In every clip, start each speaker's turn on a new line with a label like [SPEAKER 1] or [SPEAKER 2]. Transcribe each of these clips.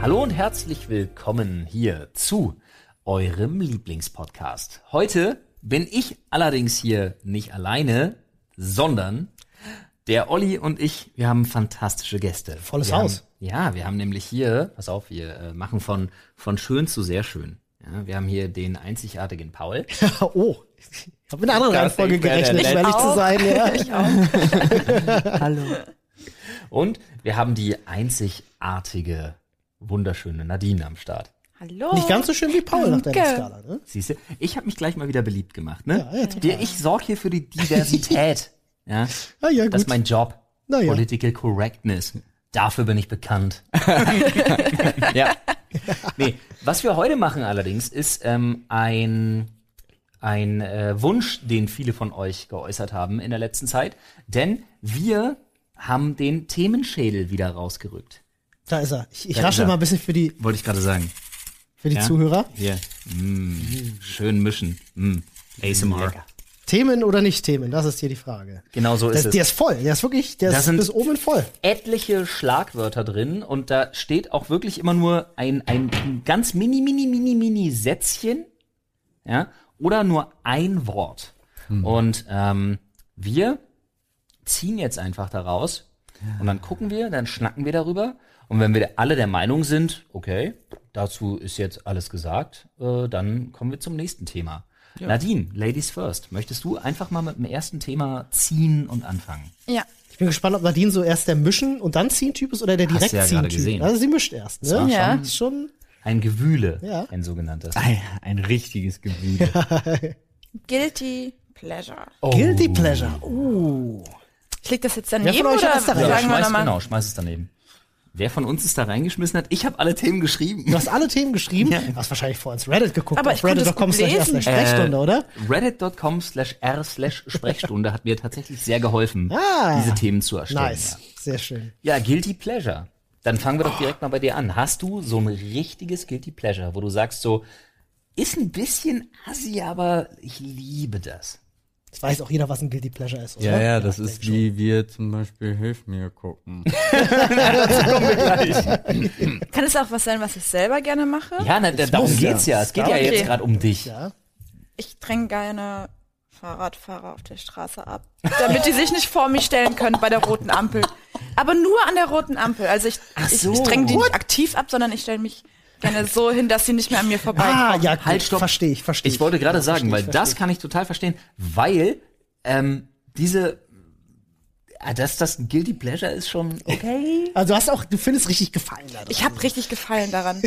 [SPEAKER 1] Hallo und herzlich willkommen hier zu eurem Lieblingspodcast. Heute bin ich allerdings hier nicht alleine, sondern der Olli und ich, wir haben fantastische Gäste.
[SPEAKER 2] Volles
[SPEAKER 1] wir
[SPEAKER 2] Haus.
[SPEAKER 1] Haben, ja, wir haben nämlich hier, pass auf, wir äh, machen von, von schön zu sehr schön. Ja, wir haben hier den einzigartigen Paul.
[SPEAKER 2] oh, ich habe mit einer anderen
[SPEAKER 1] Podcast
[SPEAKER 2] Reihenfolge
[SPEAKER 1] Expert
[SPEAKER 2] gerechnet, um
[SPEAKER 1] erledigt.
[SPEAKER 2] ehrlich zu sein. Ja.
[SPEAKER 1] Und wir haben die einzigartige, wunderschöne Nadine am Start.
[SPEAKER 3] Hallo.
[SPEAKER 2] Nicht ganz so schön wie Paul nach deiner
[SPEAKER 3] Danke.
[SPEAKER 2] Skala. Ne?
[SPEAKER 1] Siehst du, ich habe mich gleich mal wieder beliebt gemacht, ne?
[SPEAKER 2] Ja, ja, total.
[SPEAKER 1] Der, ich sorge hier für die Diversität. ja,
[SPEAKER 2] Ah, ja,
[SPEAKER 1] das
[SPEAKER 2] gut.
[SPEAKER 1] ist mein Job.
[SPEAKER 2] Na ja.
[SPEAKER 1] Political Correctness. Dafür bin ich bekannt. ja. Nee, was wir heute machen allerdings ist ähm, ein, ein äh, Wunsch, den viele von euch geäußert haben in der letzten Zeit. Denn wir haben den Themenschädel wieder rausgerückt.
[SPEAKER 2] da ist er. Ich, ich
[SPEAKER 1] Da ist
[SPEAKER 2] rasche
[SPEAKER 1] er.
[SPEAKER 2] mal ein bisschen für die,
[SPEAKER 1] Wollte ich gerade sagen.
[SPEAKER 2] für die
[SPEAKER 1] Ja.
[SPEAKER 2] Zuhörer.
[SPEAKER 1] Hier. Mm, schön mischen. Mm. ASMR.
[SPEAKER 2] Themen oder nicht Themen, das ist hier die Frage.
[SPEAKER 1] Genau so ist
[SPEAKER 2] Der,
[SPEAKER 1] es.
[SPEAKER 2] der ist voll, der ist wirklich, der
[SPEAKER 1] Da
[SPEAKER 2] ist
[SPEAKER 1] sind-
[SPEAKER 2] bis oben voll.
[SPEAKER 1] etliche Schlagwörter drin und da steht auch wirklich immer nur ein, ein ganz mini, mini, mini, mini Sätzchen, ja, oder nur ein Wort. Und ähm, wir ziehen jetzt einfach daraus und dann gucken wir, dann schnacken wir darüber und wenn wir alle der Meinung sind, okay, dazu ist jetzt alles gesagt, äh, dann kommen wir zum nächsten Thema. Nadine, Ladies First, möchtest du einfach mal mit dem ersten Thema ziehen und anfangen?
[SPEAKER 3] Ja.
[SPEAKER 2] Ich bin gespannt, ob Nadine so erst der Mischen- und dann Ziehen-Typ ist oder der
[SPEAKER 1] Hast
[SPEAKER 2] direkt
[SPEAKER 1] du ja gerade
[SPEAKER 2] Ziehen-Typ.
[SPEAKER 1] gesehen.
[SPEAKER 2] Also sie mischt erst, ne?
[SPEAKER 1] war
[SPEAKER 3] Ja. schon-
[SPEAKER 2] Ist schon
[SPEAKER 1] Ein Gewühle,
[SPEAKER 2] Ja.
[SPEAKER 1] ein sogenanntes.
[SPEAKER 4] Ein, ein richtiges Gewühl.
[SPEAKER 3] Guilty Pleasure.
[SPEAKER 1] Oh.
[SPEAKER 2] Guilty Pleasure. Uh.
[SPEAKER 3] Liegt das jetzt daneben
[SPEAKER 2] von euch
[SPEAKER 3] oder
[SPEAKER 2] hat das da
[SPEAKER 3] sagen
[SPEAKER 2] rein?
[SPEAKER 1] Ja,
[SPEAKER 3] wir
[SPEAKER 1] schmeiß,
[SPEAKER 3] nochmal?
[SPEAKER 1] genau, schmeiß es daneben. Wer von uns es da reingeschmissen hat, ich habe alle Themen geschrieben.
[SPEAKER 2] Du hast alle Themen geschrieben. Du hast wahrscheinlich vorher ins Reddit geguckt.
[SPEAKER 3] Aber
[SPEAKER 2] Auf
[SPEAKER 3] ich konnte es
[SPEAKER 2] Reddit.com
[SPEAKER 3] gut
[SPEAKER 2] slash
[SPEAKER 3] lesen.
[SPEAKER 2] erst eine
[SPEAKER 1] Äh,
[SPEAKER 2] Sprechstunde, oder?
[SPEAKER 1] Reddit.com slash r slash Sprechstunde hat mir tatsächlich sehr geholfen,
[SPEAKER 2] Ah.
[SPEAKER 1] diese Themen zu erstellen.
[SPEAKER 2] Nice. Sehr schön.
[SPEAKER 1] Ja. ja, Guilty Pleasure. Dann fangen wir doch direkt mal bei dir an. Hast du so ein richtiges Guilty Pleasure, wo du sagst so, ist ein bisschen assi, aber ich liebe das.
[SPEAKER 2] Jetzt weiß auch jeder, was ein Guilty Pleasure ist, oder?
[SPEAKER 4] ja, ja, das ist wie wir zum Beispiel Hilf mir gucken.
[SPEAKER 3] Kann es auch was sein, was ich selber gerne mache?
[SPEAKER 1] Ja, na, da, darum
[SPEAKER 2] muss ja.
[SPEAKER 1] geht's ja. Es geht ja
[SPEAKER 3] Okay.
[SPEAKER 1] jetzt gerade um dich.
[SPEAKER 2] Ja.
[SPEAKER 3] Ich dränge gerne Fahrradfahrer auf der Straße ab, damit die sich nicht vor mich stellen können bei der roten Ampel. Aber nur an der roten Ampel. Also ich,
[SPEAKER 1] so.
[SPEAKER 3] ich, ich dränge die nicht aktiv ab, sondern ich stelle mich gerne so hin, dass sie nicht mehr an mir vorbei.
[SPEAKER 2] Ah, ja, gut.
[SPEAKER 1] Halt, stopp.
[SPEAKER 2] Verstehe ich, verstehe
[SPEAKER 1] Ich wollte gerade sagen, weil das kann ich total verstehen, weil ähm, diese, ah, dass das ein Guilty Pleasure ist schon okay.
[SPEAKER 2] Also du hast auch, du findest richtig gefallen daran.
[SPEAKER 3] Ich habe richtig gefallen daran.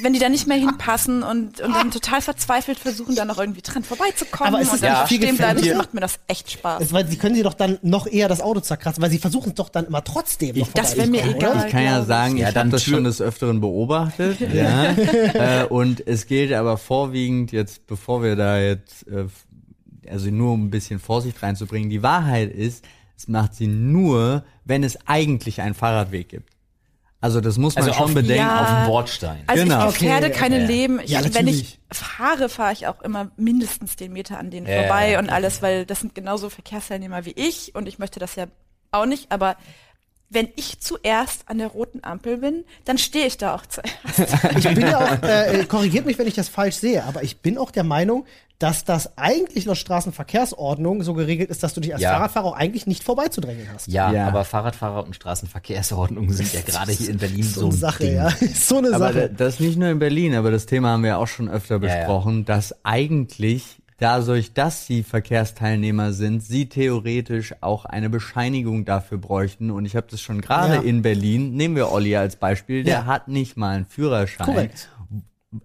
[SPEAKER 3] Wenn die da nicht mehr hinpassen und, und dann total verzweifelt versuchen, da noch irgendwie dran vorbeizukommen
[SPEAKER 2] Aber es ist
[SPEAKER 3] und dann
[SPEAKER 2] ja viel
[SPEAKER 3] stehen bleiben, das
[SPEAKER 2] gefährlicher.
[SPEAKER 3] macht mir das echt Spaß.
[SPEAKER 2] Also, weil sie können sie doch dann noch eher das Auto zerkratzen, weil sie versuchen es doch dann immer trotzdem noch
[SPEAKER 3] das wär mir
[SPEAKER 2] vorbeizukommen,
[SPEAKER 3] egal.
[SPEAKER 2] oder?
[SPEAKER 4] Ich kann
[SPEAKER 3] glaub
[SPEAKER 4] ja
[SPEAKER 3] ich.
[SPEAKER 4] sagen,
[SPEAKER 1] Ja,
[SPEAKER 4] ich
[SPEAKER 1] dann
[SPEAKER 4] habe das
[SPEAKER 1] Tür-
[SPEAKER 4] schon des Öfteren beobachtet. ja. äh, und es gilt aber vorwiegend jetzt, bevor wir da jetzt, äh, f- also nur um ein bisschen Vorsicht reinzubringen, die Wahrheit ist, es macht sie nur, wenn es eigentlich einen Fahrradweg gibt. Also das muss man
[SPEAKER 1] Also
[SPEAKER 4] schon
[SPEAKER 1] auf-
[SPEAKER 4] bedenken.
[SPEAKER 3] Ja.
[SPEAKER 1] Auf dem Wortstein.
[SPEAKER 3] Also
[SPEAKER 4] Genau.
[SPEAKER 3] ich gefährde
[SPEAKER 2] Okay,
[SPEAKER 3] keine
[SPEAKER 1] okay.
[SPEAKER 3] Leben. Ich,
[SPEAKER 2] Ja,
[SPEAKER 3] wenn
[SPEAKER 2] natürlich.
[SPEAKER 3] ich fahre, fahre ich auch immer mindestens den Meter an denen
[SPEAKER 1] Ja,
[SPEAKER 3] vorbei
[SPEAKER 1] ja,
[SPEAKER 3] und alles, weil das sind genauso Verkehrsteilnehmer wie ich und ich möchte das ja auch nicht, aber wenn ich zuerst an der roten Ampel bin, dann stehe ich da auch zuerst.
[SPEAKER 2] Ich bin ja auch, äh, korrigiert mich, wenn ich das falsch sehe, aber ich bin auch der Meinung, dass das eigentlich laut Straßenverkehrsordnung so geregelt ist, dass du dich als
[SPEAKER 1] Ja.
[SPEAKER 2] Fahrradfahrer auch eigentlich nicht vorbeizudrängen hast.
[SPEAKER 1] Ja,
[SPEAKER 4] Ja.
[SPEAKER 1] aber Fahrradfahrer und Straßenverkehrsordnung sind ja gerade hier in Berlin so
[SPEAKER 2] So
[SPEAKER 1] ein
[SPEAKER 2] eine Sache,
[SPEAKER 1] Ding.
[SPEAKER 2] ja. So eine
[SPEAKER 4] Aber da-
[SPEAKER 2] Sache.
[SPEAKER 4] das nicht nur in Berlin, aber das Thema haben wir auch schon öfter
[SPEAKER 1] Ja, ja.
[SPEAKER 4] besprochen, dass eigentlich dadurch, dass sie Verkehrsteilnehmer sind, sie theoretisch auch eine Bescheinigung dafür bräuchten. Und ich habe das schon gerade
[SPEAKER 2] Ja.
[SPEAKER 4] in Berlin, nehmen wir Olli als Beispiel, der
[SPEAKER 2] Ja.
[SPEAKER 4] hat nicht mal einen Führerschein.
[SPEAKER 2] Korrekt.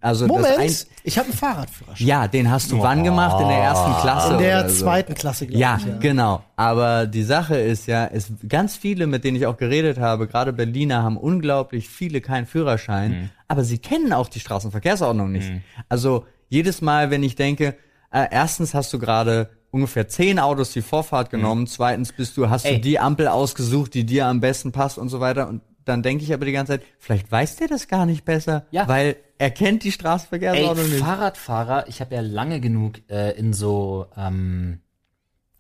[SPEAKER 4] Also Das ein,
[SPEAKER 2] Moment, ich habe einen Fahrradführerschein.
[SPEAKER 4] ja, den hast du wann gemacht? In der ersten Klasse?
[SPEAKER 2] In der
[SPEAKER 4] oder
[SPEAKER 1] also-
[SPEAKER 4] so.
[SPEAKER 2] zweiten Klasse, glaube
[SPEAKER 4] Ja,
[SPEAKER 2] ich. Ja.
[SPEAKER 4] genau. Aber die Sache ist ja, es ganz viele, mit denen ich auch geredet habe, gerade Berliner, haben unglaublich viele keinen Führerschein,
[SPEAKER 1] Mhm.
[SPEAKER 4] aber sie kennen auch die Straßenverkehrsordnung nicht. Also jedes Mal, wenn ich denke, äh, erstens hast du gerade ungefähr zehn Autos die Vorfahrt genommen, zweitens bist du, hast
[SPEAKER 1] Mhm. Ey.
[SPEAKER 4] du die Ampel ausgesucht, die dir am besten passt und so weiter. Und dann denke ich aber die ganze Zeit, vielleicht weiß der das gar nicht besser,
[SPEAKER 1] Ja.
[SPEAKER 4] weil er kennt die
[SPEAKER 1] Ey,
[SPEAKER 4] Straßenverkehrsordnung nicht.
[SPEAKER 1] Fahrradfahrer, ich habe ja lange genug äh, in so, ähm,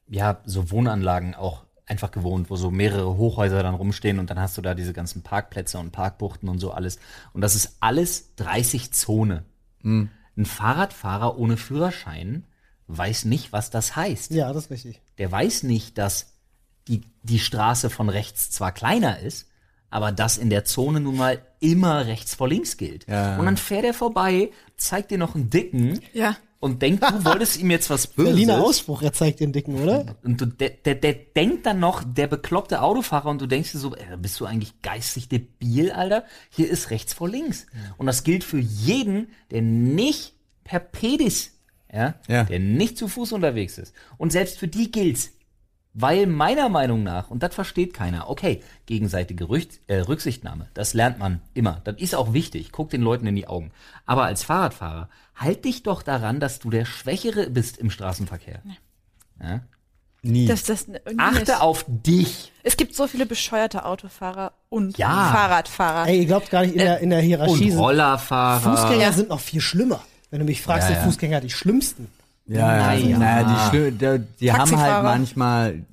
[SPEAKER 1] ja, so Wohnanlagen auch einfach gewohnt, wo so mehrere Hochhäuser dann rumstehen und dann hast du da diese ganzen Parkplätze und Parkbuchten und so alles. Und das ist alles 30 Zone. Ein Fahrradfahrer ohne Führerschein weiß nicht, was das heißt.
[SPEAKER 2] Ja, das ist richtig.
[SPEAKER 1] Der weiß nicht, dass die, die Straße von rechts zwar kleiner ist, aber dass in der Zone nun mal immer rechts vor links gilt.
[SPEAKER 4] Ja.
[SPEAKER 1] Und dann fährt er vorbei, zeigt dir noch einen Dicken
[SPEAKER 3] Ja.
[SPEAKER 1] und denkt, du wolltest ihm jetzt was Böses.
[SPEAKER 2] Berliner Ausspruch, er zeigt den Dicken, oder?
[SPEAKER 1] Und du, der, der, der denkt dann noch, der bekloppte Autofahrer, und du denkst dir so, ey, bist du eigentlich geistig debil, Alter? Hier ist rechts vor links. Und das gilt für jeden, der nicht per Pedis, ja,
[SPEAKER 4] Ja.
[SPEAKER 1] der nicht zu Fuß unterwegs ist. Und selbst für die gilt's. Weil meiner Meinung nach, und das versteht keiner, okay, gegenseitige Rücht, äh, Rücksichtnahme, das lernt man immer. Das ist auch wichtig. Guck den Leuten in die Augen. Aber als Fahrradfahrer, halt dich doch daran, dass du der Schwächere bist im Straßenverkehr. Ja?
[SPEAKER 4] Nie.
[SPEAKER 3] Das, das, irgendwie nicht.
[SPEAKER 1] Achte auf dich.
[SPEAKER 3] Es gibt so viele bescheuerte Autofahrer und
[SPEAKER 1] Ja.
[SPEAKER 3] Fahrradfahrer.
[SPEAKER 2] Ey, ihr glaubt gar nicht, in der, in der Hierarchie sind
[SPEAKER 1] Rollerfahrer.
[SPEAKER 2] Fußgänger sind noch viel schlimmer. Wenn du mich fragst,
[SPEAKER 1] Ja, ja.
[SPEAKER 2] sind Fußgänger die schlimmsten.
[SPEAKER 4] Ja,
[SPEAKER 1] Nein.
[SPEAKER 4] ja. Naja, die, Schlö- die, die haben
[SPEAKER 3] Taxifahrer.
[SPEAKER 4] halt manchmal,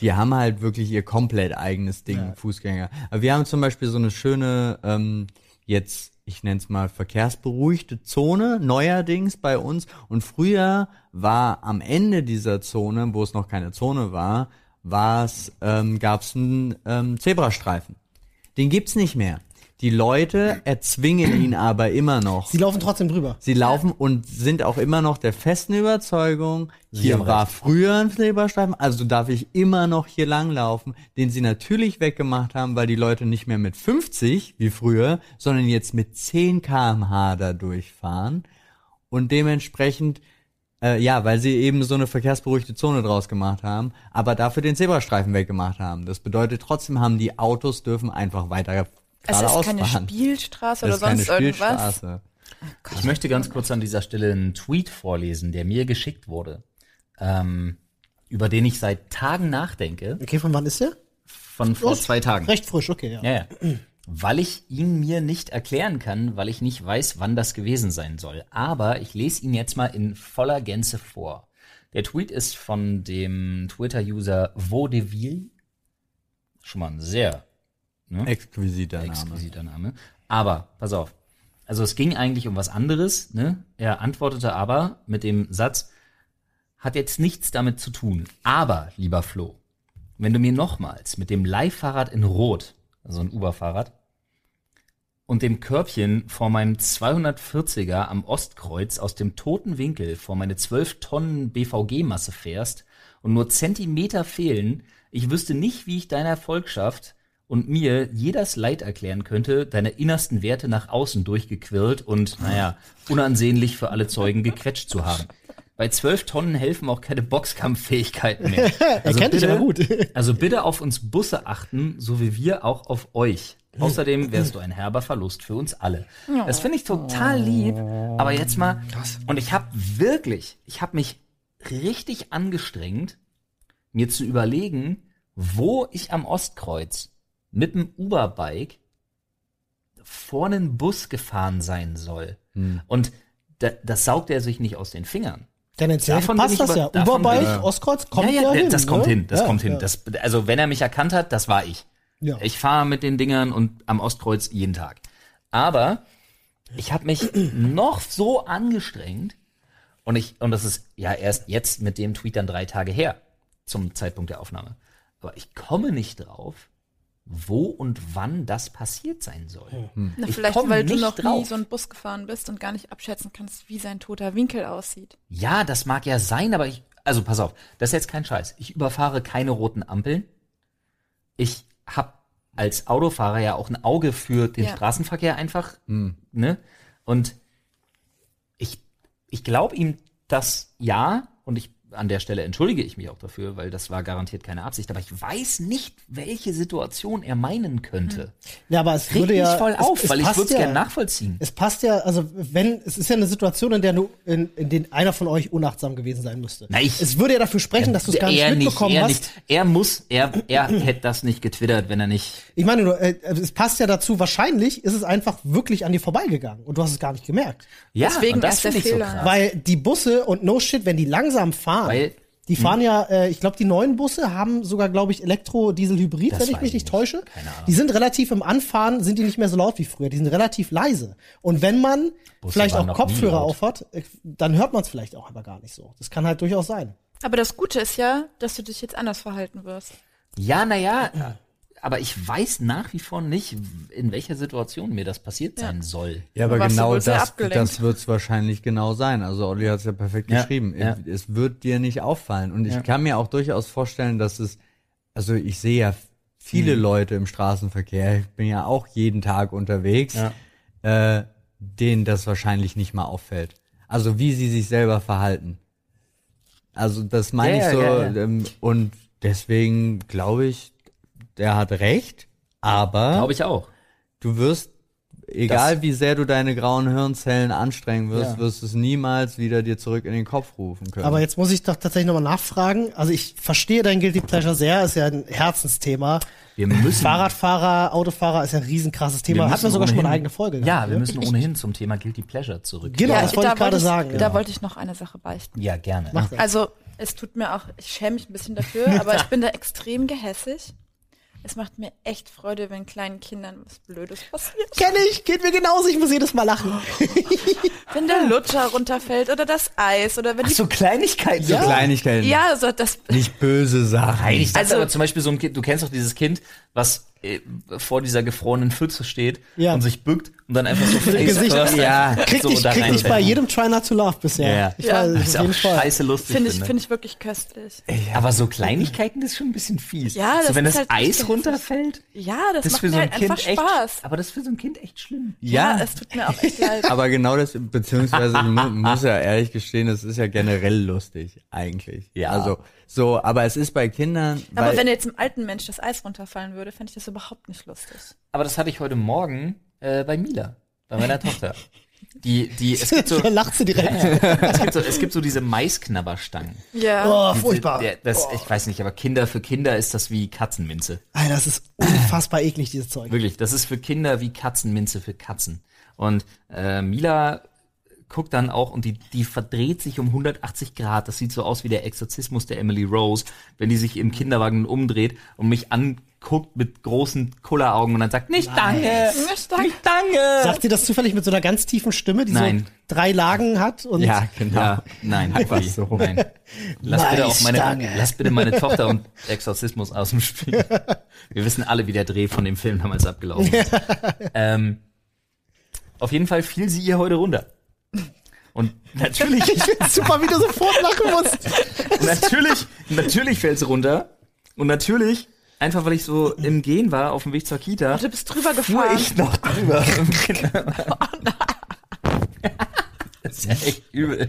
[SPEAKER 4] die haben halt wirklich ihr komplett eigenes Ding, Fußgänger. Aber wir haben zum Beispiel so eine schöne, ähm, jetzt, ich nenne es mal verkehrsberuhigte Zone, neuerdings bei uns. Und früher war am Ende dieser Zone, wo es noch keine Zone war, war's, ähm, gab's einen ähm, Zebrastreifen. Den gibt's nicht mehr. Die Leute erzwingen ihn aber immer noch.
[SPEAKER 2] Sie laufen trotzdem drüber.
[SPEAKER 4] Sie laufen und sind auch immer noch der festen Überzeugung, hier
[SPEAKER 1] haben
[SPEAKER 4] war früher ein Silberstreifen, also darf ich immer noch hier langlaufen, den sie natürlich weggemacht haben, weil die Leute nicht mehr mit 50 wie früher, sondern jetzt mit 10 kmh da durchfahren und dementsprechend äh, ja, weil sie eben so eine verkehrsberuhigte Zone draus gemacht haben, aber dafür den Zebrastreifen weggemacht haben. Das bedeutet, trotzdem haben die Autos dürfen einfach weiter
[SPEAKER 3] es ist
[SPEAKER 4] geradeaus
[SPEAKER 3] keine
[SPEAKER 4] fahren.
[SPEAKER 3] Spielstraße
[SPEAKER 4] Das
[SPEAKER 3] oder
[SPEAKER 4] ist keine
[SPEAKER 3] sonst irgendwas.
[SPEAKER 4] Spielstraße.
[SPEAKER 1] Ich möchte ganz kurz an dieser Stelle einen Tweet vorlesen, der mir geschickt wurde, ähm, über den ich seit Tagen nachdenke,
[SPEAKER 2] Okay, von wann ist der?
[SPEAKER 1] von vor
[SPEAKER 2] Los.
[SPEAKER 1] zwei Tagen.
[SPEAKER 2] Recht frisch, okay, ja.
[SPEAKER 1] Ja, ja. Weil ich ihn mir nicht erklären kann, weil ich nicht weiß, wann das gewesen sein soll. Aber ich lese ihn jetzt mal in voller Gänze vor. Der Tweet ist von dem Twitter-User Vaudeville. Schon mal ein sehr
[SPEAKER 4] Exquisiter Name.
[SPEAKER 1] exquisiter Name. Aber, pass auf. Also es ging eigentlich um was anderes. Ne? Er antwortete aber mit dem Satz, hat jetzt nichts damit zu tun. Aber, lieber Flo, wenn du mir nochmals mit dem Leihfahrrad in Rot, also ein Uber-Fahrrad, und dem Körbchen vor meinem 240er am Ostkreuz aus dem toten Winkel vor meine 12 Tonnen BVG-Masse fährst und nur Zentimeter fehlen, ich wüsste nicht, wie ich deiner Volkschaft und mir jedes Leid erklären könnte, deine innersten Werte nach außen durchgequirlt und, naja, unansehnlich für alle Zeugen gequetscht zu haben. Bei 12 Tonnen helfen auch keine Boxkampffähigkeiten mehr. Also
[SPEAKER 2] kennt dich
[SPEAKER 1] bitte-
[SPEAKER 2] aber gut.
[SPEAKER 1] also bitte auf uns Busse achten, so wie wir auch auf euch. Außerdem wärst du ein herber Verlust für uns alle. Das finde ich total lieb, aber jetzt mal und ich habe wirklich, ich habe mich richtig angestrengt, mir zu überlegen, wo ich am Ostkreuz mit dem Uberbike vor einen Bus gefahren sein soll. Und da, das saugt er sich nicht aus den Fingern.
[SPEAKER 2] Tendenziell
[SPEAKER 1] Davon bin
[SPEAKER 2] passt
[SPEAKER 1] ich
[SPEAKER 2] das
[SPEAKER 1] über-
[SPEAKER 2] ja.
[SPEAKER 1] davon
[SPEAKER 2] Oberbeich,
[SPEAKER 1] bin
[SPEAKER 4] ich-
[SPEAKER 2] Ostkreuz, kommt ja,
[SPEAKER 1] ja, ja,
[SPEAKER 2] hin.
[SPEAKER 1] das kommt
[SPEAKER 2] ne?
[SPEAKER 1] hin, das
[SPEAKER 2] ja,
[SPEAKER 1] kommt hin.
[SPEAKER 2] ja.
[SPEAKER 1] Das, also wenn er mich erkannt hat, das war ich.
[SPEAKER 2] ja.
[SPEAKER 1] Ich fahre mit den Dingern und am Ostkreuz jeden Tag. Aber ich habe mich noch so angestrengt und ich und das ist ja erst jetzt mit dem Tweet dann drei Tage her zum Zeitpunkt der Aufnahme. Aber ich komme nicht drauf, wo und wann das passiert sein soll.
[SPEAKER 3] Hm. Na,
[SPEAKER 1] Ich
[SPEAKER 3] vielleicht,
[SPEAKER 1] komm
[SPEAKER 3] weil du
[SPEAKER 1] nicht
[SPEAKER 3] noch nie
[SPEAKER 1] drauf.
[SPEAKER 3] so einen Bus gefahren bist und gar nicht abschätzen kannst, wie sein toter Winkel aussieht.
[SPEAKER 1] Ja, das mag ja sein, aber ich, also pass auf, das ist jetzt kein Scheiß. Ich überfahre keine roten Ampeln. Ich hab als Autofahrer ja auch ein Auge für den
[SPEAKER 3] Ja.
[SPEAKER 1] Straßenverkehr einfach,
[SPEAKER 2] Hm.
[SPEAKER 1] ne? Und ich, ich glaube ihm das ja und ich an der Stelle entschuldige ich mich auch dafür, weil das war garantiert keine Absicht, aber ich weiß nicht, welche Situation er meinen könnte.
[SPEAKER 2] ja, aber es
[SPEAKER 1] Reg
[SPEAKER 2] würde
[SPEAKER 1] mich
[SPEAKER 2] ja.
[SPEAKER 1] voll auf,
[SPEAKER 2] es, es
[SPEAKER 1] weil ich
[SPEAKER 2] passt
[SPEAKER 1] würde es
[SPEAKER 2] ja,
[SPEAKER 1] gerne nachvollziehen.
[SPEAKER 2] Es passt ja, also wenn, es ist ja eine Situation, in der du, in, in den einer von euch unachtsam gewesen sein müsste.
[SPEAKER 1] Na, ich-
[SPEAKER 2] es würde ja dafür sprechen, dass du es gar nicht
[SPEAKER 1] er
[SPEAKER 2] mitbekommen
[SPEAKER 1] er
[SPEAKER 2] hast.
[SPEAKER 1] Nicht. Er muss, er, er hätte das nicht getwittert, wenn er nicht
[SPEAKER 2] Ich meine nur, äh, es passt ja dazu, wahrscheinlich ist es einfach wirklich an dir vorbeigegangen und du hast es gar nicht gemerkt.
[SPEAKER 1] Ja,
[SPEAKER 3] Deswegen
[SPEAKER 1] und das
[SPEAKER 3] erst der
[SPEAKER 1] finde ich so
[SPEAKER 3] Fehler.
[SPEAKER 1] krass.
[SPEAKER 2] Weil die Busse und no shit, wenn die langsam fahren,
[SPEAKER 1] Weil- Hm.
[SPEAKER 2] die Die fahren ja, äh, ich glaube, die neuen Busse haben sogar, glaube ich, Elektro, Diesel, Hybrid,
[SPEAKER 1] Das
[SPEAKER 2] wenn ich
[SPEAKER 1] weiß
[SPEAKER 2] mich
[SPEAKER 1] ich
[SPEAKER 2] nicht
[SPEAKER 1] nicht.
[SPEAKER 2] täusche.
[SPEAKER 1] Keine Ahnung.
[SPEAKER 2] Die sind relativ im Anfahren, sind die nicht mehr so laut wie früher. Die sind relativ leise. Und wenn man
[SPEAKER 1] Busse
[SPEAKER 2] vielleicht
[SPEAKER 1] waren
[SPEAKER 2] auch
[SPEAKER 1] noch nie
[SPEAKER 2] Kopfhörer
[SPEAKER 1] laut.
[SPEAKER 2] aufhat, äh, dann hört man es vielleicht auch aber gar nicht so. Das kann halt durchaus sein.
[SPEAKER 3] Aber das Gute ist ja, dass du dich jetzt anders verhalten wirst.
[SPEAKER 1] Ja, naja, aber ich weiß nach wie vor nicht, in welcher Situation mir das passiert sein soll.
[SPEAKER 4] Ja, aber
[SPEAKER 3] Warst du
[SPEAKER 4] genau
[SPEAKER 3] wohl sehr
[SPEAKER 4] das,
[SPEAKER 3] abgelenkt.
[SPEAKER 4] das wird's wahrscheinlich genau sein. Also Olli hat's ja perfekt
[SPEAKER 1] Ja,
[SPEAKER 4] geschrieben.
[SPEAKER 1] ja.
[SPEAKER 4] Es wird dir nicht auffallen. Und ich
[SPEAKER 1] Ja.
[SPEAKER 4] kann mir auch durchaus vorstellen, dass es, also ich sehe ja
[SPEAKER 1] Hm.
[SPEAKER 4] viele Leute im Straßenverkehr, ich bin ja auch jeden Tag unterwegs, äh, denen das wahrscheinlich nicht mal auffällt. Also wie sie sich selber verhalten. Also das meine
[SPEAKER 1] Ja,
[SPEAKER 4] ich so.
[SPEAKER 1] ja, ja.
[SPEAKER 4] Ähm, und deswegen glaube ich, der hat recht, aber
[SPEAKER 1] Glaube ich auch.
[SPEAKER 4] du wirst, egal
[SPEAKER 1] Das-
[SPEAKER 4] wie sehr du deine grauen Hirnzellen anstrengen wirst,
[SPEAKER 1] Ja.
[SPEAKER 4] wirst du es niemals wieder dir zurück in den Kopf rufen können.
[SPEAKER 2] Aber jetzt muss ich doch tatsächlich nochmal nachfragen. Also ich verstehe dein Guilty Pleasure sehr, ist ja ein Herzensthema.
[SPEAKER 1] Wir müssen.
[SPEAKER 2] Fahrradfahrer, Autofahrer ist ja ein riesen krasses Thema. Hat
[SPEAKER 1] Hm. müssen
[SPEAKER 2] man sogar schon mal eine
[SPEAKER 1] ohnehin-
[SPEAKER 2] eigene Folge
[SPEAKER 1] Ja,
[SPEAKER 2] gehabt,
[SPEAKER 1] wir
[SPEAKER 2] ne?
[SPEAKER 1] müssen ohnehin zum Thema Guilty Pleasure zurück.
[SPEAKER 2] Genau, das wollte
[SPEAKER 3] da
[SPEAKER 2] ich gerade
[SPEAKER 3] ich,
[SPEAKER 2] sagen.
[SPEAKER 3] Da
[SPEAKER 2] ja.
[SPEAKER 3] wollte ich noch eine Sache beichten.
[SPEAKER 1] Ja, gerne.
[SPEAKER 2] Mach das.
[SPEAKER 3] Also, es tut mir auch, ich schäme mich ein bisschen dafür, aber ich bin da extrem gehässig. Es macht mir echt Freude, wenn kleinen Kindern was Blödes passiert.
[SPEAKER 2] Kenn ich, geht mir genauso, ich muss jedes Mal lachen.
[SPEAKER 3] Wenn der Lutscher runterfällt oder das Eis oder wenn die.
[SPEAKER 1] so Kleinigkeiten.
[SPEAKER 4] so Kleinigkeiten.
[SPEAKER 3] ja, also das.
[SPEAKER 4] Nicht böse Sachen.
[SPEAKER 1] Nein, ich dachte
[SPEAKER 3] Also-
[SPEAKER 1] aber zum Beispiel so ein Kind, du kennst doch dieses Kind, was äh, vor dieser gefrorenen Pfütze steht
[SPEAKER 2] Ja.
[SPEAKER 1] und sich bückt und dann einfach so face
[SPEAKER 2] Gesicht-
[SPEAKER 1] first
[SPEAKER 4] Ja.
[SPEAKER 1] einfach
[SPEAKER 2] Krieg
[SPEAKER 1] so
[SPEAKER 2] dich,
[SPEAKER 1] da
[SPEAKER 2] krieg dich bei
[SPEAKER 1] reinfällt.
[SPEAKER 2] jedem Try Not to Laugh bisher.
[SPEAKER 4] Ja.
[SPEAKER 2] Ich
[SPEAKER 3] Ja.
[SPEAKER 2] weiß,
[SPEAKER 1] Das ist
[SPEAKER 2] auf jeden
[SPEAKER 1] auch
[SPEAKER 2] Fall.
[SPEAKER 1] scheiße lustig.
[SPEAKER 3] Finde ich, finde ich wirklich köstlich.
[SPEAKER 1] Aber so Kleinigkeiten, das ist schon ein bisschen fies.
[SPEAKER 3] Ja,
[SPEAKER 1] so,
[SPEAKER 3] das
[SPEAKER 1] wenn
[SPEAKER 3] ist
[SPEAKER 1] das
[SPEAKER 3] halt
[SPEAKER 1] Eis
[SPEAKER 3] richtig
[SPEAKER 1] runterfällt,
[SPEAKER 3] Ja,
[SPEAKER 1] das
[SPEAKER 3] das,
[SPEAKER 1] ist
[SPEAKER 3] macht
[SPEAKER 1] für
[SPEAKER 3] mir
[SPEAKER 1] so ein
[SPEAKER 3] halt
[SPEAKER 1] Kind
[SPEAKER 3] einfach
[SPEAKER 1] echt,
[SPEAKER 3] Spaß.
[SPEAKER 1] aber das ist für so ein Kind echt schlimm.
[SPEAKER 3] Ja.
[SPEAKER 4] Ja.
[SPEAKER 3] es tut mir auch echt leid.
[SPEAKER 4] aber genau das, beziehungsweise ich mu muss ja ehrlich gestehen, es ist ja generell lustig, eigentlich.
[SPEAKER 1] Ja.
[SPEAKER 4] Also, so, aber es ist bei Kindern.
[SPEAKER 3] Aber
[SPEAKER 4] weil-
[SPEAKER 3] wenn jetzt einem alten Mensch das Eis runterfallen würde, fände ich das überhaupt nicht lustig.
[SPEAKER 1] Aber das hatte ich heute Morgen äh, bei Mila, bei meiner Tochter. Die, die, es gibt so,
[SPEAKER 2] Da lacht sie direkt.
[SPEAKER 1] es gibt so, es gibt so diese Maisknabberstangen.
[SPEAKER 3] Ja.
[SPEAKER 2] Oh, furchtbar.
[SPEAKER 1] Der, das, ich weiß nicht, aber Kinder für Kinder ist das wie Katzenminze.
[SPEAKER 2] Alter, das ist unfassbar eklig, dieses Zeug.
[SPEAKER 1] Wirklich, das ist für Kinder wie Katzenminze für Katzen. Und äh, Mila guckt dann auch und die, die verdreht sich um 180 Grad. Das sieht so aus wie der Exorzismus der Emily Rose, wenn die sich im Kinderwagen umdreht und mich anguckt mit großen Kulleraugen und dann sagt, nicht danke,
[SPEAKER 3] Nicht danke."
[SPEAKER 1] nicht danke.
[SPEAKER 2] Sagt ihr das zufällig mit so einer ganz tiefen Stimme, die
[SPEAKER 1] Nein.
[SPEAKER 2] so drei Lagen hat? Und
[SPEAKER 4] ja, genau.
[SPEAKER 1] Ja, nein,
[SPEAKER 4] Einfach
[SPEAKER 1] Uli,
[SPEAKER 4] so.
[SPEAKER 1] nein. Lass bitte, auch meine,
[SPEAKER 2] Maistange.
[SPEAKER 1] lass bitte meine Tochter und Exorzismus aus dem Spiel. Wir wissen alle, wie der Dreh von dem Film damals abgelaufen ist. ähm, auf jeden Fall fiel sie ihr heute runter. Und natürlich,
[SPEAKER 2] ich will super, wie du sofort lachen musst.
[SPEAKER 1] natürlich, natürlich fällt sie runter. Und natürlich, einfach weil ich so im Gehen war auf dem Weg zur Kita,
[SPEAKER 3] Du bist drüber
[SPEAKER 1] fuhr
[SPEAKER 3] gefahren.
[SPEAKER 1] ich noch drüber. das ist ja echt übel.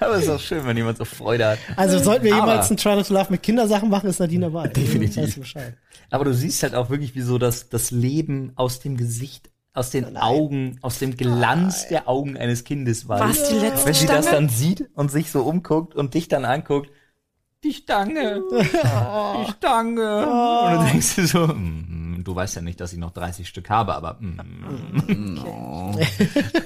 [SPEAKER 1] Aber es ist auch schön, wenn jemand so Freude hat.
[SPEAKER 2] Also sollten wir
[SPEAKER 1] Aber-
[SPEAKER 2] jemals ein Try Not to Laugh mit Kindersachen machen, ist Nadine dabei.
[SPEAKER 1] Definitiv.
[SPEAKER 2] Weißt du Bescheid.
[SPEAKER 1] Aber du siehst halt auch wirklich, wie so das, das Leben aus dem Gesicht, aus den Augen, aus dem Glanz der Augen eines Kindes war.
[SPEAKER 3] Was, die letzte
[SPEAKER 1] Wenn sie das
[SPEAKER 3] Stange?
[SPEAKER 1] dann sieht und sich so umguckt und dich dann anguckt, die Stange, die Stange. Und du denkst dir so, mm, mm, du weißt ja nicht, dass ich noch 30 Stück habe, aber mm.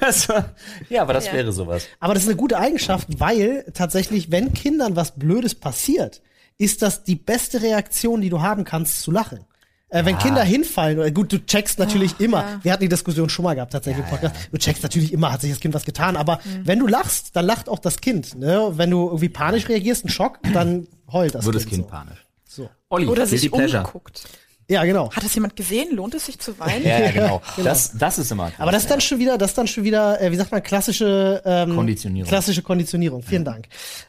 [SPEAKER 1] das war, ja, aber das
[SPEAKER 3] Ja.
[SPEAKER 1] wäre sowas.
[SPEAKER 2] Aber das ist eine gute Eigenschaft, weil tatsächlich, wenn Kindern was Blödes passiert, ist das die beste Reaktion, die du haben kannst, zu lachen. Äh, wenn Kinder hinfallen, oder gut, du checkst natürlich immer, wir hatten die Diskussion schon mal gehabt tatsächlich im Podcast, du checkst natürlich immer, hat sich das Kind was getan, aber wenn du lachst, dann lacht auch das Kind. Ne? Wenn du irgendwie panisch reagierst, ein Schock, dann heult das
[SPEAKER 1] Würde das
[SPEAKER 2] Kind.
[SPEAKER 1] Kind
[SPEAKER 2] so.
[SPEAKER 1] panisch.
[SPEAKER 2] So.
[SPEAKER 1] Olli,
[SPEAKER 3] Oder
[SPEAKER 1] Guilty
[SPEAKER 3] sich umgeguckt.
[SPEAKER 2] Ja, genau.
[SPEAKER 3] Hat das jemand gesehen? Lohnt es sich zu weinen? Äh,
[SPEAKER 1] Ja, ja, genau.
[SPEAKER 2] Genau.
[SPEAKER 1] Das, das ist immer.
[SPEAKER 2] Aber das ist dann schon wieder, das ist dann schon wieder, äh, wie sagt man, klassische ähm,
[SPEAKER 1] Konditionierung.
[SPEAKER 2] Klassische Konditionierung. Vielen Dank.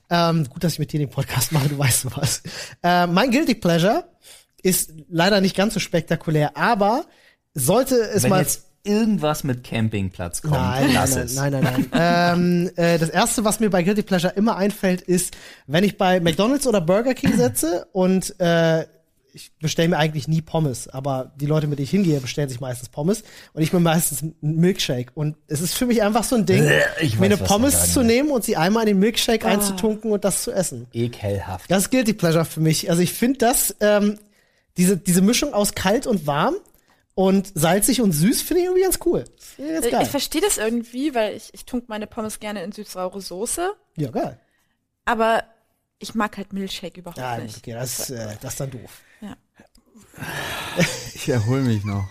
[SPEAKER 2] Ähm, gut, dass ich mit dir den Podcast mache, du weißt sowas. Äh, mein Guilty Pleasure ist leider nicht ganz so spektakulär, aber sollte es
[SPEAKER 1] Wenn
[SPEAKER 2] mal.
[SPEAKER 1] jetzt irgendwas mit Campingplatz kommt,
[SPEAKER 2] Nein,
[SPEAKER 1] lass
[SPEAKER 2] nein,
[SPEAKER 1] es.
[SPEAKER 2] nein, nein, nein, nein. ähm, äh, das erste, was mir bei Guilty Pleasure immer einfällt, ist, wenn ich bei McDonalds oder Burger King sitze und äh, ich bestelle mir eigentlich nie Pommes, aber die Leute, mit denen ich hingehe, bestellen sich meistens Pommes und ich mir meistens einen Milkshake. Und es ist für mich einfach so ein Ding,
[SPEAKER 1] Ich weiß,
[SPEAKER 2] mir eine
[SPEAKER 1] was du sagen
[SPEAKER 2] Pommes zu
[SPEAKER 1] willst.
[SPEAKER 2] nehmen und sie einmal in den Milkshake einzutunken und das zu essen.
[SPEAKER 1] Ekelhaft.
[SPEAKER 2] Das ist Guilty Pleasure für mich. Also ich finde das, ähm, diese, diese Mischung aus kalt und warm und salzig und süß finde ich irgendwie ganz cool. Ganz
[SPEAKER 3] Äh, Ich- Ich verstehe das irgendwie, weil ich, ich tunk meine Pommes gerne in süßsaure Soße,
[SPEAKER 2] Ja, geil.
[SPEAKER 3] aber Ich mag halt Milchshake überhaupt
[SPEAKER 2] Ja,
[SPEAKER 3] nicht.
[SPEAKER 2] okay, das, ist, äh, das ist dann doof.
[SPEAKER 4] Ich erhole mich noch.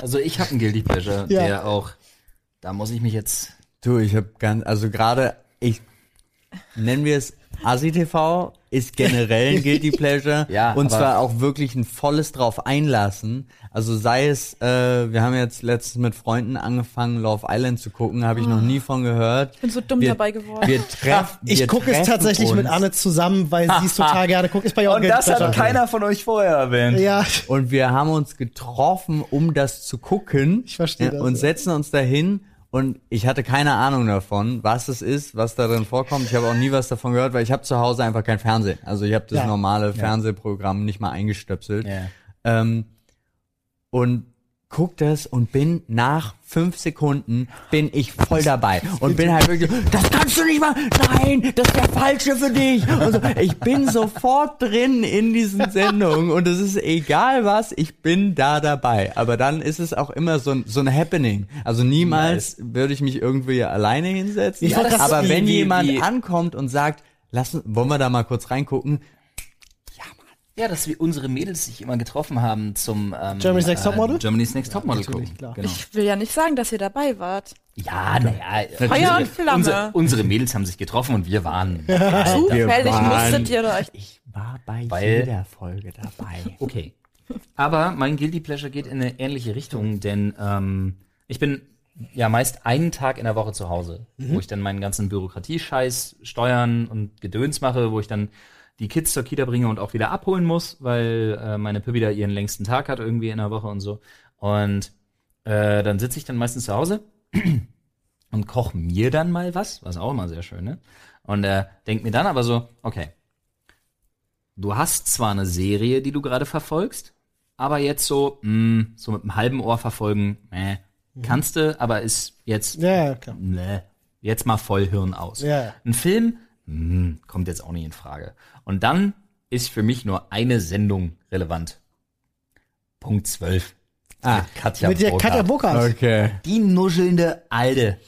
[SPEAKER 1] Also ich habe einen Guilty Pleasure,
[SPEAKER 2] Ja.
[SPEAKER 1] der auch, da muss ich mich jetzt,
[SPEAKER 4] Du, ich habe ganz, also gerade, ich nennen wir es Asi TV ist generell ein Guilty Pleasure
[SPEAKER 1] Ja,
[SPEAKER 4] und
[SPEAKER 1] aber-
[SPEAKER 4] zwar auch wirklich ein volles drauf einlassen. Also sei es, äh, wir haben jetzt letztens mit Freunden angefangen Love Island zu gucken, habe ich noch nie von gehört. Ich
[SPEAKER 3] bin so dumm dabei geworden.
[SPEAKER 4] Wir treff,
[SPEAKER 2] Ich
[SPEAKER 4] wir
[SPEAKER 2] gucke es
[SPEAKER 4] treffen
[SPEAKER 2] tatsächlich mit
[SPEAKER 4] uns
[SPEAKER 2] Anne zusammen, weil sie es total gerne guckt. Ist bei ihr auch ein Geldblätter.
[SPEAKER 1] von euch vorher erwähnt.
[SPEAKER 2] Ja,
[SPEAKER 4] Und wir haben uns getroffen, um das zu gucken.
[SPEAKER 2] Ich verstehe das,
[SPEAKER 4] Und
[SPEAKER 2] ja.
[SPEAKER 4] setzen uns dahin. Und ich hatte keine Ahnung davon, was es ist, was darin vorkommt. Ich habe auch nie was davon gehört, weil ich habe zu Hause einfach kein Fernsehen. Also ich habe das
[SPEAKER 2] Ja.
[SPEAKER 4] normale Fernsehprogramm nicht mal eingestöpselt.
[SPEAKER 1] Ja.
[SPEAKER 4] Ähm, und guck das und bin nach fünf Sekunden bin ich voll dabei und bin halt wirklich, das kannst du nicht machen, nein, das ist der falsche für dich. Und so, ich bin sofort drin in diesen Sendungen und es ist egal was, ich bin da dabei. Aber dann ist es auch immer so ein, so ein Happening. Also niemals würde ich mich irgendwie alleine hinsetzen.
[SPEAKER 2] Ich wollte das-
[SPEAKER 4] aber
[SPEAKER 1] wie-
[SPEAKER 4] wenn
[SPEAKER 1] wie-
[SPEAKER 4] jemand
[SPEAKER 1] wie-
[SPEAKER 4] ankommt und sagt, lassen, wollen wir da mal kurz reingucken,
[SPEAKER 1] Ja, dass wir unsere Mädels sich immer getroffen haben zum ähm,
[SPEAKER 2] Germany's Next Topmodel?
[SPEAKER 1] Germany's Next Topmodel gucken.
[SPEAKER 2] klar.
[SPEAKER 1] Genau.
[SPEAKER 3] Ich will ja nicht sagen, dass ihr dabei wart.
[SPEAKER 1] Ja, naja.
[SPEAKER 3] Feuer und Flamme.
[SPEAKER 1] Unsere, unsere Mädels haben sich getroffen und wir waren. Ja,
[SPEAKER 3] Zufällig
[SPEAKER 4] waren-
[SPEAKER 3] musstet ihr euch.
[SPEAKER 4] Ich war bei
[SPEAKER 1] Weil-
[SPEAKER 4] jeder Folge dabei.
[SPEAKER 1] Okay. Aber mein Guilty Pleasure geht in eine ähnliche Richtung, denn ähm, ich bin ja meist einen Tag in der Woche zu Hause, wo ich dann meinen ganzen Bürokratiescheiß, Steuern und Gedöns mache, wo ich dann die Kids zur Kita bringe und auch wieder abholen muss, weil äh, meine Pippi da ihren längsten Tag hat irgendwie in der Woche und so. Und äh, dann sitze ich dann meistens zu Hause und koche mir dann mal was, was auch immer sehr schön, ne? Und äh, denk mir dann aber so, okay, du hast zwar eine Serie, die du gerade verfolgst, aber jetzt so, mh, so mit einem halben Ohr verfolgen, äh, kannst du, aber ist jetzt,
[SPEAKER 2] Mhm. ja, ja, klar.
[SPEAKER 1] nee, jetzt mal voll Hirn aus.
[SPEAKER 2] Ja.
[SPEAKER 1] Ein Film, mh, kommt jetzt auch nicht in Frage. Und dann ist für mich nur eine Sendung relevant. Punkt 12.
[SPEAKER 4] Ah,
[SPEAKER 1] Katja
[SPEAKER 2] Mit der Katja Burkhardt,
[SPEAKER 4] Okay.
[SPEAKER 1] Die nuschelnde Alde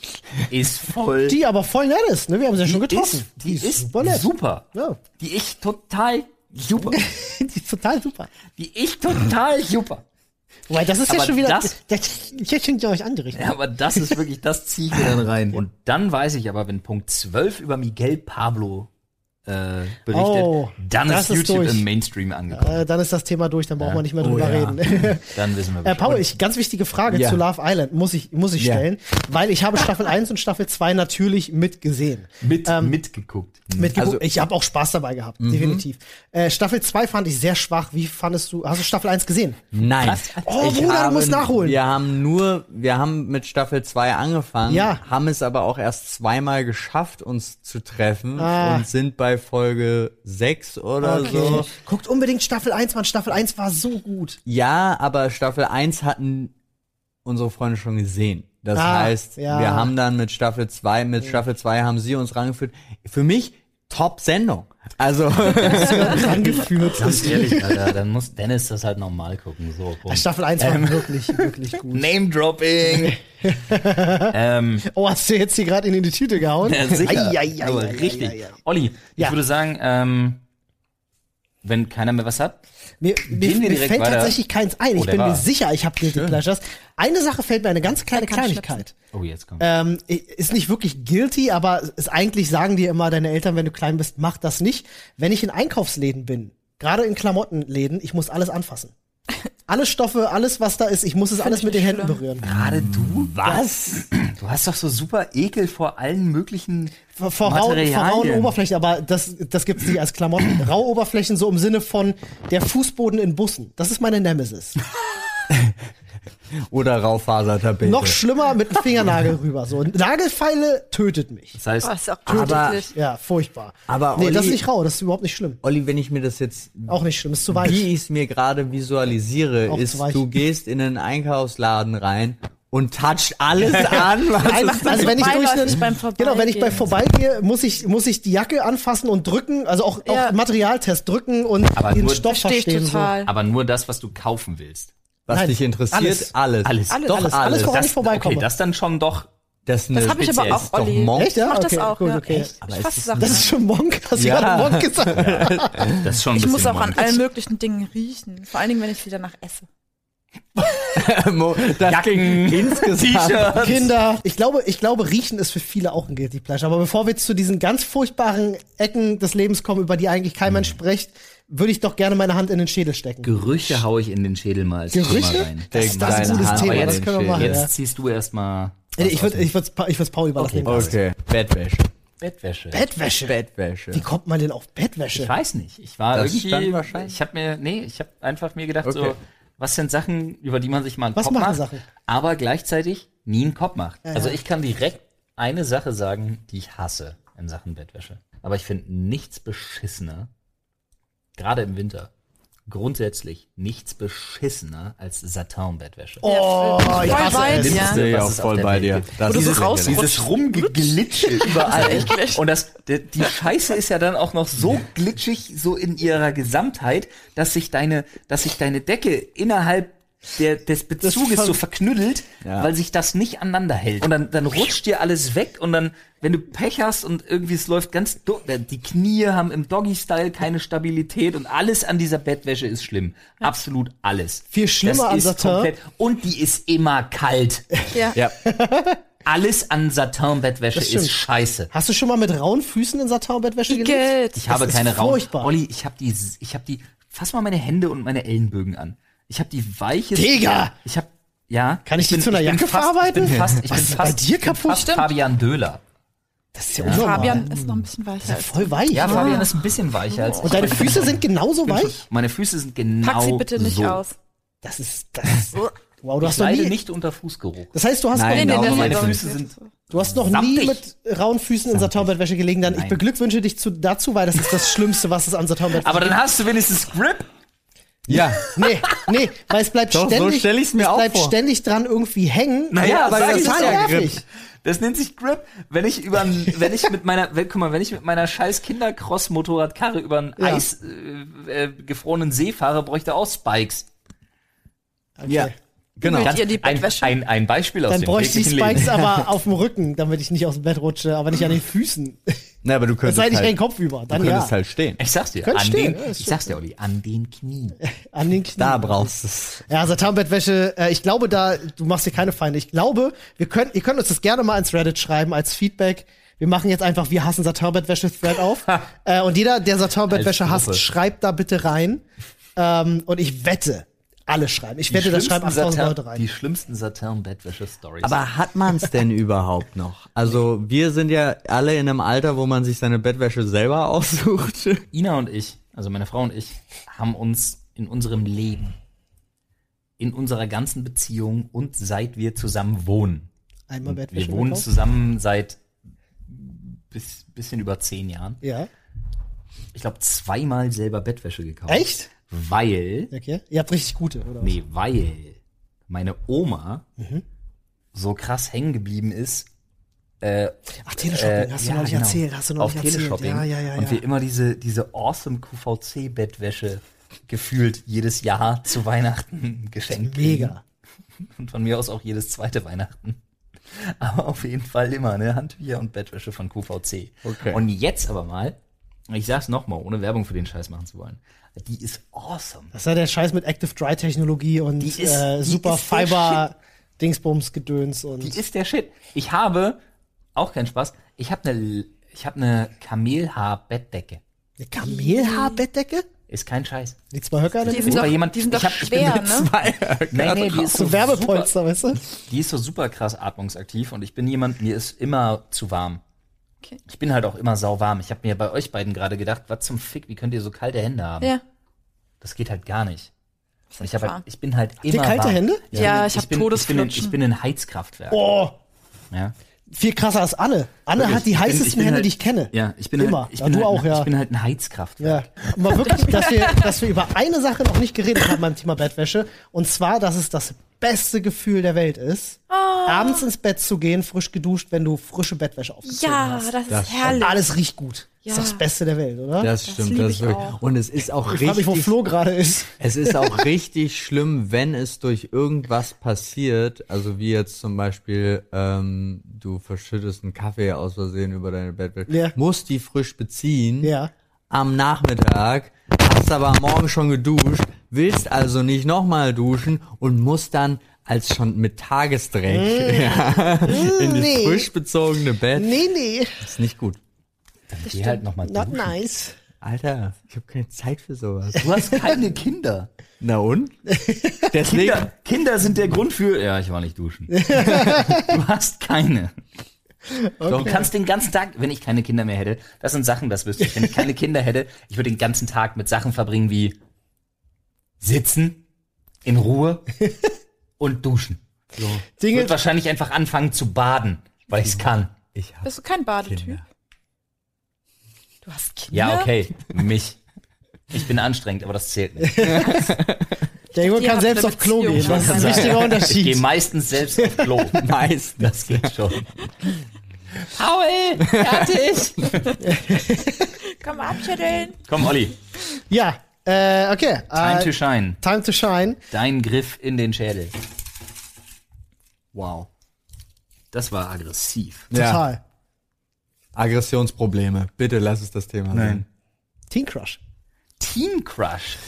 [SPEAKER 1] ist voll
[SPEAKER 2] die aber voll nett ist. Ne? Wir haben sie ja schon getroffen.
[SPEAKER 1] Ist, die, ist super,
[SPEAKER 2] Ja,
[SPEAKER 1] Die ich total super.
[SPEAKER 2] die ist total super.
[SPEAKER 1] Die ich total super.
[SPEAKER 2] Wobei, das ist ja
[SPEAKER 1] Aber
[SPEAKER 2] schon wieder.
[SPEAKER 1] das-
[SPEAKER 2] das, jetzt klingt ja euch angerichtet.
[SPEAKER 1] Ja, aber das ist wirklich, das ziehe ich mir dann rein. Und dann weiß ich aber, wenn Punkt 12 über Miguel Pablo äh, berichtet,
[SPEAKER 2] Oh,
[SPEAKER 1] dann ist
[SPEAKER 2] das ist
[SPEAKER 1] YouTube
[SPEAKER 2] durch.
[SPEAKER 1] im Mainstream angekommen.
[SPEAKER 2] Äh, dann ist das Thema durch, dann brauchen wir nicht mehr
[SPEAKER 4] Oh,
[SPEAKER 2] drüber
[SPEAKER 4] ja.
[SPEAKER 2] reden.
[SPEAKER 1] Dann wissen wir
[SPEAKER 2] Äh,
[SPEAKER 1] Bescheid.
[SPEAKER 2] Paul, ich, ganz wichtige Frage
[SPEAKER 4] Ja.
[SPEAKER 2] zu Love Island muss ich, muss ich
[SPEAKER 4] Ja.
[SPEAKER 2] stellen, weil ich habe Staffel 1 und Staffel 2 natürlich mitgesehen.
[SPEAKER 1] mit,
[SPEAKER 2] ähm,
[SPEAKER 1] mitgeguckt.
[SPEAKER 2] Mitgeguckt.
[SPEAKER 4] Also-
[SPEAKER 2] ich habe auch Spaß dabei gehabt,
[SPEAKER 1] Mhm.
[SPEAKER 2] definitiv. Äh, Staffel 2 fand ich sehr schwach. Wie fandest du, hast du Staffel 1 gesehen?
[SPEAKER 4] Nein.
[SPEAKER 2] Oh, Bruder, du musst nachholen.
[SPEAKER 4] Wir haben nur, wir haben mit Staffel 2 angefangen,
[SPEAKER 2] Ja.
[SPEAKER 4] haben es aber auch erst zweimal geschafft, uns zu treffen
[SPEAKER 2] Ah.
[SPEAKER 4] und sind bei Folge 6 oder
[SPEAKER 1] Also-
[SPEAKER 4] so.
[SPEAKER 2] Guckt unbedingt Staffel 1, Mann. Staffel 1 war so gut.
[SPEAKER 4] Ja, aber Staffel 1 hatten unsere Freunde schon gesehen. Das
[SPEAKER 2] Ah,
[SPEAKER 4] heißt,
[SPEAKER 2] ja.
[SPEAKER 4] wir haben dann mit Staffel 2, mit Staffel 2 haben sie uns rangeführt. Für mich Top-Sendung. Also
[SPEAKER 2] Angeführt
[SPEAKER 1] Ganz
[SPEAKER 2] ist.
[SPEAKER 1] ehrlich, Alter, dann muss Dennis das halt normal gucken. So, Punkt.
[SPEAKER 2] Staffel 1
[SPEAKER 1] Ähm.
[SPEAKER 2] war wirklich, wirklich gut.
[SPEAKER 1] Name Dropping. ähm,
[SPEAKER 2] Oh, hast du jetzt hier gerade in die Tüte gehauen?
[SPEAKER 1] Ja, sicher.
[SPEAKER 2] Ei, ei, ei,
[SPEAKER 1] Aber
[SPEAKER 2] ei,
[SPEAKER 1] richtig.
[SPEAKER 2] ei, ei.
[SPEAKER 1] Olli,
[SPEAKER 2] Ja.
[SPEAKER 1] ich würde sagen, ähm, wenn keiner mehr was hat,
[SPEAKER 2] Mir, mir,
[SPEAKER 1] wir
[SPEAKER 2] mir
[SPEAKER 1] direkt
[SPEAKER 2] fällt
[SPEAKER 1] weiter?
[SPEAKER 2] tatsächlich keins ein. Ich
[SPEAKER 1] Oh, der
[SPEAKER 2] bin mir
[SPEAKER 1] war.
[SPEAKER 2] sicher, ich habe Guilty Pleasures. Eine Sache fällt mir eine ganz kleine
[SPEAKER 3] kann schnipsen.
[SPEAKER 2] Kleinigkeit.
[SPEAKER 1] oh, jetzt kommt.
[SPEAKER 2] Ähm, ist nicht wirklich guilty, aber ist eigentlich sagen dir immer deine Eltern, wenn du klein bist, mach das nicht. Wenn ich in Einkaufsläden bin, gerade in Klamottenläden, ich muss alles anfassen. Alle Stoffe, alles was da ist, ich muss es alles
[SPEAKER 3] ich
[SPEAKER 2] mit den
[SPEAKER 3] nicht
[SPEAKER 2] Händen
[SPEAKER 3] schlimm.
[SPEAKER 2] berühren.
[SPEAKER 1] Gerade du? Was? Du hast doch so super Ekel vor allen möglichen
[SPEAKER 2] Vor, vor, rauen, vor rauen
[SPEAKER 1] Materialien.
[SPEAKER 2] Oberflächen, aber das, das gibt's nicht als Klamotten. Rauoberflächen so im Sinne von der Fußboden in Bussen. Das ist meine Nemesis.
[SPEAKER 4] oder Raufasertapete.
[SPEAKER 2] Noch schlimmer mit dem Fingernagel rüber. So Nagelfeile tötet mich.
[SPEAKER 1] Das heißt,
[SPEAKER 3] Oh, ist auch
[SPEAKER 4] Aber-
[SPEAKER 3] tödlich.
[SPEAKER 2] Ja, furchtbar.
[SPEAKER 4] Aber
[SPEAKER 2] nee, das
[SPEAKER 4] Olli-
[SPEAKER 2] ist nicht rau, das ist überhaupt nicht schlimm.
[SPEAKER 4] Olli, wenn ich mir das jetzt
[SPEAKER 2] Auch nicht schlimm, ist zu weich.
[SPEAKER 4] wie ich es mir gerade visualisiere,
[SPEAKER 2] Auch zu
[SPEAKER 4] ist,
[SPEAKER 2] weich.
[SPEAKER 4] du gehst in einen Einkaufsladen rein und toucht alles an, was
[SPEAKER 2] Nein,
[SPEAKER 4] es
[SPEAKER 2] also wenn ich durch
[SPEAKER 3] Beiläufig
[SPEAKER 2] eine,
[SPEAKER 3] beim Vorbeigehen.
[SPEAKER 2] genau, wenn ich bei vorbeigehe, muss ich muss ich die Jacke anfassen und drücken, also auch,
[SPEAKER 3] Ja.
[SPEAKER 2] auch Materialtest drücken und
[SPEAKER 1] Aber
[SPEAKER 2] den
[SPEAKER 1] nur-
[SPEAKER 2] Stoff
[SPEAKER 3] Verstehe ich
[SPEAKER 2] verstehen
[SPEAKER 3] total.
[SPEAKER 1] aber nur das, was du kaufen willst.
[SPEAKER 4] was
[SPEAKER 2] Nein,
[SPEAKER 4] dich interessiert, alles.
[SPEAKER 1] alles. Also
[SPEAKER 4] Doch
[SPEAKER 2] Alles,
[SPEAKER 4] alles.
[SPEAKER 2] alles, woran
[SPEAKER 1] Das-
[SPEAKER 2] ich vorbeikomme.
[SPEAKER 1] Okay, das dann schon doch
[SPEAKER 4] Das, ist eine
[SPEAKER 3] Das habe ich
[SPEAKER 4] speziell-
[SPEAKER 3] aber
[SPEAKER 4] ist
[SPEAKER 3] auch,
[SPEAKER 4] doch
[SPEAKER 3] Olli.
[SPEAKER 4] Monk.
[SPEAKER 3] Ich
[SPEAKER 2] Echt, ja?
[SPEAKER 3] mach das
[SPEAKER 2] Okay,
[SPEAKER 3] auch,
[SPEAKER 2] gut,
[SPEAKER 3] ja.
[SPEAKER 2] okay.
[SPEAKER 3] Echt?
[SPEAKER 4] Aber
[SPEAKER 3] Ich
[SPEAKER 4] ist
[SPEAKER 3] fasse
[SPEAKER 4] das
[SPEAKER 3] Sachen
[SPEAKER 2] Das ist schon Monk, hast du
[SPEAKER 4] Ja.
[SPEAKER 2] gerade Monk gesagt.
[SPEAKER 1] Das ist schon ein
[SPEAKER 3] Ich
[SPEAKER 1] bisschen
[SPEAKER 3] muss auch an
[SPEAKER 1] Monk.
[SPEAKER 3] allen möglichen Dingen riechen. Vor allen Dingen, wenn ich sie danach esse.
[SPEAKER 4] Mo- das
[SPEAKER 1] Jacken, T-Shirts.
[SPEAKER 2] Kinder, ich glaube, ich glaube, Riechen ist für viele auch ein Guilty Pleasure. Aber bevor wir jetzt zu diesen ganz furchtbaren Ecken des Lebens kommen, über die eigentlich kein
[SPEAKER 1] Mhm.
[SPEAKER 2] Mensch spricht, würde ich doch gerne meine Hand in den Schädel stecken.
[SPEAKER 1] Gerüche hau ich in den Schädel mal. als Thema
[SPEAKER 2] Gerüche?
[SPEAKER 1] rein.
[SPEAKER 2] Das ist das
[SPEAKER 4] Deine
[SPEAKER 2] ein gutes
[SPEAKER 4] Hand
[SPEAKER 2] Thema,
[SPEAKER 1] in
[SPEAKER 2] das
[SPEAKER 1] den
[SPEAKER 2] können wir machen.
[SPEAKER 4] Schädel.
[SPEAKER 1] Jetzt
[SPEAKER 2] Ja.
[SPEAKER 1] ziehst du erstmal
[SPEAKER 2] Nee, Ich würde ich würd's, Pa- ich würd's Paul überlassen.
[SPEAKER 4] Okay, Bettwäsche.
[SPEAKER 1] Bettwäsche.
[SPEAKER 2] Bettwäsche.
[SPEAKER 4] Bettwäsche.
[SPEAKER 2] Wie kommt man denn auf
[SPEAKER 1] Ich
[SPEAKER 2] Bettwäsche?
[SPEAKER 1] weiß nicht. Ich war
[SPEAKER 4] Das stand
[SPEAKER 1] irgendwie.
[SPEAKER 4] wahrscheinlich.
[SPEAKER 1] Ich habe mir, nee, ich habe einfach mir gedacht,
[SPEAKER 4] Okay.
[SPEAKER 1] so, was sind Sachen, über die man sich mal einen
[SPEAKER 2] Was
[SPEAKER 1] Kopf
[SPEAKER 2] machen
[SPEAKER 1] macht,
[SPEAKER 2] Sachen?
[SPEAKER 1] aber gleichzeitig nie einen Kopf macht.
[SPEAKER 2] ja.
[SPEAKER 1] Also ich kann direkt eine Sache sagen, die ich hasse in Sachen Bettwäsche. Aber ich finde nichts beschissener, gerade im Winter, grundsätzlich nichts beschissener als Satin-Bettwäsche.
[SPEAKER 2] Oh, ich
[SPEAKER 3] Voll
[SPEAKER 2] hasse
[SPEAKER 3] weit,
[SPEAKER 2] es.
[SPEAKER 1] ja.
[SPEAKER 4] Sehe ich
[SPEAKER 1] was
[SPEAKER 4] auch
[SPEAKER 1] es auf
[SPEAKER 4] voll
[SPEAKER 1] der
[SPEAKER 4] bei
[SPEAKER 1] Welt
[SPEAKER 4] dir.
[SPEAKER 1] gibt.
[SPEAKER 4] Das
[SPEAKER 3] Wo du so
[SPEAKER 4] ist
[SPEAKER 3] raus-
[SPEAKER 4] lächerlich.
[SPEAKER 1] dieses Rumgeglitsche überall. Und das, die, die Scheiße ist ja dann auch noch so glitschig, so in ihrer Gesamtheit, dass sich deine, dass sich deine Decke innerhalb der, des Bezuges so verknüttelt,
[SPEAKER 4] Ja.
[SPEAKER 1] weil sich das nicht aneinander hält. Und dann, dann rutscht dir alles weg und dann, wenn du Pech hast und irgendwie es läuft ganz, do- die Knie haben im Doggy-Style keine Stabilität und alles an dieser Bettwäsche ist schlimm. Absolut alles.
[SPEAKER 2] Viel schlimmer
[SPEAKER 1] das
[SPEAKER 2] an
[SPEAKER 1] ist
[SPEAKER 2] Satin.
[SPEAKER 1] komplett- Und die ist immer kalt
[SPEAKER 3] Ja.
[SPEAKER 4] ja.
[SPEAKER 1] alles an Satin-Bettwäsche
[SPEAKER 2] Das stimmt.
[SPEAKER 1] ist scheiße.
[SPEAKER 2] Hast du schon mal mit rauen Füßen in Satin-Bettwäsche gelegt?
[SPEAKER 3] Geld.
[SPEAKER 1] Ich habe
[SPEAKER 2] ist
[SPEAKER 1] keine Raum.
[SPEAKER 2] furchtbar.
[SPEAKER 1] Olli, ich habe die, ich habe die, fass mal meine Hände und meine Ellenbögen an. Ich habe die weiche.
[SPEAKER 2] Digga!
[SPEAKER 1] Ich habe, ja.
[SPEAKER 2] Kann ich die
[SPEAKER 1] bin-
[SPEAKER 2] zu einer
[SPEAKER 1] bin
[SPEAKER 2] Jacke
[SPEAKER 1] fast, Ich
[SPEAKER 2] verarbeiten?
[SPEAKER 1] bin fast, ich
[SPEAKER 2] Was
[SPEAKER 1] bin
[SPEAKER 2] ist
[SPEAKER 1] fast,
[SPEAKER 2] bei dir
[SPEAKER 1] ich bin
[SPEAKER 2] kaputt?
[SPEAKER 1] fast
[SPEAKER 3] Stimmt.
[SPEAKER 1] Fabian Döhler.
[SPEAKER 2] Das ist ja, unnormal.
[SPEAKER 3] Fabian ist noch ein bisschen weiter. als
[SPEAKER 2] Voll weich. ne?
[SPEAKER 1] Ja, Fabian ist ein bisschen weicher als
[SPEAKER 2] Und deine Füße sind genauso weich?
[SPEAKER 1] Meine Füße sind
[SPEAKER 3] Pack
[SPEAKER 1] genau
[SPEAKER 3] sie bitte nicht
[SPEAKER 1] so.
[SPEAKER 3] aus.
[SPEAKER 2] Das ist, das ist, wow, du
[SPEAKER 1] Ich
[SPEAKER 2] hast noch
[SPEAKER 1] leide
[SPEAKER 2] nie,
[SPEAKER 1] nicht unter Fußgeruch.
[SPEAKER 2] das heißt, du hast,
[SPEAKER 4] Nein,
[SPEAKER 2] noch,
[SPEAKER 4] Genau,
[SPEAKER 3] das
[SPEAKER 1] meine
[SPEAKER 3] ist auch
[SPEAKER 1] Füße
[SPEAKER 3] nicht
[SPEAKER 1] sind-
[SPEAKER 3] so.
[SPEAKER 2] du hast noch nie
[SPEAKER 1] Samtig.
[SPEAKER 2] mit rauen Füßen in Satin-Bettwäsche gelegen, dann ich
[SPEAKER 1] Nein.
[SPEAKER 2] beglückwünsche dich zu, dazu, weil das ist das Schlimmste, was es an Satin-Bettwäsche
[SPEAKER 1] Aber dann hast du wenigstens Grip.
[SPEAKER 4] ja.
[SPEAKER 2] Nee, nee, weil es bleibt
[SPEAKER 4] Doch, so
[SPEAKER 2] ständig,
[SPEAKER 4] stell ich's mir
[SPEAKER 2] es
[SPEAKER 4] auch
[SPEAKER 2] bleibt
[SPEAKER 4] vor.
[SPEAKER 2] ständig dran irgendwie hängen.
[SPEAKER 1] Naja,
[SPEAKER 2] aber
[SPEAKER 1] sag ich,
[SPEAKER 2] ist
[SPEAKER 1] das
[SPEAKER 2] halt so
[SPEAKER 1] ist ja
[SPEAKER 2] nervig.
[SPEAKER 1] Das nennt sich Grip. Wenn ich über, wenn ich mit meiner, wenn, guck mal, wenn ich mit meiner scheiß Kindercross-Motorradkarre über einen
[SPEAKER 2] Ja.
[SPEAKER 1] Eis, äh, äh, gefrorenen See fahre, bräuchte auch Spikes.
[SPEAKER 4] ja. Genau.
[SPEAKER 3] Mit ihr die
[SPEAKER 1] ein,
[SPEAKER 3] Bettwäsche?
[SPEAKER 1] ein, ein Beispiel aus
[SPEAKER 2] Dann
[SPEAKER 1] dem
[SPEAKER 2] bräuchte ich
[SPEAKER 1] täglichen
[SPEAKER 2] Spikes
[SPEAKER 1] Leben.
[SPEAKER 2] aber auf dem Rücken, damit ich nicht aus dem Bett rutsche, aber nicht an den Füßen.
[SPEAKER 4] Na, aber du
[SPEAKER 2] Es
[SPEAKER 1] Also
[SPEAKER 4] könntest,
[SPEAKER 2] sei nicht
[SPEAKER 4] halt,
[SPEAKER 2] den Kopf über.
[SPEAKER 4] du
[SPEAKER 2] Dann
[SPEAKER 4] könntest
[SPEAKER 2] ja.
[SPEAKER 4] halt stehen.
[SPEAKER 1] Ich sag's dir,
[SPEAKER 2] Könnte
[SPEAKER 1] an
[SPEAKER 2] stehen,
[SPEAKER 1] den,
[SPEAKER 2] ja, das
[SPEAKER 1] ich sag's dir, Olli, an den Knien.
[SPEAKER 2] an den Knien.
[SPEAKER 4] Da brauchst du es.
[SPEAKER 2] Ja, Satanbettwäsche, äh, ich glaube da, du machst dir keine Feinde. Ich glaube, wir können, ihr könnt uns das gerne mal ins Reddit schreiben als Feedback. Wir machen jetzt einfach, wir hassen Satanbettwäsche-Thread auf. äh, und jeder, der Satanbettwäsche
[SPEAKER 1] Als
[SPEAKER 2] hasst,
[SPEAKER 1] Gruppe.
[SPEAKER 2] schreibt da bitte rein. Ähm, und ich wette, alle schreiben. Ich wette, da schreiben 8000
[SPEAKER 1] Satin-
[SPEAKER 2] Leute rein.
[SPEAKER 1] die schlimmsten Satin-Bettwäsche-Stories.
[SPEAKER 4] Aber hat man es denn überhaupt noch? Also wir sind ja alle in einem Alter, wo man sich seine Bettwäsche selber aussucht.
[SPEAKER 1] Ina und ich, also meine Frau und ich, haben uns in unserem Leben, in unserer ganzen Beziehung und seit wir zusammen wohnen,
[SPEAKER 2] Einmal Bettwäsche
[SPEAKER 1] wir wohnen
[SPEAKER 2] gekauft?
[SPEAKER 1] zusammen seit bis, bisschen über zehn Jahren.
[SPEAKER 2] Ja.
[SPEAKER 1] Ich glaube, zweimal selber Bettwäsche gekauft.
[SPEAKER 2] Echt?
[SPEAKER 1] Weil,
[SPEAKER 2] Okay. Ihr habt richtig gute, oder?
[SPEAKER 1] nee, weil meine Oma
[SPEAKER 2] Mhm.
[SPEAKER 1] so krass hängen geblieben ist. Äh,
[SPEAKER 2] Ach, Teleshopping,
[SPEAKER 1] äh,
[SPEAKER 2] hast du
[SPEAKER 1] ja,
[SPEAKER 2] noch nicht
[SPEAKER 1] genau,
[SPEAKER 2] erzählt, hast du noch
[SPEAKER 1] auf
[SPEAKER 2] nicht erzählt.
[SPEAKER 1] Teleshopping.
[SPEAKER 2] Ja, ja, ja, ja.
[SPEAKER 1] Und wir immer diese, diese awesome QVC-Bettwäsche gefühlt jedes Jahr zu Weihnachten geschenkt kriegen.
[SPEAKER 2] Mega.
[SPEAKER 1] Und von mir aus auch jedes zweite Weihnachten. Aber auf jeden Fall immer, ne? Handtücher und Bettwäsche von QVC.
[SPEAKER 4] Okay.
[SPEAKER 1] Und jetzt aber mal, ich sag's nochmal, ohne Werbung für den Scheiß machen zu wollen. Die ist awesome.
[SPEAKER 2] Das war der Scheiß mit Active Dry Technologie und
[SPEAKER 1] Die ist-
[SPEAKER 2] äh,
[SPEAKER 1] die
[SPEAKER 2] Super
[SPEAKER 1] ist der
[SPEAKER 2] Fiber Dingsbums Gedöns und
[SPEAKER 1] Die ist der Shit. Ich habe, auch kein Spaß, ich habe eine, ich habe eine Kamelhaar-Bettdecke.
[SPEAKER 2] eine Kamelhaarbettdecke?
[SPEAKER 1] Ist kein Scheiß.
[SPEAKER 2] Liegt's bei Höcker in
[SPEAKER 3] Die
[SPEAKER 2] dem
[SPEAKER 1] Ist
[SPEAKER 3] sind
[SPEAKER 1] bei
[SPEAKER 3] doch,
[SPEAKER 1] jemand-
[SPEAKER 3] die sind doch
[SPEAKER 1] ich hab- ich bin Genau.
[SPEAKER 3] schwer, ne?
[SPEAKER 1] Nein, nee, die ist
[SPEAKER 2] so Werbepolster, weißt du?
[SPEAKER 1] die ist so super krass atmungsaktiv und ich bin jemand, mir ist immer zu warm.
[SPEAKER 3] Okay.
[SPEAKER 1] Ich bin halt auch immer sau warm. Ich habe mir bei euch beiden gerade gedacht, was zum Fick, wie könnt ihr so kalte Hände haben?
[SPEAKER 3] Ja.
[SPEAKER 1] Das geht halt gar nicht. Und ich, hab
[SPEAKER 3] wahr.
[SPEAKER 1] halt, ich bin halt immer
[SPEAKER 2] ihr kalte
[SPEAKER 1] warm.
[SPEAKER 2] Hände?
[SPEAKER 1] Ich
[SPEAKER 3] Ja,
[SPEAKER 1] bin-
[SPEAKER 3] ich hab
[SPEAKER 1] bin- bin in-
[SPEAKER 3] Todesflutschen.
[SPEAKER 1] Ich bin in Heizkraftwerk.
[SPEAKER 2] Oh,
[SPEAKER 1] Ja.
[SPEAKER 2] viel krasser als Anne. Anne
[SPEAKER 1] Wirklich,
[SPEAKER 2] hat die
[SPEAKER 1] ich bin-
[SPEAKER 2] heißesten
[SPEAKER 1] ich bin
[SPEAKER 2] Hände,
[SPEAKER 1] halt-
[SPEAKER 2] die ich kenne.
[SPEAKER 1] Ja, ich bin
[SPEAKER 2] Immer.
[SPEAKER 1] halt, ich
[SPEAKER 2] Ja,
[SPEAKER 1] bin
[SPEAKER 2] du
[SPEAKER 1] halt,
[SPEAKER 2] auch, ja.
[SPEAKER 1] Ich bin halt ein Heizkraftwerk.
[SPEAKER 2] Ja, mal wirklich, dass wir, dass wir über eine Sache noch nicht geredet haben beim Thema Bettwäsche. Und zwar, dass es das beste Gefühl der Welt ist,
[SPEAKER 3] Ah.
[SPEAKER 2] abends ins Bett zu gehen, frisch geduscht, wenn du frische Bettwäsche aufgezogen
[SPEAKER 3] Ja,
[SPEAKER 2] hast.
[SPEAKER 3] das ist
[SPEAKER 4] Das-
[SPEAKER 3] herrlich.
[SPEAKER 2] Alles riecht gut.
[SPEAKER 3] Ja.
[SPEAKER 2] Ist doch das Beste der Welt, oder?
[SPEAKER 4] Das
[SPEAKER 3] Das
[SPEAKER 4] stimmt,
[SPEAKER 3] liebe
[SPEAKER 4] das
[SPEAKER 3] ich
[SPEAKER 4] ist wirklich.
[SPEAKER 3] auch.
[SPEAKER 4] Und es ist auch
[SPEAKER 2] ich frage mich, wo
[SPEAKER 4] richtig
[SPEAKER 2] Flo gerade ist.
[SPEAKER 4] Es ist auch richtig schlimm, wenn es durch irgendwas passiert. Also wie jetzt zum Beispiel, ähm, du verschüttest einen Kaffee aus Versehen über deine Bettwäsche.
[SPEAKER 2] Ja.
[SPEAKER 4] Musst die frisch beziehen.
[SPEAKER 2] Ja.
[SPEAKER 4] Am Nachmittag. Hast aber am Morgen schon geduscht. Willst also nicht nochmal duschen und musst dann als schon mit Tagesdreck ja, in das
[SPEAKER 2] Mm. nee.
[SPEAKER 4] frisch bezogene Bett.
[SPEAKER 2] Nee, nee,
[SPEAKER 4] Ist nicht gut.
[SPEAKER 1] Dann geh halt nochmal
[SPEAKER 2] not
[SPEAKER 1] duschen.
[SPEAKER 2] nice.
[SPEAKER 4] Alter, ich habe keine Zeit für sowas.
[SPEAKER 1] Du hast keine Kinder.
[SPEAKER 4] Na und? Deswegen,
[SPEAKER 1] Kinder, Kinder sind der Grund für. Ja, ich war nicht duschen. du hast keine. Du kannst den ganzen Tag, wenn ich keine Kinder mehr hätte, das sind Sachen, das wüsste ich. Wenn ich keine Kinder hätte, ich würde den ganzen Tag mit Sachen verbringen wie sitzen, in Ruhe und duschen. Ich
[SPEAKER 2] Dinge,
[SPEAKER 1] würde wahrscheinlich einfach anfangen zu baden, weil ich es kann.
[SPEAKER 4] ich hab
[SPEAKER 3] Bist du kein Badetyp?
[SPEAKER 4] Kinder.
[SPEAKER 3] Du hast Kinder?
[SPEAKER 1] Ja, okay, mich. Ich bin anstrengend, aber das zählt nicht.
[SPEAKER 2] der Junge
[SPEAKER 3] Die
[SPEAKER 2] kann
[SPEAKER 3] haben
[SPEAKER 2] selbst
[SPEAKER 3] eine
[SPEAKER 2] auf Klo
[SPEAKER 3] Beziehung
[SPEAKER 2] gehen. Das ist
[SPEAKER 3] schon.
[SPEAKER 2] ein wichtiger
[SPEAKER 1] Ich gehe
[SPEAKER 2] Unterschied.
[SPEAKER 1] meistens selbst auf Klo.
[SPEAKER 4] meistens.
[SPEAKER 1] Das geht schon.
[SPEAKER 3] Paul, fertig. Komm abschütteln.
[SPEAKER 1] Komm, Olli,
[SPEAKER 2] Ja, äh, okay.
[SPEAKER 1] time
[SPEAKER 2] Äh,
[SPEAKER 1] to shine.
[SPEAKER 2] time to shine.
[SPEAKER 1] Dein Griff in den Schädel. Wow. Das war aggressiv.
[SPEAKER 2] Total.
[SPEAKER 4] Aggressionsprobleme. Bitte lass es das Thema sein.
[SPEAKER 2] Teen Crush.
[SPEAKER 1] Teen Crush.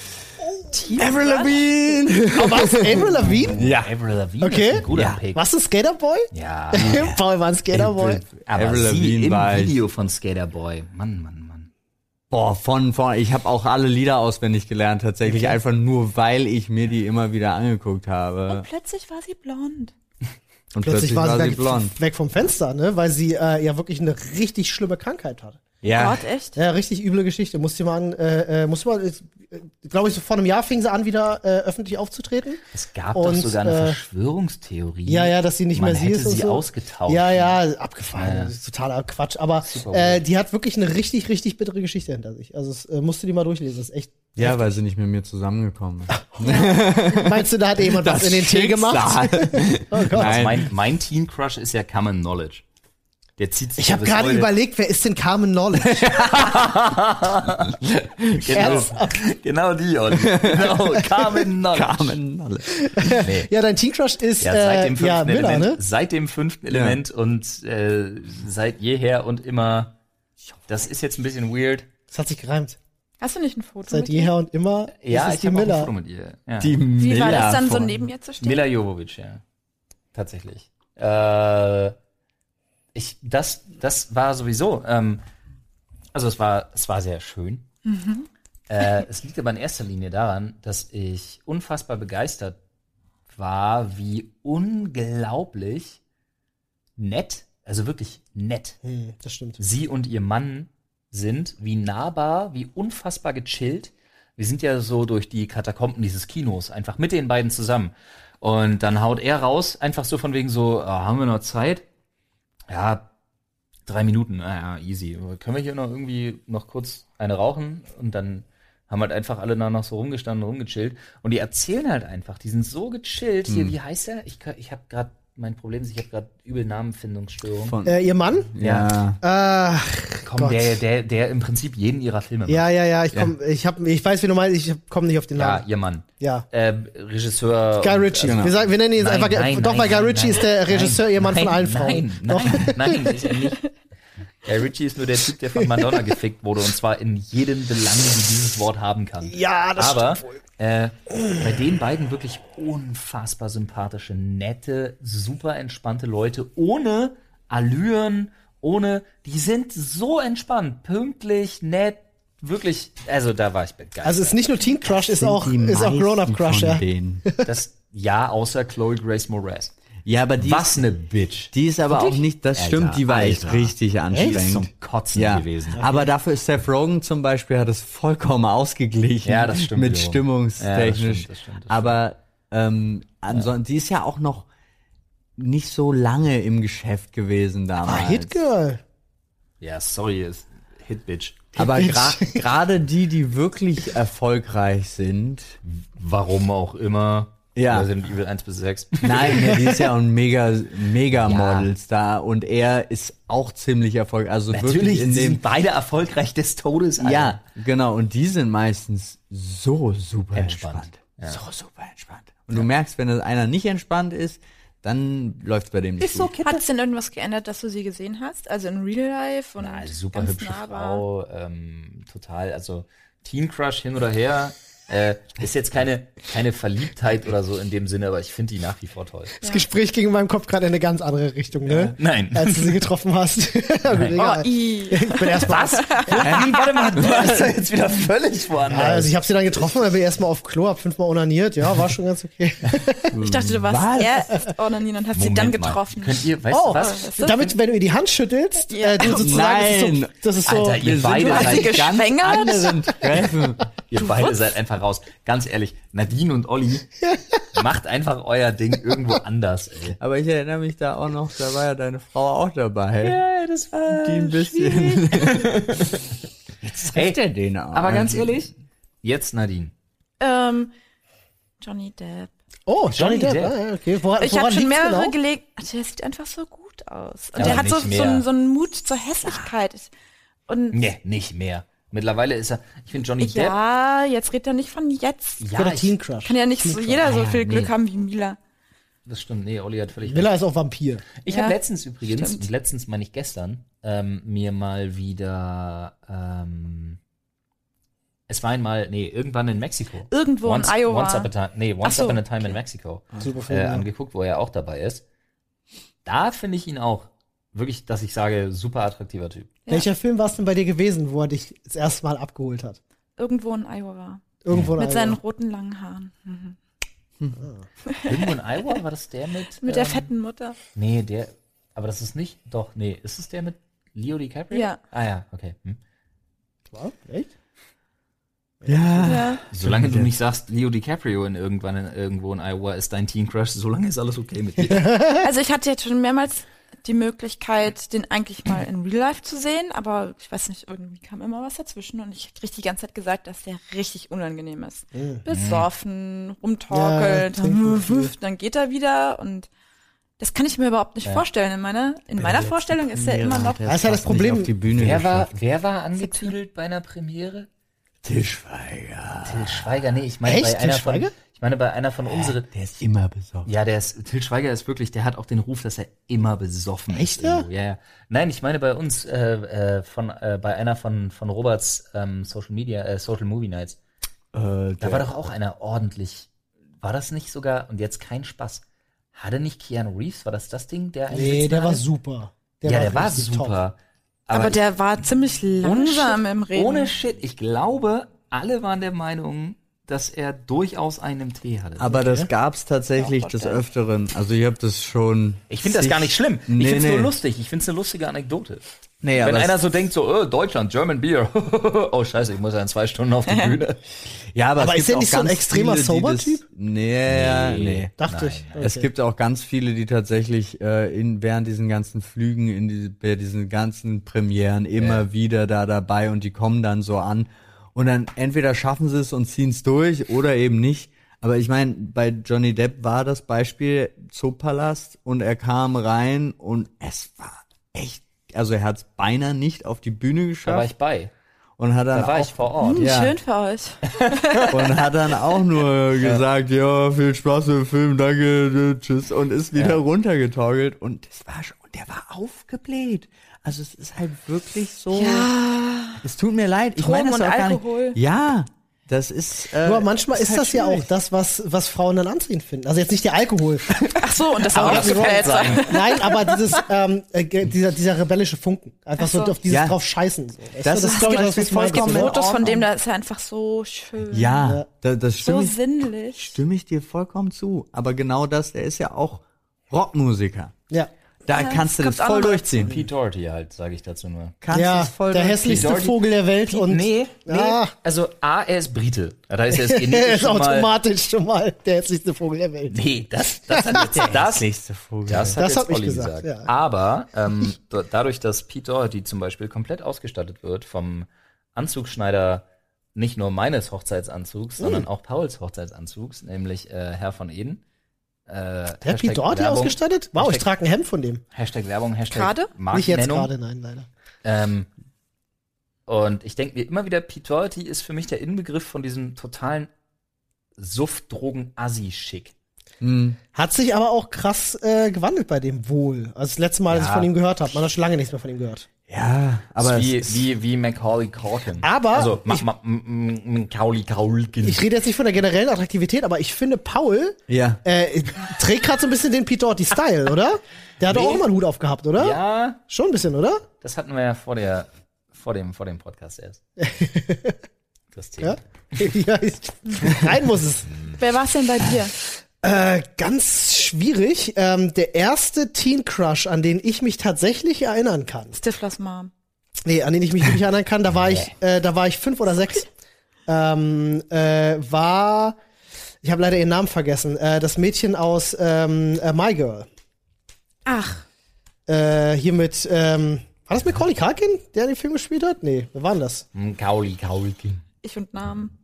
[SPEAKER 4] Avril Lavigne!
[SPEAKER 2] Oh, was? Avril Lavigne?
[SPEAKER 1] Ja. Avril Lavigne
[SPEAKER 2] Okay.
[SPEAKER 1] ist ein guter
[SPEAKER 4] Ja.
[SPEAKER 1] Pick.
[SPEAKER 2] Warst du Skaterboy?
[SPEAKER 1] Ja.
[SPEAKER 2] Paul war ein Skaterboy.
[SPEAKER 1] Aber
[SPEAKER 4] Avril
[SPEAKER 1] sie
[SPEAKER 4] Lavigne
[SPEAKER 1] im
[SPEAKER 4] war ich.
[SPEAKER 1] Video von Skaterboy. Mann, Mann, Mann.
[SPEAKER 4] Boah, von vorne. Ich habe auch alle Lieder auswendig gelernt, tatsächlich. Einfach nur, weil ich mir die immer wieder angeguckt habe.
[SPEAKER 3] Plötzlich war sie blond.
[SPEAKER 4] Und
[SPEAKER 2] Plötzlich war sie,
[SPEAKER 4] sie
[SPEAKER 2] weg,
[SPEAKER 4] blond.
[SPEAKER 2] weg vom Fenster, ne? Weil sie äh, ja wirklich eine richtig schlimme Krankheit hatte.
[SPEAKER 4] Ja.
[SPEAKER 3] Gott, echt?
[SPEAKER 2] Ja, richtig üble Geschichte. Musste mal an, äh, äh, musste mal, äh, glaube ich, so vor einem Jahr fing sie an, wieder äh, öffentlich aufzutreten.
[SPEAKER 1] Es gab
[SPEAKER 2] Und,
[SPEAKER 1] doch sogar eine
[SPEAKER 2] äh,
[SPEAKER 1] Verschwörungstheorie.
[SPEAKER 2] Ja, ja, dass sie nicht
[SPEAKER 1] Man
[SPEAKER 2] mehr sie
[SPEAKER 1] hätte
[SPEAKER 2] ist und
[SPEAKER 1] sie
[SPEAKER 2] so.
[SPEAKER 1] ausgetauscht. ne?
[SPEAKER 2] Ja, ja, abgefahren.
[SPEAKER 1] Ja.
[SPEAKER 2] Das ist totaler Quatsch. Aber
[SPEAKER 1] Super
[SPEAKER 2] äh,
[SPEAKER 1] weird.
[SPEAKER 2] die hat wirklich eine richtig, richtig bittere Geschichte hinter sich. Also es, äh, musst du die mal durchlesen. Das ist echt.
[SPEAKER 4] Ja, weil sie nicht mit mir zusammengekommen ist.
[SPEAKER 2] Meinst du, da hat jemand was in den Tee gemacht? Oh Gott.
[SPEAKER 4] Nein.
[SPEAKER 1] Mein, mein Teen Crush ist ja Common Knowledge. Der zieht sich
[SPEAKER 2] Ich habe
[SPEAKER 1] ja bis
[SPEAKER 2] gerade
[SPEAKER 1] heute-
[SPEAKER 2] überlegt, wer ist denn Carmen Knowledge?
[SPEAKER 1] genau, genau die, Olli. Genau, Common Knowledge.
[SPEAKER 4] Carmen Nolle.
[SPEAKER 2] ja, dein Teen Crush ist
[SPEAKER 1] Ja, seit
[SPEAKER 2] äh,
[SPEAKER 1] dem fünften
[SPEAKER 2] ja, Miller,
[SPEAKER 1] Element.
[SPEAKER 2] ne?
[SPEAKER 1] Seit dem fünften Element und äh, seit jeher und immer. Das ist jetzt ein bisschen weird.
[SPEAKER 2] Das hat sich gereimt.
[SPEAKER 3] Hast du nicht ein Foto?
[SPEAKER 2] Seit
[SPEAKER 3] mit ihr?
[SPEAKER 2] jeher und immer
[SPEAKER 1] Ja,
[SPEAKER 2] ist es
[SPEAKER 1] ich
[SPEAKER 2] die
[SPEAKER 1] habe auch ein
[SPEAKER 2] Miller.
[SPEAKER 1] Foto mit ihr. Ja.
[SPEAKER 4] Die
[SPEAKER 3] Wie
[SPEAKER 4] Miller
[SPEAKER 3] war das dann so
[SPEAKER 4] von-
[SPEAKER 3] neben ihr zu stehen?
[SPEAKER 1] Mila Jovovic, ja. Tatsächlich. Äh, ich, das, das war sowieso. Ähm, also es war, es war sehr schön. Äh, es liegt aber in erster Linie daran, dass ich unfassbar begeistert war, wie unglaublich nett, also wirklich nett
[SPEAKER 2] Hm, das stimmt.
[SPEAKER 1] sie und ihr Mann sind, wie nahbar, wie unfassbar gechillt. Wir sind ja so durch die Katakomben dieses Kinos, einfach mit den beiden zusammen. Und dann haut er raus, einfach so von wegen so, ah, haben wir noch Zeit? Ja, drei Minuten, naja, easy. Können wir hier noch irgendwie noch kurz eine rauchen? Und dann haben halt einfach alle da noch so rumgestanden, rumgechillt. Und die erzählen halt einfach, die sind so gechillt. Hier, wie heißt er? Ich, kann- ich habe gerade, mein Problem ist, ich habe gerade übel Namenfindungsstörung.
[SPEAKER 4] Von-
[SPEAKER 2] Äh, ihr Mann?
[SPEAKER 4] Ja.
[SPEAKER 2] Äh,
[SPEAKER 1] Komm,
[SPEAKER 2] Gott.
[SPEAKER 1] der, der, der im Prinzip jeden ihrer Filme macht.
[SPEAKER 2] Ja, ja, ja, ich komm, ich hab, ich weiß, wie du meinst, ich komm nicht auf den
[SPEAKER 1] Ja,
[SPEAKER 2] Namen.
[SPEAKER 1] ihr Mann.
[SPEAKER 2] Ja.
[SPEAKER 1] Ähm, Regisseur.
[SPEAKER 2] genau. Guy Ritchie.
[SPEAKER 4] Genau.
[SPEAKER 2] Wir, sagen, wir nennen ihn jetzt einfach, doch, weil Guy Ritchie ist der Regisseur, ihr Mann
[SPEAKER 1] nein,
[SPEAKER 2] von allen
[SPEAKER 1] nein,
[SPEAKER 2] Frauen.
[SPEAKER 1] Nein, nein, nein, ist er nicht. Guy Ritchie ist nur der Typ, der von Madonna gefickt wurde und zwar in jedem Belang, wie dieses Wort haben kann.
[SPEAKER 2] Ja, das
[SPEAKER 1] Aber äh, bei den beiden wirklich unfassbar sympathische, nette, super entspannte Leute, ohne Allüren, ohne, die sind so entspannt, pünktlich, nett, wirklich, also da war ich begeistert.
[SPEAKER 2] Also ist nicht nur Teen Crush, ist
[SPEAKER 4] Sind
[SPEAKER 2] auch,
[SPEAKER 4] die
[SPEAKER 2] ist auch
[SPEAKER 4] meisten
[SPEAKER 2] Grown-Up Crush,
[SPEAKER 4] von
[SPEAKER 2] ja.
[SPEAKER 4] denen.
[SPEAKER 1] Das ja, außer Chloe Grace Moretz.
[SPEAKER 4] Ja, aber die
[SPEAKER 1] Was
[SPEAKER 4] ist,
[SPEAKER 1] eine Bitch.
[SPEAKER 4] die ist aber auch nicht, das
[SPEAKER 1] Alter,
[SPEAKER 4] stimmt, die war echt
[SPEAKER 1] Alter.
[SPEAKER 4] richtig
[SPEAKER 1] Die ist
[SPEAKER 4] anstrengend.
[SPEAKER 1] zum Kotzen gewesen.
[SPEAKER 4] Aber dafür ist Seth Rogen zum Beispiel hat es vollkommen ausgeglichen.
[SPEAKER 1] Ja, das stimmt
[SPEAKER 4] Mit
[SPEAKER 1] wiederum.
[SPEAKER 4] stimmungstechnisch.
[SPEAKER 1] Ja, das stimmt, das stimmt, das
[SPEAKER 4] aber ähm, ansonsten, die ist ja auch noch nicht so lange im Geschäft gewesen damals.
[SPEAKER 2] Ah, Hitgirl.
[SPEAKER 1] Ja, sorry, ist Hit Bitch.
[SPEAKER 4] aber gra- gerade die, die wirklich erfolgreich sind,
[SPEAKER 1] Warum auch immer.
[SPEAKER 4] Ja.
[SPEAKER 1] Oder Resident Evil 1 bis 6.
[SPEAKER 4] Nein, ja, die ist ja ein mega, mega Modelstar und er ist auch ziemlich erfolgreich. Also wirklich
[SPEAKER 1] Natürlich
[SPEAKER 4] in
[SPEAKER 1] sie
[SPEAKER 4] dem.
[SPEAKER 1] sind beide erfolgreich des Todes. Alter.
[SPEAKER 4] Ja, genau. Und die sind meistens so super entspannt.
[SPEAKER 1] Entspannt.
[SPEAKER 4] So super entspannt. Und du merkst, wenn einer nicht entspannt ist, dann läuft's bei dem nicht gut.
[SPEAKER 3] Hat's denn irgendwas geändert, dass du sie gesehen hast? Also in Real Life und
[SPEAKER 1] Na, also super
[SPEAKER 3] ganz
[SPEAKER 1] hübsche
[SPEAKER 3] nah war?
[SPEAKER 1] Frau, ähm, total, also Teen Crush hin oder her. Äh, ist jetzt keine, keine Verliebtheit oder so in dem Sinne, aber ich finde die nach wie vor toll.
[SPEAKER 2] Das Gespräch ging in meinem Kopf gerade in eine ganz andere Richtung, ne?
[SPEAKER 1] Nein.
[SPEAKER 2] Als du sie getroffen hast. Aber egal.
[SPEAKER 3] Oh, i.
[SPEAKER 2] ich bin erstmal.
[SPEAKER 1] Nein, warte mal, du warst da jetzt wieder völlig woanders.
[SPEAKER 2] Also ich habe sie dann getroffen, dann bin ich erstmal auf Klo, hab fünfmal onaniert, ja, war schon ganz okay.
[SPEAKER 3] Ich dachte, du warst
[SPEAKER 4] Was?
[SPEAKER 3] erst onanieren und hast sie dann getroffen.
[SPEAKER 1] Mal. Könnt ihr, weißt
[SPEAKER 2] Oh,
[SPEAKER 1] du was?
[SPEAKER 3] ist das
[SPEAKER 2] Damit, wenn du ihr die Hand schüttelst,
[SPEAKER 3] Ja.
[SPEAKER 2] äh, du sozusagen,
[SPEAKER 4] Nein.
[SPEAKER 2] das ist so, das
[SPEAKER 1] Alter,
[SPEAKER 2] ist so
[SPEAKER 1] ihr beide
[SPEAKER 4] bei
[SPEAKER 1] seid
[SPEAKER 3] sie
[SPEAKER 4] ganz
[SPEAKER 3] geschwängert?
[SPEAKER 4] anderen Treffen.
[SPEAKER 1] Ihr beide seid einfach raus. Ganz ehrlich, Nadine und Olli, macht einfach euer Ding irgendwo anders, ey.
[SPEAKER 4] Aber ich erinnere mich da auch noch, da war ja deine Frau auch dabei.
[SPEAKER 1] das war
[SPEAKER 4] Die ein bisschen.
[SPEAKER 1] Ey,
[SPEAKER 4] Trifft er den auch?
[SPEAKER 1] aber ganz ehrlich, jetzt Nadine.
[SPEAKER 3] Ähm, Johnny Depp.
[SPEAKER 2] oh, Johnny
[SPEAKER 1] Johnny
[SPEAKER 2] Depp,
[SPEAKER 1] Depp.
[SPEAKER 2] Ah, okay, woran,
[SPEAKER 3] Ich
[SPEAKER 2] woran
[SPEAKER 3] habe schon
[SPEAKER 2] liegt's
[SPEAKER 3] mehrere
[SPEAKER 2] genau?
[SPEAKER 3] gelegt. Ach, der sieht einfach so gut aus. Und
[SPEAKER 1] Ja,
[SPEAKER 3] der hat so,
[SPEAKER 1] nicht
[SPEAKER 3] so, einen,
[SPEAKER 1] mehr.
[SPEAKER 3] so einen Mut zur Hässlichkeit. Ich- Und
[SPEAKER 1] Nee, nicht mehr. Mittlerweile ist er, ich finde Johnny Depp.
[SPEAKER 3] ja, jetzt redet er nicht von jetzt.
[SPEAKER 1] Ja, Ah,
[SPEAKER 2] Oder
[SPEAKER 1] ich-
[SPEAKER 2] Teen Crush.
[SPEAKER 3] Kann ja nicht so, jeder so
[SPEAKER 4] ja,
[SPEAKER 3] viel Glück
[SPEAKER 4] nee.
[SPEAKER 3] haben wie Mila.
[SPEAKER 1] Das stimmt, nee, Olli hat völlig
[SPEAKER 2] Miller ist auch Vampir.
[SPEAKER 1] Ich
[SPEAKER 3] Ja,
[SPEAKER 1] habe letztens übrigens,
[SPEAKER 3] stimmt.
[SPEAKER 1] letztens meine ich gestern, ähm, mir mal wieder, ähm, es war einmal, nee, irgendwann in Mexiko.
[SPEAKER 3] Irgendwo in
[SPEAKER 1] once,
[SPEAKER 3] Iowa.
[SPEAKER 1] Once upon a, nee, once
[SPEAKER 3] Ach so, Ah.
[SPEAKER 1] upon a time in Mexico
[SPEAKER 2] Super Film,
[SPEAKER 1] äh,
[SPEAKER 2] ja.
[SPEAKER 1] angeguckt, wo er auch dabei ist. Da finde ich ihn auch wirklich, dass ich sage, super attraktiver Typ.
[SPEAKER 2] Welcher Film war es denn bei dir gewesen, wo er dich das erste Mal abgeholt hat?
[SPEAKER 3] Irgendwo in Iowa.
[SPEAKER 2] Irgendwo in
[SPEAKER 3] Mit
[SPEAKER 2] einem-
[SPEAKER 3] seinen roten langen Haaren. Mhm.
[SPEAKER 1] Irgendwo in Iowa war das der mit? ähm,
[SPEAKER 3] Mit der fetten Mutter.
[SPEAKER 1] Nee, der, aber das ist nicht, doch, nee, ist es der mit Leo DiCaprio?
[SPEAKER 3] Ja.
[SPEAKER 1] Ah ja, okay. Hm.
[SPEAKER 2] War? Echt?
[SPEAKER 4] Ja.
[SPEAKER 3] Ja.
[SPEAKER 1] Solange du nicht sagst, Leo DiCaprio in irgendwann in, irgendwo in Iowa ist dein Teen Crush, solange ist alles okay mit dir.
[SPEAKER 3] Also ich hatte jetzt schon mehrmals die Möglichkeit, den eigentlich mal in Real Life zu sehen, aber ich weiß nicht, irgendwie kam immer was dazwischen und ich krieg die ganze Zeit gesagt, dass der richtig unangenehm ist. Besoffen, rumtorkelt,
[SPEAKER 2] Ja, trinken viel.
[SPEAKER 3] wuff, dann geht er wieder und das kann ich mir überhaupt nicht vorstellen. In meiner, in meiner Vorstellung ist er immer noch
[SPEAKER 2] Das ist ja das Problem.
[SPEAKER 4] Auf die Bühne
[SPEAKER 1] Wer war,
[SPEAKER 4] geschafft.
[SPEAKER 1] wer war angetüdelt bei einer Premiere?
[SPEAKER 4] Tischweiger.
[SPEAKER 1] Till Schweiger, nee, ich meine
[SPEAKER 2] Echt?
[SPEAKER 1] bei
[SPEAKER 2] Til
[SPEAKER 1] einer
[SPEAKER 2] Schweiger?
[SPEAKER 1] von, ich meine bei einer von unseren.
[SPEAKER 4] Der ist immer besorgt.
[SPEAKER 1] Ja, der ist, Till Schweiger ist wirklich, der hat auch den Ruf, dass er immer besoffen
[SPEAKER 2] Echt,
[SPEAKER 1] ist. irgendwo. Ja, ja. Nein, ich meine bei uns, äh, äh, von, äh, bei einer von, von Roberts ähm, Social Media, äh, Social Movie Nights.
[SPEAKER 4] Äh,
[SPEAKER 1] Da
[SPEAKER 4] der,
[SPEAKER 1] war doch auch einer ordentlich. War das nicht sogar, und jetzt kein Spaß, hatte nicht Keanu Reeves, war das das Ding, der einen
[SPEAKER 2] Nee,
[SPEAKER 1] Sitzen
[SPEAKER 2] der war
[SPEAKER 1] hatte?
[SPEAKER 2] super.
[SPEAKER 1] ja, der war
[SPEAKER 2] richtig
[SPEAKER 1] super.
[SPEAKER 3] Aber, der war ziemlich langsam
[SPEAKER 1] Shit,
[SPEAKER 3] im Reden.
[SPEAKER 1] Ohne Shit. Ich glaube, alle waren der Meinung, dass er durchaus einen im Tee hatte.
[SPEAKER 4] aber das gab's tatsächlich des Öfteren. Also ich habe das schon.
[SPEAKER 1] Oh ich finde das gar nicht schlimm. Ich
[SPEAKER 4] Nee,
[SPEAKER 1] finde es
[SPEAKER 4] nee.
[SPEAKER 1] nur lustig. Ich finde es eine lustige Anekdote.
[SPEAKER 4] Nee,
[SPEAKER 1] Wenn
[SPEAKER 4] aber
[SPEAKER 1] einer
[SPEAKER 4] es,
[SPEAKER 1] so denkt, so, äh, Deutschland, German Beer. oh, scheiße, ich muss ja in zwei Stunden auf die Bühne.
[SPEAKER 4] ja, aber,
[SPEAKER 2] Aber
[SPEAKER 4] es
[SPEAKER 2] ist
[SPEAKER 4] gibt
[SPEAKER 2] der
[SPEAKER 4] auch
[SPEAKER 2] nicht so ein
[SPEAKER 4] ganz
[SPEAKER 2] extremer
[SPEAKER 4] viele, die
[SPEAKER 2] Sober-Typ?
[SPEAKER 4] das- Nee, ja, nee.
[SPEAKER 2] Dachte
[SPEAKER 1] Nein,
[SPEAKER 2] ich.
[SPEAKER 1] nein.
[SPEAKER 2] Okay.
[SPEAKER 4] Es gibt auch ganz viele, die tatsächlich äh, in, während diesen ganzen Flügen, in die, bei diesen ganzen Premieren immer wieder da dabei und die kommen dann so an. Und dann entweder schaffen sie es und ziehen es durch oder eben nicht. Aber ich meine, bei Johnny Depp war das Beispiel Zoopalast und er kam rein und es war echt, also er hat es beinahe nicht auf die Bühne
[SPEAKER 1] Da war ich
[SPEAKER 4] geschafft
[SPEAKER 1] bei.
[SPEAKER 4] und hat dann
[SPEAKER 1] Da war
[SPEAKER 4] auch
[SPEAKER 1] ich vor Ort.
[SPEAKER 3] Hm,
[SPEAKER 4] Ja.
[SPEAKER 3] Schön für euch.
[SPEAKER 4] und hat dann auch nur gesagt, ja, viel Spaß mit dem Film, danke, äh, tschüss. Und ist wieder runtergetorgelt. Und das war schon, und der war aufgebläht. Also es ist halt wirklich so. Es tut mir leid. Ich meine das
[SPEAKER 3] Drogen
[SPEAKER 4] auch
[SPEAKER 3] und
[SPEAKER 4] gar
[SPEAKER 3] Alkohol.
[SPEAKER 4] nicht. Ja, das ist. Äh,
[SPEAKER 2] Nur manchmal ist,
[SPEAKER 4] halt
[SPEAKER 2] das ja auch
[SPEAKER 4] schwierig.
[SPEAKER 2] das, was, was Frauen dann anziehend finden. Also jetzt nicht der Alkohol.
[SPEAKER 3] Ach so, und das
[SPEAKER 2] Aber das
[SPEAKER 3] aufgefällt
[SPEAKER 1] Fett sein.
[SPEAKER 3] sein.
[SPEAKER 2] Nein, aber dieses, ähm, äh, ge- dieser, dieser rebellische Funken. Einfach
[SPEAKER 3] Ach
[SPEAKER 2] so.
[SPEAKER 3] so.
[SPEAKER 2] auf dieses
[SPEAKER 4] Ja.
[SPEAKER 2] drauf scheißen. So. Weißt
[SPEAKER 4] Das
[SPEAKER 2] du,
[SPEAKER 4] ist
[SPEAKER 2] glaub ich,
[SPEAKER 4] zum
[SPEAKER 2] meinst,
[SPEAKER 4] Beispiel vollkommen
[SPEAKER 2] oder?
[SPEAKER 4] in Ordnung.
[SPEAKER 3] Fotos von dem, da ist er einfach so schön.
[SPEAKER 4] Ja, da, das
[SPEAKER 3] So
[SPEAKER 4] stimme ich,
[SPEAKER 3] sinnlich.
[SPEAKER 4] stimme ich dir vollkommen zu. Aber genau das, der ist ja auch Rockmusiker.
[SPEAKER 2] Ja.
[SPEAKER 4] Da
[SPEAKER 3] Ja,
[SPEAKER 4] kannst du
[SPEAKER 3] das kommt auch
[SPEAKER 4] das voll
[SPEAKER 3] noch
[SPEAKER 4] durchziehen.
[SPEAKER 1] Pete Doherty halt, sage ich dazu nur.
[SPEAKER 4] Kannst
[SPEAKER 2] ja,
[SPEAKER 4] es voll
[SPEAKER 2] der
[SPEAKER 4] durchziehen.
[SPEAKER 2] hässlichste
[SPEAKER 1] Doherty-
[SPEAKER 2] Vogel der Welt und
[SPEAKER 1] nee, nee.
[SPEAKER 2] Ah.
[SPEAKER 1] Also A, er ist Brite. Da ist er jetzt
[SPEAKER 2] er
[SPEAKER 1] genetisch
[SPEAKER 2] ist
[SPEAKER 1] schon mal.
[SPEAKER 2] automatisch schon mal der hässlichste Vogel der Welt.
[SPEAKER 1] Nee, das, das hat jetzt das,
[SPEAKER 4] hässlichste Vogel.
[SPEAKER 1] das hat
[SPEAKER 2] Das
[SPEAKER 1] jetzt
[SPEAKER 2] hab ich
[SPEAKER 1] Olli
[SPEAKER 2] gesagt,
[SPEAKER 1] gesagt.
[SPEAKER 2] ja.
[SPEAKER 1] Aber ähm, da- dadurch, dass Pete Doherty zum Beispiel komplett ausgestattet wird vom Anzugschneider nicht nur meines
[SPEAKER 2] Hm.
[SPEAKER 1] Hochzeitsanzugs, sondern auch Pauls Hochzeitsanzugs, nämlich äh, Herr von Eden. Äh,
[SPEAKER 2] Der hat
[SPEAKER 1] Hashtag
[SPEAKER 2] Pidorti
[SPEAKER 1] Werbung,
[SPEAKER 2] ausgestattet? Wow, ich
[SPEAKER 1] Hashtag,
[SPEAKER 2] trage ein Hemd von dem.
[SPEAKER 1] Hashtag Werbung, Hashtag
[SPEAKER 3] Gerade?
[SPEAKER 2] Nicht jetzt
[SPEAKER 1] Markennennung.
[SPEAKER 2] gerade, nein, leider.
[SPEAKER 1] Ähm, und ich denke mir immer wieder, Pete Doherty ist für mich der Inbegriff von diesem totalen Suft-Drogen-Assi-Schick.
[SPEAKER 4] Mhm.
[SPEAKER 2] Hat sich aber auch krass äh, gewandelt bei dem wohl. Also das letzte Mal, als ich
[SPEAKER 1] Ja.
[SPEAKER 2] von ihm gehört habe, man hat schon lange nichts mehr von ihm gehört.
[SPEAKER 4] Ja, aber
[SPEAKER 1] Ist wie,
[SPEAKER 4] es,
[SPEAKER 1] wie, wie Macaulay Culkin.
[SPEAKER 2] Aber
[SPEAKER 1] also, mach
[SPEAKER 2] ich-
[SPEAKER 1] mal Macaulay Culkin.
[SPEAKER 2] Ich rede jetzt nicht von der generellen Attraktivität, aber ich finde, Paul
[SPEAKER 4] ja.
[SPEAKER 2] äh, trägt gerade so ein bisschen den Pete Doherty-Style, oder? Der hat doch auch immer einen Hut aufgehabt, oder?
[SPEAKER 1] Ja,
[SPEAKER 2] Schon ein bisschen, oder?
[SPEAKER 1] das hatten wir ja vor der, vor dem, vor dem Podcast erst. das Thema.
[SPEAKER 2] Ja. ja, ist- rein muss es.
[SPEAKER 3] Wer war es denn bei dir?
[SPEAKER 2] Äh, ganz schwierig. Ähm, der erste Teen Crush, an den ich mich tatsächlich erinnern kann.
[SPEAKER 3] Stiflers Mom.
[SPEAKER 2] Nee, an den ich mich wirklich erinnern kann, da war ich, äh, da war ich fünf oder sechs. Ähm, äh, war, ich habe leider ihren Namen vergessen, äh, das Mädchen aus ähm, äh, My Girl.
[SPEAKER 3] Ach,
[SPEAKER 2] Äh, hier mit, ähm, war das Macaulay Culkin, der den Film gespielt hat? Nee, wer war denn das?
[SPEAKER 1] Macaulay Culkin.
[SPEAKER 3] ich und Namen.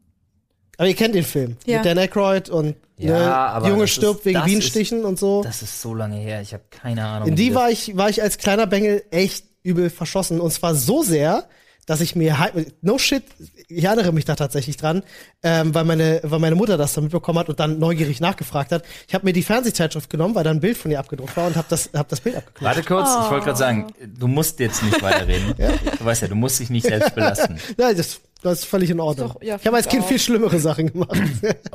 [SPEAKER 2] Aber ihr kennt den Film.
[SPEAKER 3] Ja.
[SPEAKER 2] Mit Dan Aykroyd und
[SPEAKER 1] Ja,
[SPEAKER 2] ne,
[SPEAKER 1] aber
[SPEAKER 2] Junge
[SPEAKER 1] das ist-
[SPEAKER 2] stirbt wegen
[SPEAKER 1] das ist-
[SPEAKER 2] Bienenstichen und so.
[SPEAKER 1] Das ist so lange her, ich habe keine Ahnung.
[SPEAKER 2] In
[SPEAKER 1] wie
[SPEAKER 2] die
[SPEAKER 1] das-
[SPEAKER 2] war ich, war ich als kleiner Bengel echt übel verschossen. Und zwar so sehr, dass ich mir halt, no shit, ich erinnere mich da tatsächlich dran, ähm, weil, meine, weil meine Mutter das dann mitbekommen hat und dann neugierig nachgefragt hat. Ich habe mir die Fernsehzeitschrift genommen, weil da ein Bild von ihr abgedruckt war und habe das, hab das Bild abgeknüpft.
[SPEAKER 1] Warte kurz, ich wollte gerade sagen,
[SPEAKER 3] Oh.
[SPEAKER 1] du musst jetzt nicht weiterreden. Du weißt ja, du musst dich nicht selbst belasten.
[SPEAKER 2] Nein, das, das ist völlig in Ordnung.
[SPEAKER 3] Ist doch- ja,
[SPEAKER 2] ich habe als Kind
[SPEAKER 3] auch.
[SPEAKER 2] viel schlimmere Sachen gemacht.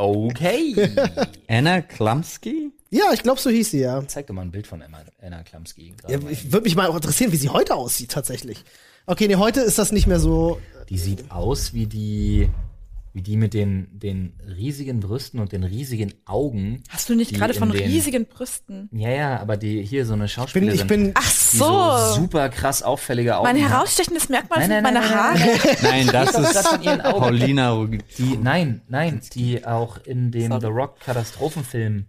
[SPEAKER 1] Okay.
[SPEAKER 4] Anna Klamski?
[SPEAKER 2] ja, ich glaube, so hieß sie, ja.
[SPEAKER 1] Zeig doch mal ein Bild von Emma, Anna Klamski. gerade
[SPEAKER 2] ja
[SPEAKER 1] mal.
[SPEAKER 2] ich würde mich mal auch interessieren, wie sie heute aussieht tatsächlich. Okay, nee, heute ist das nicht mehr so.
[SPEAKER 1] Die sieht aus wie die, wie die mit den, den riesigen Brüsten und den riesigen Augen.
[SPEAKER 3] Hast du nicht
[SPEAKER 1] die
[SPEAKER 3] gerade
[SPEAKER 1] in
[SPEAKER 3] von
[SPEAKER 1] den-
[SPEAKER 3] riesigen Brüsten?
[SPEAKER 1] Ja, ja, aber die hier so eine
[SPEAKER 2] Ich bin,
[SPEAKER 1] Schauspielerin.
[SPEAKER 2] ich bin
[SPEAKER 3] Ach
[SPEAKER 1] die
[SPEAKER 3] so.
[SPEAKER 1] super krass auffällige Augen.
[SPEAKER 3] mein
[SPEAKER 1] hat.
[SPEAKER 3] herausstechendes Merkmal
[SPEAKER 1] Nein,
[SPEAKER 3] sind
[SPEAKER 1] nein,
[SPEAKER 3] meine
[SPEAKER 1] nein,
[SPEAKER 3] Haare.
[SPEAKER 1] nein,
[SPEAKER 4] Nein, das
[SPEAKER 1] Das
[SPEAKER 4] ist
[SPEAKER 1] von ihren Augen.
[SPEAKER 4] Paulina Rugg-
[SPEAKER 1] Die, nein, nein, die auch in dem The Rock Katastrophenfilm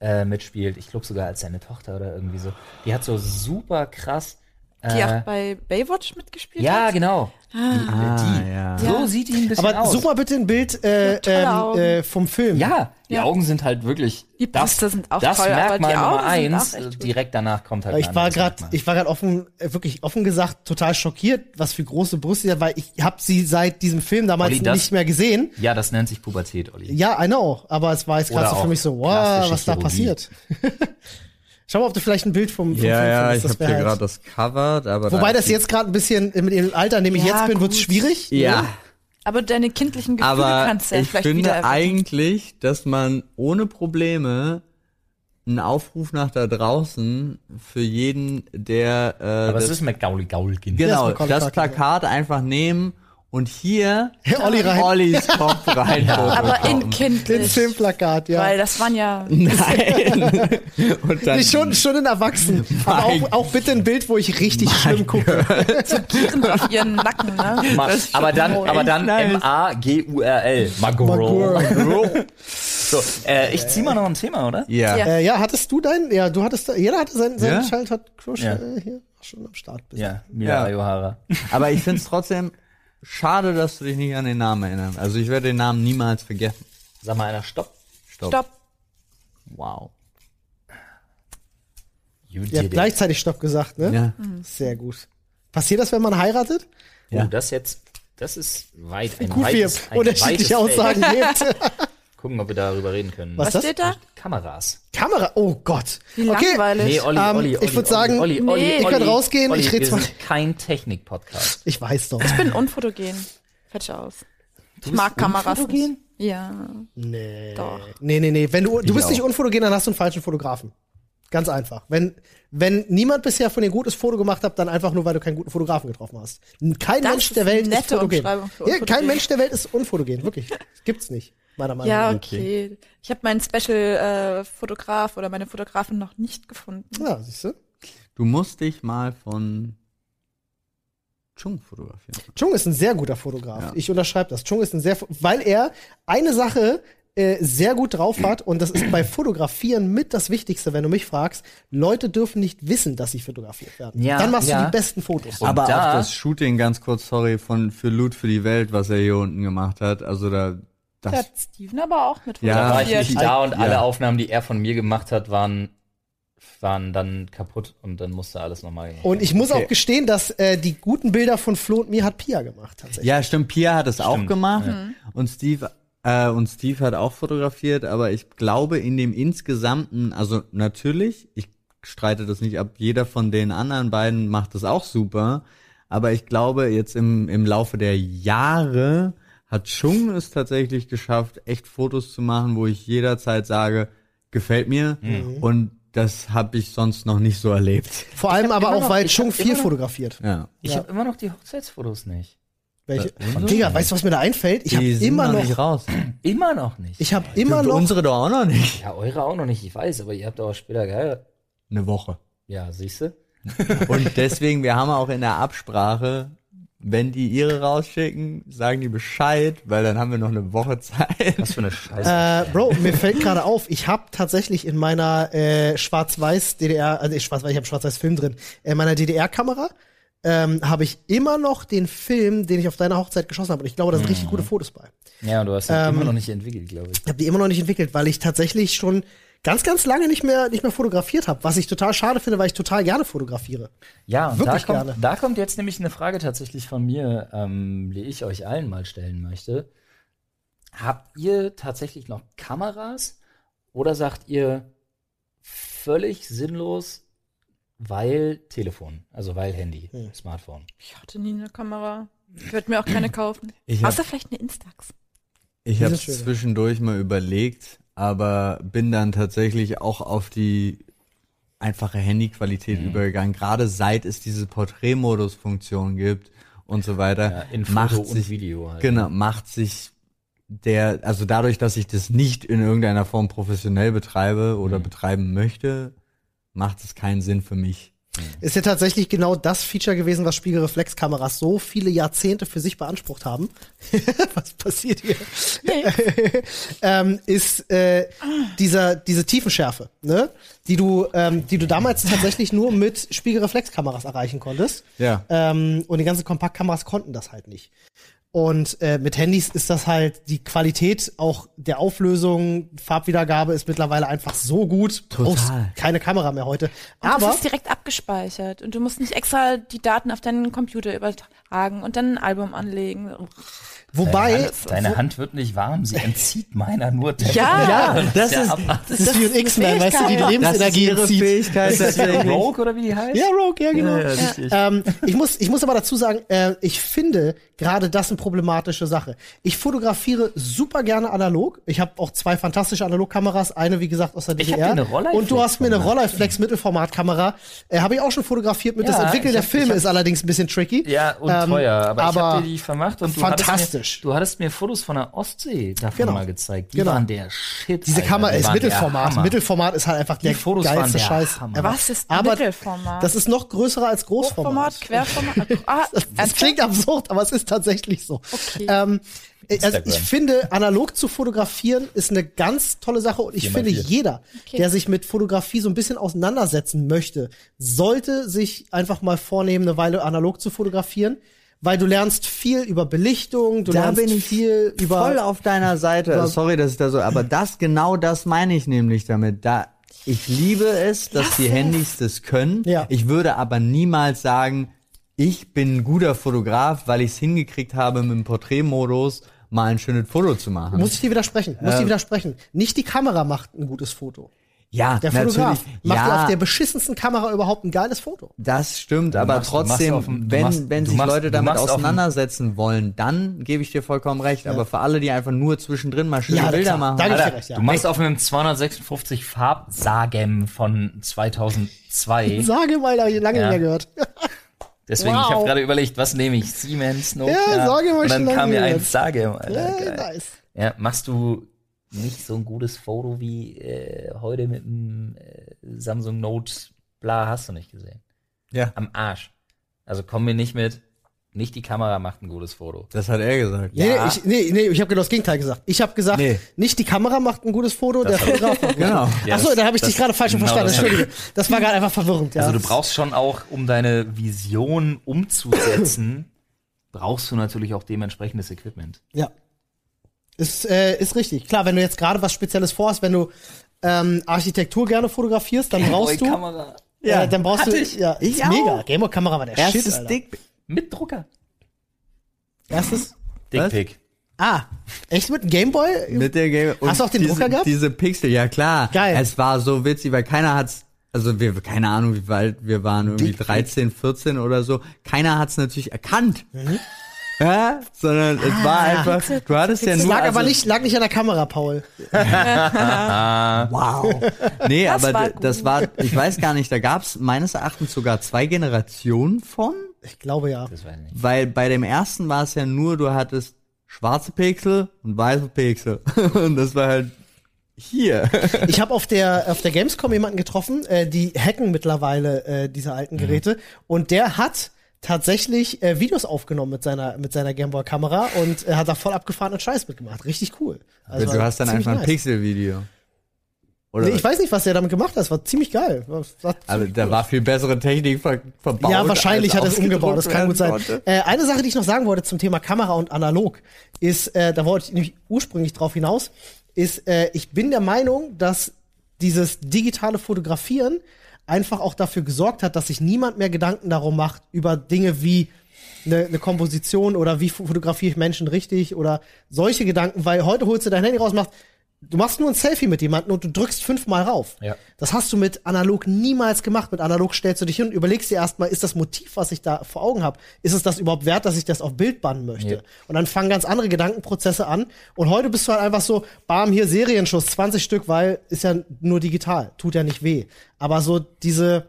[SPEAKER 1] äh, mitspielt. Ich glaube sogar als seine Tochter oder irgendwie so. Die hat so super krass. Äh,
[SPEAKER 3] Die auch bei Baywatch mitgespielt
[SPEAKER 1] ja,
[SPEAKER 3] hat.
[SPEAKER 1] genau.
[SPEAKER 4] Ah,
[SPEAKER 1] die,
[SPEAKER 4] ja.
[SPEAKER 1] So
[SPEAKER 3] Ja.
[SPEAKER 1] sieht die ein bisschen
[SPEAKER 2] Aber
[SPEAKER 1] aus.
[SPEAKER 2] such mal bitte ein Bild äh,
[SPEAKER 3] tolle
[SPEAKER 2] ähm,
[SPEAKER 3] Augen.
[SPEAKER 2] äh, vom Film.
[SPEAKER 1] Ja, die
[SPEAKER 3] Ja.
[SPEAKER 1] Augen sind halt wirklich.
[SPEAKER 3] Die Brüste sind auch
[SPEAKER 1] das
[SPEAKER 3] toll, aber
[SPEAKER 1] Merkmal
[SPEAKER 3] die
[SPEAKER 1] Nummer
[SPEAKER 3] Augen sind
[SPEAKER 1] eins.
[SPEAKER 3] auch echt gut.
[SPEAKER 1] direkt danach kommt halt.
[SPEAKER 2] Weil
[SPEAKER 1] ein
[SPEAKER 2] Ich war
[SPEAKER 1] anderes
[SPEAKER 2] gerade,
[SPEAKER 1] Merkmal.
[SPEAKER 2] ich war gerade offen, äh, wirklich offen gesagt, total schockiert, was für große Brüste sie hat, weil ich habe sie seit diesem Film damals
[SPEAKER 1] Olli, das-
[SPEAKER 2] nicht mehr gesehen.
[SPEAKER 1] ja, das nennt sich Pubertät, Olli.
[SPEAKER 2] Ja, I know, aber es war jetzt gerade
[SPEAKER 1] Oder
[SPEAKER 2] so für
[SPEAKER 1] auch
[SPEAKER 2] mich so, wow,
[SPEAKER 1] plastische
[SPEAKER 2] was da
[SPEAKER 1] Chirurgie.
[SPEAKER 2] passiert. Schau mal, ob du vielleicht ein Bild vom, vom
[SPEAKER 4] Ja,
[SPEAKER 2] Film
[SPEAKER 4] ja, ich
[SPEAKER 2] findest,
[SPEAKER 4] habe
[SPEAKER 2] wär
[SPEAKER 4] hier
[SPEAKER 2] halt-
[SPEAKER 4] gerade das Covered, aber
[SPEAKER 2] Wobei
[SPEAKER 4] da-
[SPEAKER 2] das jetzt gerade ein bisschen, mit dem Alter, in dem ich
[SPEAKER 3] Ja,
[SPEAKER 2] jetzt bin, wird's
[SPEAKER 3] gut.
[SPEAKER 2] schwierig.
[SPEAKER 4] ja,
[SPEAKER 3] Aber deine kindlichen Gefühle
[SPEAKER 4] aber
[SPEAKER 3] kannst du ja
[SPEAKER 4] ich
[SPEAKER 3] vielleicht wieder
[SPEAKER 4] finde
[SPEAKER 3] erwecken.
[SPEAKER 4] eigentlich, dass man ohne Probleme einen Aufruf nach da draußen für jeden, der äh,
[SPEAKER 1] Aber
[SPEAKER 4] das,
[SPEAKER 1] es ist Macaulay Gaulkin.
[SPEAKER 4] genau
[SPEAKER 2] Ja, ist
[SPEAKER 4] das
[SPEAKER 2] Macaulay Culkin,
[SPEAKER 4] Plakat einfach nehmen und hier
[SPEAKER 2] Ja, Olli rein.
[SPEAKER 4] Ollis Kopf rein.
[SPEAKER 3] Aber in
[SPEAKER 2] Den
[SPEAKER 3] kindlich.
[SPEAKER 2] Filmplakat, ja.
[SPEAKER 3] Weil das waren ja
[SPEAKER 4] Nein. und dann
[SPEAKER 2] Nee, schon, schon in Erwachsenen. Aber
[SPEAKER 4] Mein
[SPEAKER 2] auch, auch bitte ein Bild, wo ich richtig schlimm gucke.
[SPEAKER 3] Viren auf ihren Nacken, ne?
[SPEAKER 1] Ma- aber dann, aber dann
[SPEAKER 4] nice.
[SPEAKER 1] M-A-G-U-R-L. Maguro.
[SPEAKER 4] Bro.
[SPEAKER 1] So, äh, ich zieh mal noch ein Thema, oder?
[SPEAKER 4] Ja.
[SPEAKER 3] Ja.
[SPEAKER 2] Äh, ja, hattest du dein, ja, du hattest, da- jeder hatte seinen, seinen
[SPEAKER 4] Ja.
[SPEAKER 2] Childhood Crush
[SPEAKER 1] Ja.
[SPEAKER 2] äh, hier schon am Start. Bist.
[SPEAKER 1] Ja, Mila
[SPEAKER 4] Ja.
[SPEAKER 1] Ayohara.
[SPEAKER 4] Aber ich finde es trotzdem schade, dass du dich nicht an den Namen erinnerst. Also ich werde den Namen niemals vergessen.
[SPEAKER 1] Sag mal einer, stopp.
[SPEAKER 4] Stopp.
[SPEAKER 3] Stopp.
[SPEAKER 4] Wow.
[SPEAKER 1] You
[SPEAKER 2] Ihr habt
[SPEAKER 1] did it.
[SPEAKER 2] gleichzeitig Stopp gesagt, ne?
[SPEAKER 4] Ja.
[SPEAKER 2] Sehr gut. Passiert das, wenn man heiratet?
[SPEAKER 1] Oh, das jetzt, das ist weit, ein
[SPEAKER 2] Gut, wir
[SPEAKER 1] weites, ein weites
[SPEAKER 2] unterschiedliche
[SPEAKER 1] Feld.
[SPEAKER 2] Aussagen gibt.
[SPEAKER 1] Gucken, ob wir darüber reden können.
[SPEAKER 2] Was
[SPEAKER 3] Was
[SPEAKER 2] das?
[SPEAKER 3] steht da?
[SPEAKER 1] Kameras.
[SPEAKER 2] Kamera, oh Gott.
[SPEAKER 3] Wie
[SPEAKER 2] okay,
[SPEAKER 3] langweilig.
[SPEAKER 1] Nee, Olli,
[SPEAKER 2] Ähm,
[SPEAKER 1] Olli,
[SPEAKER 2] ich
[SPEAKER 1] Olli,
[SPEAKER 2] würd
[SPEAKER 1] Olli,
[SPEAKER 2] sagen,
[SPEAKER 1] Olli,
[SPEAKER 3] nee.
[SPEAKER 1] Olli,
[SPEAKER 3] Ich
[SPEAKER 2] kann
[SPEAKER 1] Olli,
[SPEAKER 2] rausgehen,
[SPEAKER 1] Olli,
[SPEAKER 2] ich red's
[SPEAKER 1] wir
[SPEAKER 2] mal.
[SPEAKER 1] sind kein Technik-Podcast.
[SPEAKER 2] ich weiß doch.
[SPEAKER 3] Ich bin unfotogen. Fetsch aus. Ich
[SPEAKER 1] bist
[SPEAKER 3] mag Kameras.
[SPEAKER 1] unfotogen?
[SPEAKER 3] Nicht. Ja.
[SPEAKER 2] Nee.
[SPEAKER 3] Doch.
[SPEAKER 2] Nee, nee, nee. Wenn du, du bist
[SPEAKER 4] auch.
[SPEAKER 2] nicht unfotogen, dann hast du einen falschen Fotografen. Ganz einfach. Wenn, wenn niemand bisher von dir ein gutes Foto gemacht hat, dann einfach nur, weil du keinen guten Fotografen getroffen hast. Kein
[SPEAKER 3] Das
[SPEAKER 2] Mensch
[SPEAKER 3] ist
[SPEAKER 2] der Welt ist
[SPEAKER 3] eine nette
[SPEAKER 2] fotogen.
[SPEAKER 3] Umschreibung für
[SPEAKER 2] Ja, kein
[SPEAKER 3] unfotogen.
[SPEAKER 2] Mensch der Welt ist unfotogen. Wirklich. Das gibt's nicht. Meiner Meinung
[SPEAKER 3] Ja,
[SPEAKER 2] nach.
[SPEAKER 4] okay.
[SPEAKER 3] okay. Ich habe meinen Special-Fotograf oder meine Fotografin noch nicht gefunden.
[SPEAKER 2] Ja, siehst du?
[SPEAKER 4] Du musst dich mal von Chung fotografieren.
[SPEAKER 2] Chung ist ein sehr guter Fotograf.
[SPEAKER 4] Ja.
[SPEAKER 2] Ich unterschreibe das. Chung ist ein sehr, weil er eine Sache äh, sehr gut drauf hat und das ist bei Fotografieren mit das Wichtigste, wenn du mich fragst. Leute dürfen nicht wissen, dass sie fotografiert werden.
[SPEAKER 1] Ja,
[SPEAKER 2] Dann machst
[SPEAKER 1] ja.
[SPEAKER 2] du die besten Fotos.
[SPEAKER 1] Und
[SPEAKER 4] Aber
[SPEAKER 1] da-
[SPEAKER 4] auch das Shooting ganz kurz, sorry, von für Loot für die Welt, was er hier unten gemacht hat. Also da
[SPEAKER 3] Da
[SPEAKER 4] das
[SPEAKER 3] hat Steven aber auch mit
[SPEAKER 4] Ja,
[SPEAKER 1] Da war ich
[SPEAKER 3] fotografiert.
[SPEAKER 1] nicht da und
[SPEAKER 4] Ja.
[SPEAKER 1] alle Aufnahmen, die er von mir gemacht hat, waren, waren dann kaputt und dann musste alles nochmal gemacht
[SPEAKER 2] Und ich muss
[SPEAKER 4] Okay.
[SPEAKER 2] auch gestehen, dass äh, die guten Bilder von Flo und mir hat Pia gemacht tatsächlich.
[SPEAKER 4] Ja, stimmt. Pia hat es auch
[SPEAKER 1] Stimmt,
[SPEAKER 4] gemacht und Steve äh, und Steve hat auch fotografiert, aber ich glaube in dem insgesamten, also natürlich, ich streite das nicht ab, jeder von den anderen beiden macht das auch super, aber ich glaube jetzt im, im Laufe der Jahre hat Chung es tatsächlich geschafft, echt Fotos zu machen, wo ich jederzeit sage, gefällt mir und das habe ich sonst noch nicht so erlebt.
[SPEAKER 2] Vor allem aber
[SPEAKER 1] immer
[SPEAKER 2] auch,
[SPEAKER 1] noch-
[SPEAKER 2] weil
[SPEAKER 1] ich
[SPEAKER 2] Chung
[SPEAKER 1] hab
[SPEAKER 2] viel
[SPEAKER 1] immer noch-
[SPEAKER 2] fotografiert.
[SPEAKER 4] Ja.
[SPEAKER 1] Ich
[SPEAKER 2] Ja.
[SPEAKER 1] habe immer noch die Hochzeitsfotos nicht.
[SPEAKER 2] Welche?
[SPEAKER 1] Äh,
[SPEAKER 2] Digga, weißt du, was mir da einfällt? Ich habe
[SPEAKER 4] Die sind
[SPEAKER 2] immer noch,
[SPEAKER 4] nicht raus.
[SPEAKER 1] Immer noch nicht.
[SPEAKER 2] ich habe immer noch
[SPEAKER 4] Unsere doch auch noch nicht.
[SPEAKER 1] ja, eure auch noch nicht, ich weiß, aber ihr habt auch später geheiratet.
[SPEAKER 4] Eine Woche.
[SPEAKER 1] Ja, siehste.
[SPEAKER 4] Und deswegen, wir haben auch in der Absprache, wenn die ihre rausschicken, sagen die Bescheid, weil dann haben wir noch eine Woche Zeit.
[SPEAKER 1] Was für eine Scheiße.
[SPEAKER 2] Äh, Bro, mir fällt gerade auf, ich habe tatsächlich in meiner äh, Schwarz-Weiß-DDR, also ich, Schwarz-Weiß, ich habe Schwarz-Weiß-Film drin, in meiner DDR-Kamera ähm, habe ich immer noch den Film, den ich auf deiner Hochzeit geschossen habe. Und ich glaube,
[SPEAKER 4] Mhm.
[SPEAKER 2] da sind richtig gute Fotos bei.
[SPEAKER 1] ja, und du hast ihn immer noch nicht entwickelt, glaube ich.
[SPEAKER 2] Ich habe die immer noch nicht entwickelt, weil ich tatsächlich schon ganz, ganz lange nicht mehr, nicht mehr fotografiert habe. Was ich total schade finde, weil ich total gerne fotografiere.
[SPEAKER 1] Ja, und da
[SPEAKER 2] Wirklich
[SPEAKER 1] kommt,
[SPEAKER 2] gerne.
[SPEAKER 1] da kommt jetzt nämlich eine Frage tatsächlich von mir, ähm, die ich euch allen mal stellen möchte. Habt ihr tatsächlich noch Kameras oder sagt ihr völlig sinnlos, weil Telefon, also weil Handy, Smartphone?
[SPEAKER 3] Ich hatte nie eine Kamera. Ich würde mir auch keine kaufen.
[SPEAKER 4] Ich hab-
[SPEAKER 3] Außer vielleicht eine Instax.
[SPEAKER 4] Ich habe
[SPEAKER 2] ist schön.
[SPEAKER 4] zwischendurch mal überlegt, aber bin dann tatsächlich auch auf die einfache Handyqualität übergegangen. Gerade seit es diese Porträtmodus-Funktion gibt und so weiter, macht sich
[SPEAKER 1] Video halt.
[SPEAKER 4] Genau, macht sich der, also dadurch, dass ich das nicht in irgendeiner Form professionell betreibe oder betreiben möchte, macht es keinen Sinn für mich.
[SPEAKER 2] Ist ja tatsächlich genau das Feature gewesen, was Spiegelreflexkameras so viele Jahrzehnte für sich beansprucht haben. was passiert hier? ähm, ist äh, dieser, diese Tiefenschärfe, ne? die, du, ähm, die du damals tatsächlich nur mit Spiegelreflexkameras erreichen konntest.
[SPEAKER 4] Ja.
[SPEAKER 2] Ähm, und die ganzen Kompaktkameras konnten das halt nicht. Und äh, mit Handys ist das halt die Qualität auch der Auflösung, Farbwiedergabe ist mittlerweile einfach so gut. Du brauchst
[SPEAKER 4] Total.
[SPEAKER 2] keine Kamera mehr heute.
[SPEAKER 3] Aber
[SPEAKER 2] Aber
[SPEAKER 3] das ist direkt abgespeichert und du musst nicht extra die Daten auf deinen Computer übertragen und dann ein Album anlegen.
[SPEAKER 2] wobei
[SPEAKER 1] Hand, deine Hand wird nicht warm, sie entzieht meiner nur
[SPEAKER 3] Ja,
[SPEAKER 2] Ja,
[SPEAKER 4] das ist-
[SPEAKER 1] abartig.
[SPEAKER 2] Das ist wie ein X-Men, weißt du, die die Lebensenergie entzieht.
[SPEAKER 4] Fähigkeit
[SPEAKER 1] Rogue oder wie die heißt?
[SPEAKER 2] Ja, Rogue, ja, genau.
[SPEAKER 4] Ja, ja, richtig.
[SPEAKER 2] ähm, ich, muss, ich muss aber dazu sagen, äh, ich finde gerade das eine problematische Sache. Ich fotografiere super gerne analog. Ich habe auch zwei fantastische Analogkameras. Eine, wie gesagt, aus der
[SPEAKER 1] Ich hab
[SPEAKER 2] DDR.
[SPEAKER 1] dir eine Rolleiflex
[SPEAKER 2] und du hast mir eine
[SPEAKER 1] gemacht.
[SPEAKER 2] Rolleiflex-Mittelformatkamera. Äh, habe ich auch schon fotografiert. Mit
[SPEAKER 1] Ja,
[SPEAKER 2] das Entwickeln
[SPEAKER 1] ich hab-
[SPEAKER 2] der Filme
[SPEAKER 1] ich hab-
[SPEAKER 2] ist allerdings ein bisschen tricky.
[SPEAKER 1] Ja, und
[SPEAKER 2] Ähm,
[SPEAKER 1] teuer. Aber, ich
[SPEAKER 2] aber
[SPEAKER 1] habe dir die vermacht und du
[SPEAKER 2] fantastisch.
[SPEAKER 1] Hattest mir, du hattest mir Fotos von der Ostsee davon
[SPEAKER 2] Genau.
[SPEAKER 1] mal gezeigt. Die
[SPEAKER 2] Genau.
[SPEAKER 1] waren der Shit.
[SPEAKER 2] diese
[SPEAKER 1] Alter.
[SPEAKER 2] Kamera
[SPEAKER 1] Die
[SPEAKER 2] ist
[SPEAKER 1] waren der
[SPEAKER 2] Mittelformat.
[SPEAKER 1] Hammer.
[SPEAKER 2] Mittelformat ist halt einfach der
[SPEAKER 1] Fotos waren
[SPEAKER 2] geilste
[SPEAKER 1] der
[SPEAKER 2] Scheiß.
[SPEAKER 1] Hammer.
[SPEAKER 2] ever.
[SPEAKER 3] Was ist
[SPEAKER 2] aber
[SPEAKER 3] Mittelformat?
[SPEAKER 2] Das ist noch größer als Großformat.
[SPEAKER 3] Hochformat, Querformat. Ah,
[SPEAKER 2] Das
[SPEAKER 3] ernsthaft?
[SPEAKER 2] klingt absurd, aber es ist tatsächlich so.
[SPEAKER 3] Okay.
[SPEAKER 2] Ähm, äh, also
[SPEAKER 1] Instagram.
[SPEAKER 2] ich finde, analog zu fotografieren ist eine ganz tolle Sache und ich
[SPEAKER 1] Vier mal
[SPEAKER 2] finde,
[SPEAKER 1] vier.
[SPEAKER 2] jeder,
[SPEAKER 3] Okay.
[SPEAKER 2] der sich mit Fotografie so ein bisschen auseinandersetzen möchte, sollte sich einfach mal vornehmen, eine Weile analog zu fotografieren, weil du lernst viel über Belichtung, du
[SPEAKER 4] Da
[SPEAKER 2] lernst
[SPEAKER 4] bin ich
[SPEAKER 2] viel über
[SPEAKER 4] voll auf deiner Seite.
[SPEAKER 2] über-
[SPEAKER 4] Sorry, dass ich da so, aber das, genau das meine ich nämlich damit. Da, ich liebe es, dass
[SPEAKER 3] Lass
[SPEAKER 4] die
[SPEAKER 3] es.
[SPEAKER 4] Handys das können.
[SPEAKER 2] Ja.
[SPEAKER 4] Ich würde aber niemals sagen, ich bin ein guter Fotograf, weil ich es hingekriegt habe, mit dem Porträtmodus mal ein schönes Foto zu machen.
[SPEAKER 2] Muss ich dir widersprechen? Muss ich dir widersprechen? Nicht die Kamera macht ein gutes Foto.
[SPEAKER 4] ja,
[SPEAKER 2] Der Fotograf
[SPEAKER 4] natürlich.
[SPEAKER 2] macht
[SPEAKER 4] ja,
[SPEAKER 2] auf der beschissensten Kamera überhaupt ein geiles Foto.
[SPEAKER 4] Das stimmt,
[SPEAKER 1] Du
[SPEAKER 4] aber
[SPEAKER 1] machst- du machst
[SPEAKER 4] trotzdem,
[SPEAKER 1] auf dem- du
[SPEAKER 4] wenn,
[SPEAKER 1] machst-
[SPEAKER 4] wenn
[SPEAKER 1] du
[SPEAKER 4] sich
[SPEAKER 1] machst-
[SPEAKER 4] Leute
[SPEAKER 1] du
[SPEAKER 4] damit
[SPEAKER 1] machst auf dem-
[SPEAKER 4] auseinandersetzen wollen, dann gebe ich dir vollkommen recht. Aber für alle, die einfach nur zwischendrin mal schöne
[SPEAKER 2] Ja,
[SPEAKER 4] Bilder
[SPEAKER 2] klar.
[SPEAKER 4] machen,
[SPEAKER 2] Da gebe ich dir
[SPEAKER 1] Alter,
[SPEAKER 2] recht, ja.
[SPEAKER 1] Du machst auf einem 256 Farbsagem von 2002.
[SPEAKER 2] Sage mal, da habe ich lange
[SPEAKER 1] Ja.
[SPEAKER 2] nicht mehr gehört.
[SPEAKER 1] Deswegen, ich
[SPEAKER 2] Wow.
[SPEAKER 1] habe gerade überlegt, was nehme ich? Siemens, Nokia.
[SPEAKER 2] Ja, Sagem hab
[SPEAKER 1] Und
[SPEAKER 2] ich
[SPEAKER 1] dann
[SPEAKER 2] schon
[SPEAKER 1] kam
[SPEAKER 2] lange
[SPEAKER 1] mir ein
[SPEAKER 2] gehört.
[SPEAKER 1] Sagem. Alter,
[SPEAKER 2] Äh,
[SPEAKER 1] geil.
[SPEAKER 2] nice.
[SPEAKER 1] Ja, machst du nicht so ein gutes Foto wie äh, heute mit dem äh, Samsung Note, bla, hast du nicht gesehen.
[SPEAKER 4] Ja.
[SPEAKER 1] Am Arsch. Also komm mir nicht mit, Nicht die Kamera macht ein gutes Foto.
[SPEAKER 4] Das hat er gesagt.
[SPEAKER 2] Nee, nee, ich, nee, nee, ich habe genau das Gegenteil gesagt. Ich habe gesagt,
[SPEAKER 4] Nee.
[SPEAKER 2] nicht die Kamera macht ein gutes Foto, der Fotograf macht
[SPEAKER 4] Genau.
[SPEAKER 1] Ja,
[SPEAKER 2] Achso,
[SPEAKER 1] das-
[SPEAKER 2] da habe ich
[SPEAKER 1] das-
[SPEAKER 2] dich gerade falsch
[SPEAKER 1] genau,
[SPEAKER 2] verstanden.
[SPEAKER 1] das-
[SPEAKER 2] Entschuldige. Das war gerade einfach verwirrend. Ja.
[SPEAKER 1] Also du brauchst schon auch, um deine Vision umzusetzen, brauchst du natürlich auch dementsprechendes Equipment.
[SPEAKER 2] Ja. Ist, äh, ist richtig. Klar, wenn du jetzt gerade was Spezielles vorhast, wenn du ähm, Architektur gerne fotografierst, dann brauchst du.
[SPEAKER 1] Kamera.
[SPEAKER 2] Ja, dann brauchst
[SPEAKER 1] Hatte
[SPEAKER 2] du.
[SPEAKER 1] ich.
[SPEAKER 2] Ja, ist
[SPEAKER 1] Ich auch.
[SPEAKER 2] mega. Gameboy-Kamera war der Shit.
[SPEAKER 4] Erstes
[SPEAKER 2] Alter.
[SPEAKER 4] Dick.
[SPEAKER 1] Mit Drucker.
[SPEAKER 2] Erstes.
[SPEAKER 1] Dickpick.
[SPEAKER 2] Ah, echt mit einem Gameboy?
[SPEAKER 4] Mit der Game und
[SPEAKER 2] Hast du auch den
[SPEAKER 4] diese,
[SPEAKER 2] Drucker gehabt?
[SPEAKER 4] Diese Pixel, ja klar.
[SPEAKER 2] Geil.
[SPEAKER 4] Es war so witzig, weil keiner hat's, also wir, keine Ahnung, wie alt wir waren, irgendwie 13, 14 oder so. Keiner hat's natürlich erkannt.
[SPEAKER 2] Mhm.
[SPEAKER 4] Ja, sondern
[SPEAKER 2] Ah,
[SPEAKER 4] es war einfach, du hattest ja
[SPEAKER 2] Das
[SPEAKER 4] nur.
[SPEAKER 2] lag
[SPEAKER 4] also,
[SPEAKER 2] aber nicht, lag nicht an der Kamera, Paul.
[SPEAKER 4] Wow. Nee,
[SPEAKER 3] Das
[SPEAKER 4] aber
[SPEAKER 3] war
[SPEAKER 4] d- das
[SPEAKER 3] gut.
[SPEAKER 4] war, ich weiß gar nicht, da gab's meines Erachtens sogar zwei Generationen von.
[SPEAKER 2] Ich glaube ja.
[SPEAKER 1] Das weiß ich nicht.
[SPEAKER 4] Weil bei dem ersten war es ja nur, du hattest schwarze Pixel und weiße Pixel. Und das war halt hier.
[SPEAKER 2] Ich habe auf der auf der Gamescom jemanden getroffen, äh, die hacken mittlerweile äh, diese
[SPEAKER 4] Mhm.
[SPEAKER 2] alten Geräte und der hat tatsächlich äh, Videos aufgenommen mit seiner mit seiner Gameboy Kamera und äh, hat da voll abgefahrenen Scheiß mitgemacht. Richtig cool. Also,
[SPEAKER 4] du hast dann
[SPEAKER 2] ziemlich
[SPEAKER 4] einfach
[SPEAKER 2] nice.
[SPEAKER 4] ein Pixel-Video. Oder?
[SPEAKER 2] Nee, ich weiß nicht, was der damit gemacht hat. Das war ziemlich geil. Das war
[SPEAKER 4] also,
[SPEAKER 2] ziemlich
[SPEAKER 4] da
[SPEAKER 2] cool.
[SPEAKER 4] war viel bessere Technik ver verbaut.
[SPEAKER 2] ja, wahrscheinlich
[SPEAKER 4] als
[SPEAKER 2] hat er es umgebaut. Das kann gut sein.
[SPEAKER 4] ausgedruckt werden
[SPEAKER 2] Äh, eine Sache, die ich noch sagen wollte zum Thema Kamera und analog, ist, äh, da wollte ich nämlich ursprünglich drauf hinaus, ist, äh, ich bin der Meinung, dass dieses digitale Fotografieren einfach auch dafür gesorgt hat, dass sich niemand mehr Gedanken darum macht, über Dinge wie eine, eine Komposition oder wie fotografiere ich Menschen richtig oder solche Gedanken, weil heute holst du dein Handy raus und machst, du machst nur ein Selfie mit jemandem und du drückst fünfmal rauf.
[SPEAKER 1] Ja.
[SPEAKER 2] Das hast du mit analog niemals gemacht. Mit analog stellst du dich hin und überlegst dir erstmal, ist das Motiv, was ich da vor Augen habe, ist es das überhaupt wert, dass ich das auf Bild bannen möchte?
[SPEAKER 1] Ja.
[SPEAKER 2] Und dann fangen ganz andere Gedankenprozesse an. Und heute bist du halt einfach so, bam, hier Serienschuss, 20 Stück, weil ist ja nur digital, tut ja nicht weh. Aber so diese,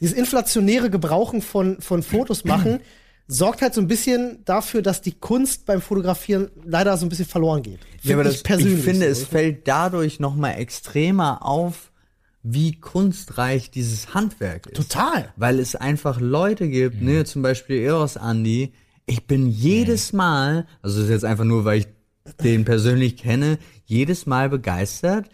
[SPEAKER 2] dieses inflationäre Gebrauchen von, von Fotos machen, sorgt halt so ein bisschen dafür, dass die Kunst beim Fotografieren leider so ein bisschen verloren geht.
[SPEAKER 4] Ja, aber
[SPEAKER 2] Find
[SPEAKER 4] das, ich, finde,
[SPEAKER 2] so.
[SPEAKER 4] es fällt dadurch nochmal extremer auf, wie kunstreich dieses Handwerk ist.
[SPEAKER 2] total.
[SPEAKER 4] weil es einfach Leute gibt, ne, zum Beispiel Eros Andi. Ich bin jedes Mal, also das ist jetzt einfach nur, weil ich den persönlich kenne, jedes Mal begeistert,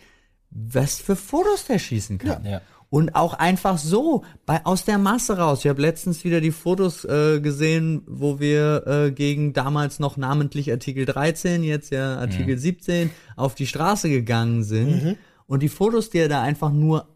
[SPEAKER 4] was für Fotos der schießen kann.
[SPEAKER 1] Ja. Ja.
[SPEAKER 4] Und auch einfach so, bei, aus der Masse raus. Ich habe letztens wieder die Fotos äh, gesehen, wo wir äh, gegen damals noch namentlich Artikel 13, jetzt ja Artikel 17, auf die Straße gegangen sind. Und die Fotos, die er da einfach nur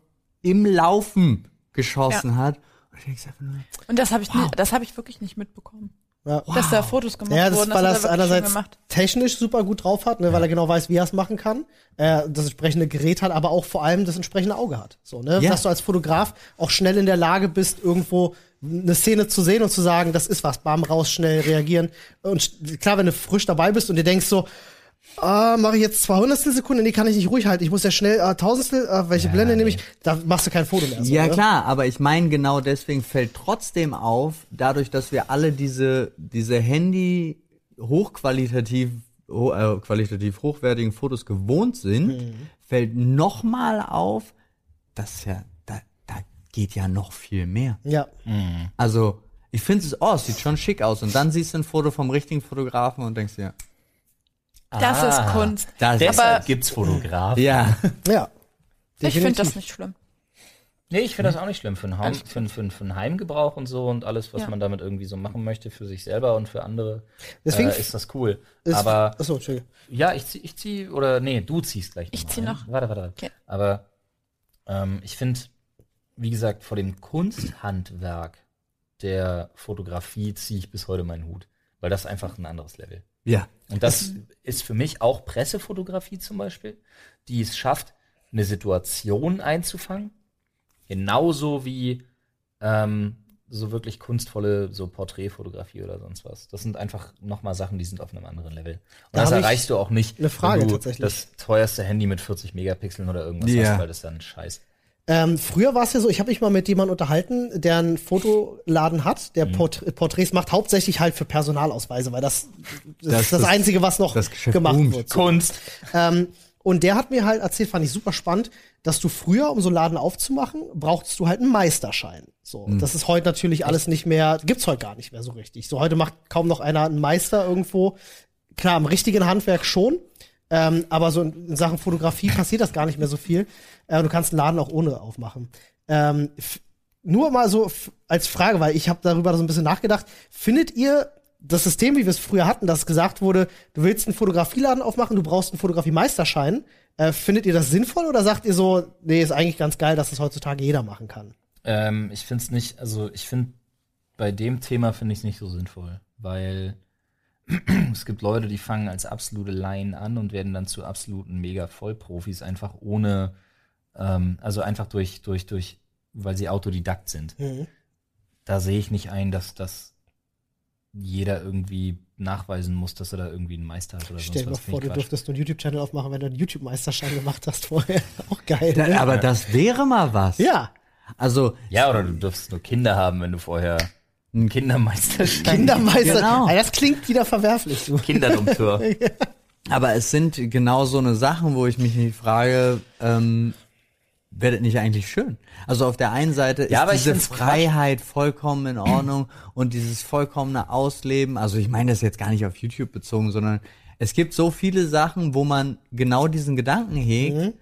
[SPEAKER 4] im Laufen geschossen hat. Und ich denk's einfach nur,
[SPEAKER 3] Und das habe ich, nie- das habe ich wirklich nicht mitbekommen.
[SPEAKER 2] Ja.
[SPEAKER 3] Dass da Fotos gemacht
[SPEAKER 2] Ja, das,
[SPEAKER 3] wurden.
[SPEAKER 2] weil er es
[SPEAKER 3] hat er wirklich schön
[SPEAKER 2] einerseits
[SPEAKER 3] gemacht.
[SPEAKER 2] technisch super gut drauf hat, ne, weil er genau weiß, wie er es machen kann, äh, das entsprechende Gerät hat, aber auch vor allem das entsprechende Auge hat. So, ne?
[SPEAKER 4] Ja.
[SPEAKER 2] Dass du als Fotograf auch schnell in der Lage bist, irgendwo eine Szene zu sehen und zu sagen, das ist was, bam, raus, schnell reagieren. Und sch- klar, wenn du frisch dabei bist und dir denkst so, ah, mache ich jetzt 200 Sekunden, nee, kann ich nicht ruhig halten, ich muss ja schnell, ah, Tausendstel, ah, welche Blende nehme ich, da machst du kein Foto mehr. So,
[SPEAKER 4] ja,
[SPEAKER 2] ne?
[SPEAKER 4] klar, aber ich meine, genau deswegen fällt trotzdem auf, dadurch, dass wir alle diese, diese Handy hochqualitativ, ho, äh, qualitativ hochwertigen Fotos gewohnt sind,
[SPEAKER 1] Mhm.
[SPEAKER 4] fällt nochmal auf, dass ja, da, da geht ja noch viel mehr.
[SPEAKER 2] Ja.
[SPEAKER 4] Also, ich finde es, oh, es sieht schon schick aus. Und dann siehst du ein Foto vom richtigen Fotografen und denkst dir,
[SPEAKER 3] Das
[SPEAKER 1] Ah.
[SPEAKER 3] ist Kunst.
[SPEAKER 2] Also
[SPEAKER 4] das ist,
[SPEAKER 1] Deshalb
[SPEAKER 3] Aber-
[SPEAKER 1] gibt's Fotografen.
[SPEAKER 4] ja.
[SPEAKER 2] Ja.
[SPEAKER 3] Ich finde das
[SPEAKER 2] Definitiv.
[SPEAKER 3] nicht schlimm.
[SPEAKER 1] Nee, ich
[SPEAKER 3] Hm.
[SPEAKER 1] finde das auch nicht schlimm für einen, Heim, für, einen- für, einen- für einen Heimgebrauch und so und alles, was
[SPEAKER 3] Ja.
[SPEAKER 1] man damit irgendwie so machen möchte für sich selber und für andere.
[SPEAKER 2] Deswegen
[SPEAKER 1] äh, ist das cool.
[SPEAKER 2] Ist-
[SPEAKER 1] Aber
[SPEAKER 2] Achso, Entschuldigung.
[SPEAKER 1] ja, ich zieh, ich zieh oder nee, du ziehst gleich.
[SPEAKER 3] Ich
[SPEAKER 1] nochmal,
[SPEAKER 3] zieh
[SPEAKER 1] ja?
[SPEAKER 3] noch.
[SPEAKER 1] Warte, warte, warte.
[SPEAKER 3] Okay.
[SPEAKER 1] Aber ähm, ich finde, wie gesagt, vor dem Kunsthandwerk der Fotografie ziehe ich bis heute meinen Hut, weil das ist einfach ein anderes Level.
[SPEAKER 4] Ja.
[SPEAKER 1] Und das ist für mich auch Pressefotografie zum Beispiel, die es schafft, eine Situation einzufangen. Genauso wie ähm, so wirklich kunstvolle so Porträtfotografie oder sonst was. Das sind einfach nochmal Sachen, die sind auf einem anderen Level. Und
[SPEAKER 2] Da
[SPEAKER 1] das
[SPEAKER 2] hab ich
[SPEAKER 1] erreichst du auch nicht,
[SPEAKER 2] eine Frage
[SPEAKER 1] wenn du
[SPEAKER 2] tatsächlich.
[SPEAKER 1] das teuerste Handy mit 40 Megapixeln oder irgendwas
[SPEAKER 4] Ja.
[SPEAKER 1] hast, weil das dann scheiß.
[SPEAKER 2] Ähm, früher war es ja so, ich habe mich mal mit jemandem unterhalten, der einen Fotoladen hat, der Porträ- Porträts macht, hauptsächlich halt für Personalausweise, weil das, das,
[SPEAKER 4] Das-
[SPEAKER 2] ist das
[SPEAKER 4] das-
[SPEAKER 2] Einzige, was noch
[SPEAKER 4] das Geschäft
[SPEAKER 2] gemacht
[SPEAKER 4] boomt.
[SPEAKER 2] wird.
[SPEAKER 1] Kunst.
[SPEAKER 2] Ähm, und der hat mir halt erzählt, fand ich super spannend, dass du früher, um so einen Laden aufzumachen, brauchtest du halt einen Meisterschein. So, das ist heute natürlich alles nicht mehr, gibt's heute gar nicht mehr so richtig. So, heute macht kaum noch einer einen Meister irgendwo. Klar, im richtigen Handwerk schon. Ähm, aber so in, in Sachen Fotografie passiert das gar nicht mehr so viel. Äh, du kannst einen Laden auch ohne aufmachen. Ähm, f- nur mal so f- als Frage, weil ich habe darüber so ein bisschen nachgedacht. Findet ihr das System, wie wir es früher hatten, dass gesagt wurde, du willst einen Fotografieladen aufmachen, du brauchst einen Fotografiemeisterschein. Äh, findet ihr das sinnvoll oder sagt ihr so, nee, ist eigentlich ganz geil, dass das heutzutage jeder machen kann?
[SPEAKER 1] Ähm, ich finde es nicht, also ich finde, bei dem Thema finde ich es nicht so sinnvoll, weil es gibt Leute, die fangen als absolute Laien an und werden dann zu absoluten Mega-Vollprofis, einfach ohne, ähm, also einfach durch, durch, durch, weil sie Autodidakt sind.
[SPEAKER 4] Mhm.
[SPEAKER 1] Da sehe ich nicht ein, dass das jeder irgendwie nachweisen muss, dass er da irgendwie einen Meister hat oder
[SPEAKER 2] Stell dir
[SPEAKER 1] sonst
[SPEAKER 2] mal
[SPEAKER 1] was.
[SPEAKER 2] vor,
[SPEAKER 1] Find
[SPEAKER 2] du
[SPEAKER 1] ich Quatsch.
[SPEAKER 2] dürftest nur einen YouTube-Channel aufmachen, wenn du einen YouTube-Meisterschein gemacht hast vorher. Auch geil. ne?
[SPEAKER 4] Da- Aber das wäre mal was.
[SPEAKER 2] ja.
[SPEAKER 4] Also,
[SPEAKER 1] Ja, oder du dürfst nur Kinder haben, wenn du vorher einen Kindermeister
[SPEAKER 2] Kindermeister.
[SPEAKER 4] Genau.
[SPEAKER 2] Ey, das klingt wieder verwerflich. Du.
[SPEAKER 1] Kinderdompteur.
[SPEAKER 4] aber es sind genau so eine Sachen, wo ich mich nicht frage, ähm, werdet nicht eigentlich schön. Also auf der einen Seite ist
[SPEAKER 1] Ja, aber ich
[SPEAKER 4] diese
[SPEAKER 1] find's Quatsch.
[SPEAKER 4] Freiheit vollkommen in Ordnung und dieses vollkommene Ausleben. Also ich meine das jetzt gar nicht auf YouTube bezogen, sondern es gibt so viele Sachen, wo man genau diesen Gedanken hegt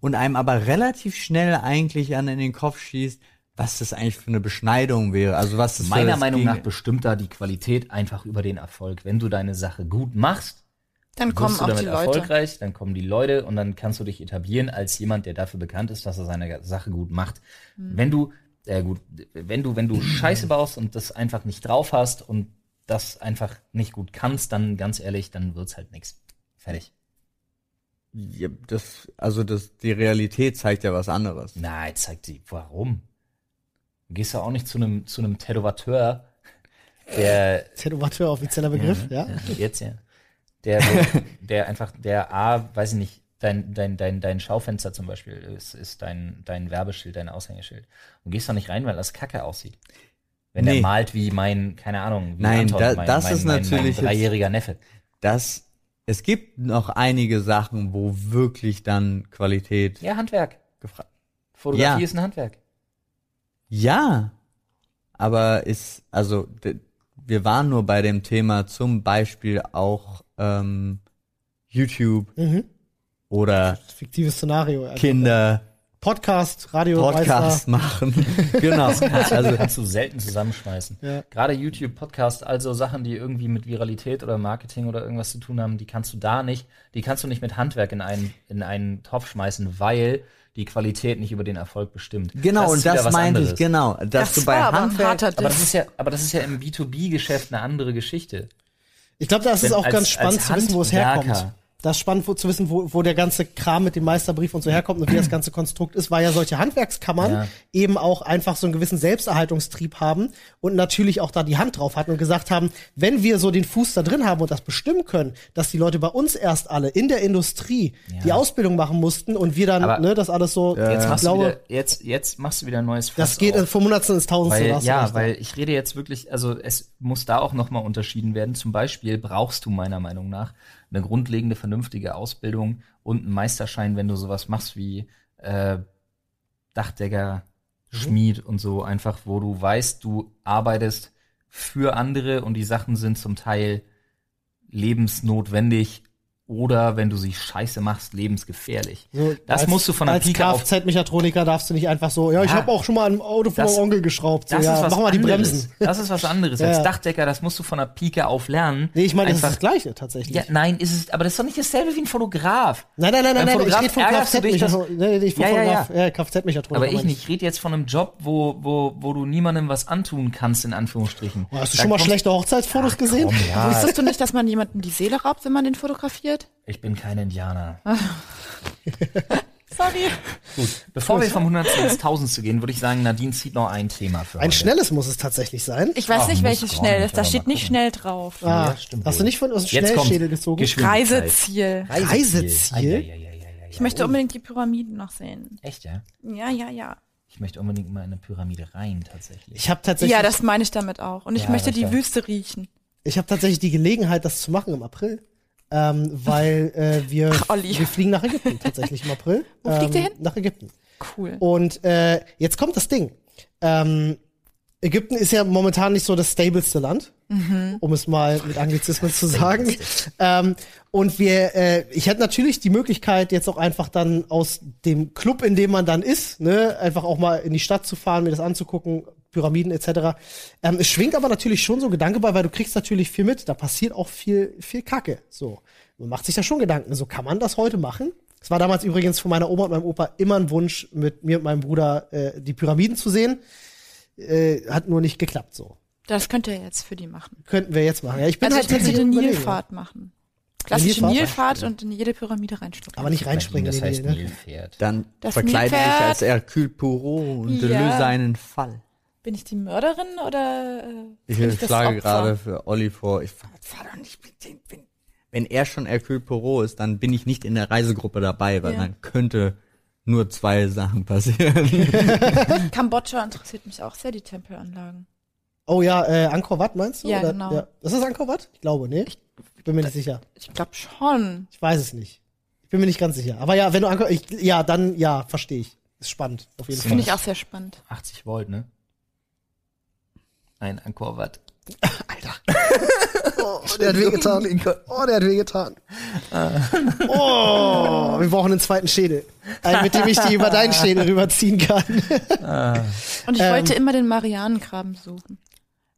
[SPEAKER 4] und einem aber relativ schnell eigentlich an in den Kopf schießt, was das eigentlich für eine Beschneidung wäre. Also was das für
[SPEAKER 1] Meiner
[SPEAKER 4] das
[SPEAKER 1] Meinung nach
[SPEAKER 4] Gegen-
[SPEAKER 1] bestimmt da die Qualität einfach über den Erfolg. Wenn du deine Sache gut machst,
[SPEAKER 3] Dann kommen
[SPEAKER 1] wirst du
[SPEAKER 3] auch die
[SPEAKER 1] damit
[SPEAKER 3] Leute.
[SPEAKER 1] erfolgreich, dann kommen die Leute und dann kannst du dich etablieren als jemand, der dafür bekannt ist, dass er seine Sache gut macht.
[SPEAKER 3] Hm.
[SPEAKER 1] Wenn du, äh gut, wenn du, wenn du Scheiße baust und das einfach nicht drauf hast und das einfach nicht gut kannst, dann ganz ehrlich, dann wird's halt nix. Fertig.
[SPEAKER 4] Ja, das, also das, die Realität zeigt ja was anderes.
[SPEAKER 1] Na, jetzt zeigt sie, warum? Du gehst ja auch nicht zu einem, zu einem Tätowateur, der
[SPEAKER 2] Tätowateur, offizieller Begriff, ja?
[SPEAKER 1] Jetzt ja. Der, der einfach, der A, weiß ich nicht, dein, dein, dein, dein Schaufenster zum Beispiel ist, ist dein, dein Werbeschild, dein Aushängeschild. Und gehst doch nicht rein, weil das kacke aussieht. Wenn
[SPEAKER 4] Nee.
[SPEAKER 1] der malt wie mein, keine Ahnung, wie
[SPEAKER 4] Nein, da-
[SPEAKER 1] mein,
[SPEAKER 4] das
[SPEAKER 1] mein,
[SPEAKER 4] ist
[SPEAKER 1] mein,
[SPEAKER 4] natürlich jetzt-
[SPEAKER 1] mein dreijähriger Neffe.
[SPEAKER 4] dass es gibt noch einige Sachen, wo wirklich dann Qualität
[SPEAKER 1] Ja, Handwerk.
[SPEAKER 4] gefragt.
[SPEAKER 1] Fotografie
[SPEAKER 4] Ja.
[SPEAKER 1] ist ein Handwerk.
[SPEAKER 4] Ja, aber ist also d- wir waren nur bei dem Thema zum Beispiel auch ähm, YouTube
[SPEAKER 2] Mhm.
[SPEAKER 4] oder
[SPEAKER 2] Fiktives Szenario. Also
[SPEAKER 4] Kinder
[SPEAKER 2] Podcast, Radio,
[SPEAKER 4] Podcast machen. genau. Also
[SPEAKER 1] Kannst du selten zusammenschmeißen.
[SPEAKER 2] Ja.
[SPEAKER 1] Gerade YouTube, Podcast, also Sachen, die irgendwie mit Viralität oder Marketing oder irgendwas zu tun haben, die kannst du da nicht, die kannst du nicht mit Handwerk in einen, in einen Topf schmeißen, weil die Qualität nicht über den Erfolg bestimmt.
[SPEAKER 4] genau
[SPEAKER 1] ist
[SPEAKER 4] und
[SPEAKER 1] wieder
[SPEAKER 4] das
[SPEAKER 1] was
[SPEAKER 4] meinte ich
[SPEAKER 1] anderes.
[SPEAKER 4] genau, dass du
[SPEAKER 3] Das
[SPEAKER 4] bei
[SPEAKER 3] war aber ein
[SPEAKER 4] Handwerk
[SPEAKER 3] harter
[SPEAKER 1] Aber
[SPEAKER 3] Diss.
[SPEAKER 1] das ist ja, aber das ist ja im B2B-Geschäft eine andere Geschichte.
[SPEAKER 2] Ich glaube, das ist
[SPEAKER 1] Wenn
[SPEAKER 2] auch
[SPEAKER 1] als-
[SPEAKER 2] ganz spannend
[SPEAKER 1] als
[SPEAKER 2] zu wissen, wo es herkommt.
[SPEAKER 1] Handwerker.
[SPEAKER 2] Das ist spannend wo, zu wissen, wo, wo der ganze Kram mit dem Meisterbrief und so herkommt und wie das ganze Konstrukt ist, weil ja solche Handwerkskammern
[SPEAKER 1] Ja.
[SPEAKER 2] eben auch einfach so einen gewissen Selbsterhaltungstrieb haben und natürlich auch da die Hand drauf hatten und gesagt haben, wenn wir so den Fuß da drin haben und das bestimmen können, dass die Leute bei uns erst alle in der Industrie die Ausbildung machen mussten und wir dann
[SPEAKER 1] Aber
[SPEAKER 2] ne, das alles so,
[SPEAKER 1] Jetzt
[SPEAKER 2] ich
[SPEAKER 1] machst, du wieder, jetzt, jetzt machst du wieder ein neues Fass
[SPEAKER 2] das geht
[SPEAKER 1] auf.
[SPEAKER 2] vom Hundertsten ins Tausendste. da
[SPEAKER 1] Weil,
[SPEAKER 2] hast du
[SPEAKER 1] ja,
[SPEAKER 2] recht.
[SPEAKER 1] weil ich rede jetzt wirklich, also es muss da auch nochmal unterschieden werden. Zum Beispiel brauchst du meiner Meinung nach eine grundlegende, vernünftige Ausbildung und einen Meisterschein, wenn du sowas machst wie äh, Dachdecker,
[SPEAKER 2] Mhm.
[SPEAKER 1] Schmied und so, einfach wo du weißt, du arbeitest für andere und die Sachen sind zum Teil lebensnotwendig oder wenn du sie scheiße machst, lebensgefährlich.
[SPEAKER 2] So,
[SPEAKER 1] das
[SPEAKER 2] als-
[SPEAKER 1] musst du von der
[SPEAKER 2] als
[SPEAKER 1] Pike auf
[SPEAKER 2] Kfz-Mechatroniker darfst du nicht einfach so, ja, ich
[SPEAKER 1] Ja.
[SPEAKER 2] habe auch schon mal ein Auto von
[SPEAKER 1] Das-
[SPEAKER 2] meinem Onkel geschraubt. So, ja, mach mal die
[SPEAKER 1] anderes.
[SPEAKER 2] Bremsen.
[SPEAKER 1] Das ist was anderes.
[SPEAKER 2] Ja,
[SPEAKER 1] Als
[SPEAKER 2] ja.
[SPEAKER 1] Dachdecker, das musst du von der Pike auf lernen.
[SPEAKER 2] Nee, ich meine, das ist
[SPEAKER 1] Einfach-
[SPEAKER 2] das Gleiche tatsächlich.
[SPEAKER 1] Ja, nein, ist es, aber das ist doch nicht dasselbe wie ein Fotograf.
[SPEAKER 2] Nein, nein, nein, nein,
[SPEAKER 1] Beim
[SPEAKER 2] nein, ich
[SPEAKER 1] Fotograf
[SPEAKER 2] rede von
[SPEAKER 1] ärgerst du dich, dass-
[SPEAKER 2] Kfz-Mechatroniker. Nee, nee, ich
[SPEAKER 1] Ja, ja,
[SPEAKER 2] Fotograf- ja, Kfz-Mechatroniker.
[SPEAKER 1] Aber ich
[SPEAKER 2] meine
[SPEAKER 1] nicht. Ich rede jetzt von einem Job, wo, wo, wo du niemandem was antun kannst, in Anführungsstrichen.
[SPEAKER 2] Oh, hast du
[SPEAKER 1] Da
[SPEAKER 2] schon mal
[SPEAKER 1] kommst-
[SPEAKER 2] schlechte Hochzeitsfotos gesehen?
[SPEAKER 1] Komm, ja,
[SPEAKER 3] Wusstest du nicht, dass man jemanden die Seele raubt, wenn man den fotografiert?
[SPEAKER 1] ich bin kein Indianer.
[SPEAKER 2] Ah,
[SPEAKER 3] Sorry.
[SPEAKER 1] Gut. Bevor wir vom Hundertsten ins Tausendste gehen, würde ich sagen, Nadine zieht noch ein Thema für
[SPEAKER 2] Ein
[SPEAKER 1] heute.
[SPEAKER 2] schnelles muss es tatsächlich sein.
[SPEAKER 3] Ich weiß
[SPEAKER 1] Ach,
[SPEAKER 3] nicht,
[SPEAKER 1] muss
[SPEAKER 3] welches
[SPEAKER 1] gar
[SPEAKER 3] schnell
[SPEAKER 1] nicht,
[SPEAKER 3] ist. Da
[SPEAKER 1] aber
[SPEAKER 3] steht
[SPEAKER 1] mal
[SPEAKER 3] nicht
[SPEAKER 1] gucken.
[SPEAKER 3] schnell drauf.
[SPEAKER 2] Ah,
[SPEAKER 1] Ja, stimmt
[SPEAKER 2] hast du
[SPEAKER 1] wohl.
[SPEAKER 2] nicht von aus dem
[SPEAKER 1] Jetzt kommt
[SPEAKER 2] Schnellschädel gezogen?
[SPEAKER 1] Geschwindigkeit.
[SPEAKER 3] Reiseziel.
[SPEAKER 2] Reiseziel?
[SPEAKER 1] Ei, ei, ei, ei, ei, ei,
[SPEAKER 3] Ich möchte unbedingt die Pyramiden noch sehen.
[SPEAKER 1] Echt, ja?
[SPEAKER 3] Ja, ja, ja.
[SPEAKER 1] Ich möchte unbedingt mal in eine Pyramide rein, tatsächlich.
[SPEAKER 2] Also Ich habe tatsächlich,
[SPEAKER 3] Ja, das meine ich damit auch. Und ich
[SPEAKER 1] Ja,
[SPEAKER 3] möchte die
[SPEAKER 1] das-
[SPEAKER 3] Wüste riechen.
[SPEAKER 2] ich habe tatsächlich die Gelegenheit, das zu machen im April. ähm, weil äh, wir,
[SPEAKER 1] oh,
[SPEAKER 3] Ach, Olli.
[SPEAKER 2] wir fliegen nach Ägypten tatsächlich im April. Ähm,
[SPEAKER 3] Wo fliegt ihr hin?
[SPEAKER 2] Nach Ägypten.
[SPEAKER 3] Cool.
[SPEAKER 2] Und äh, jetzt kommt das Ding. Ähm, Ägypten ist ja momentan nicht so das stabilste Land, um es mal mit Anglizismen zu sagen. Ähm, und wir, äh, ich hätte natürlich die Möglichkeit, jetzt auch einfach dann aus dem Club, in dem man dann ist, ne, einfach auch mal in die Stadt zu fahren, mir das anzugucken, Pyramiden etc. Ähm, es schwingt aber natürlich schon so ein Gedanke bei, weil du kriegst natürlich viel mit. Da passiert auch viel, viel Kacke. So, man macht sich da schon Gedanken. So kann man das heute machen? Es war damals übrigens von meiner Oma und meinem Opa immer ein Wunsch, mit mir und meinem Bruder äh, die Pyramiden zu sehen. Äh, hat nur nicht geklappt so.
[SPEAKER 3] Das könnt ihr jetzt für die machen.
[SPEAKER 2] Könnten wir jetzt machen. Ja, ich bin
[SPEAKER 3] Also
[SPEAKER 2] halt
[SPEAKER 3] ich würde
[SPEAKER 2] tatsächlich
[SPEAKER 3] eine
[SPEAKER 2] am überlegen,
[SPEAKER 3] Nilfahrt machen. Klassische
[SPEAKER 2] Nilfahrt?
[SPEAKER 3] Nilfahrt und in jede Pyramide reinschnuppern.
[SPEAKER 2] Aber nicht reinspringen.
[SPEAKER 1] das
[SPEAKER 2] in die
[SPEAKER 1] heißt
[SPEAKER 2] Nähe, ne?
[SPEAKER 1] Nilpferd.
[SPEAKER 4] Dann
[SPEAKER 3] Das
[SPEAKER 4] verkleidet sich
[SPEAKER 3] Nilpferd.
[SPEAKER 4] als Hercule Poirot und
[SPEAKER 3] Ja.
[SPEAKER 4] Deleuze seinen Fall.
[SPEAKER 3] Bin ich die Mörderin oder äh,
[SPEAKER 4] Ich
[SPEAKER 3] bin das
[SPEAKER 4] schlage
[SPEAKER 3] Opfer?
[SPEAKER 4] gerade für Olli vor, ich fahr, fahr doch nicht mit den, wenn, wenn er schon Hercule Poirot ist, dann bin ich nicht in der Reisegruppe dabei, weil
[SPEAKER 3] Ja.
[SPEAKER 4] dann könnte nur zwei Sachen passieren.
[SPEAKER 3] Kambodscha interessiert mich auch sehr, die Tempelanlagen.
[SPEAKER 2] Oh ja, äh, Angkor Wat meinst du?
[SPEAKER 3] Ja,
[SPEAKER 2] oder?
[SPEAKER 3] genau.
[SPEAKER 2] Ist das Angkor Wat? Ich glaube, nee. Ich bin mir nicht sicher.
[SPEAKER 3] Ich glaube schon.
[SPEAKER 2] Ich weiß es nicht. Ich bin mir nicht ganz sicher. Aber ja, wenn du Angkor, ich, ja, dann ja, verstehe ich. Ist spannend auf jeden
[SPEAKER 1] Das
[SPEAKER 2] Fall.
[SPEAKER 3] Finde ich auch sehr spannend.
[SPEAKER 1] 80 Volt, ne? Ein Angkor Wat.
[SPEAKER 2] Oh, der hat wehgetan. Oh, der hat wehgetan.
[SPEAKER 3] Ah.
[SPEAKER 2] Oh, wir brauchen einen zweiten Schädel. Einen, mit dem ich die über deinen Schädel rüberziehen kann.
[SPEAKER 3] Und ich wollte immer den Marianengraben suchen.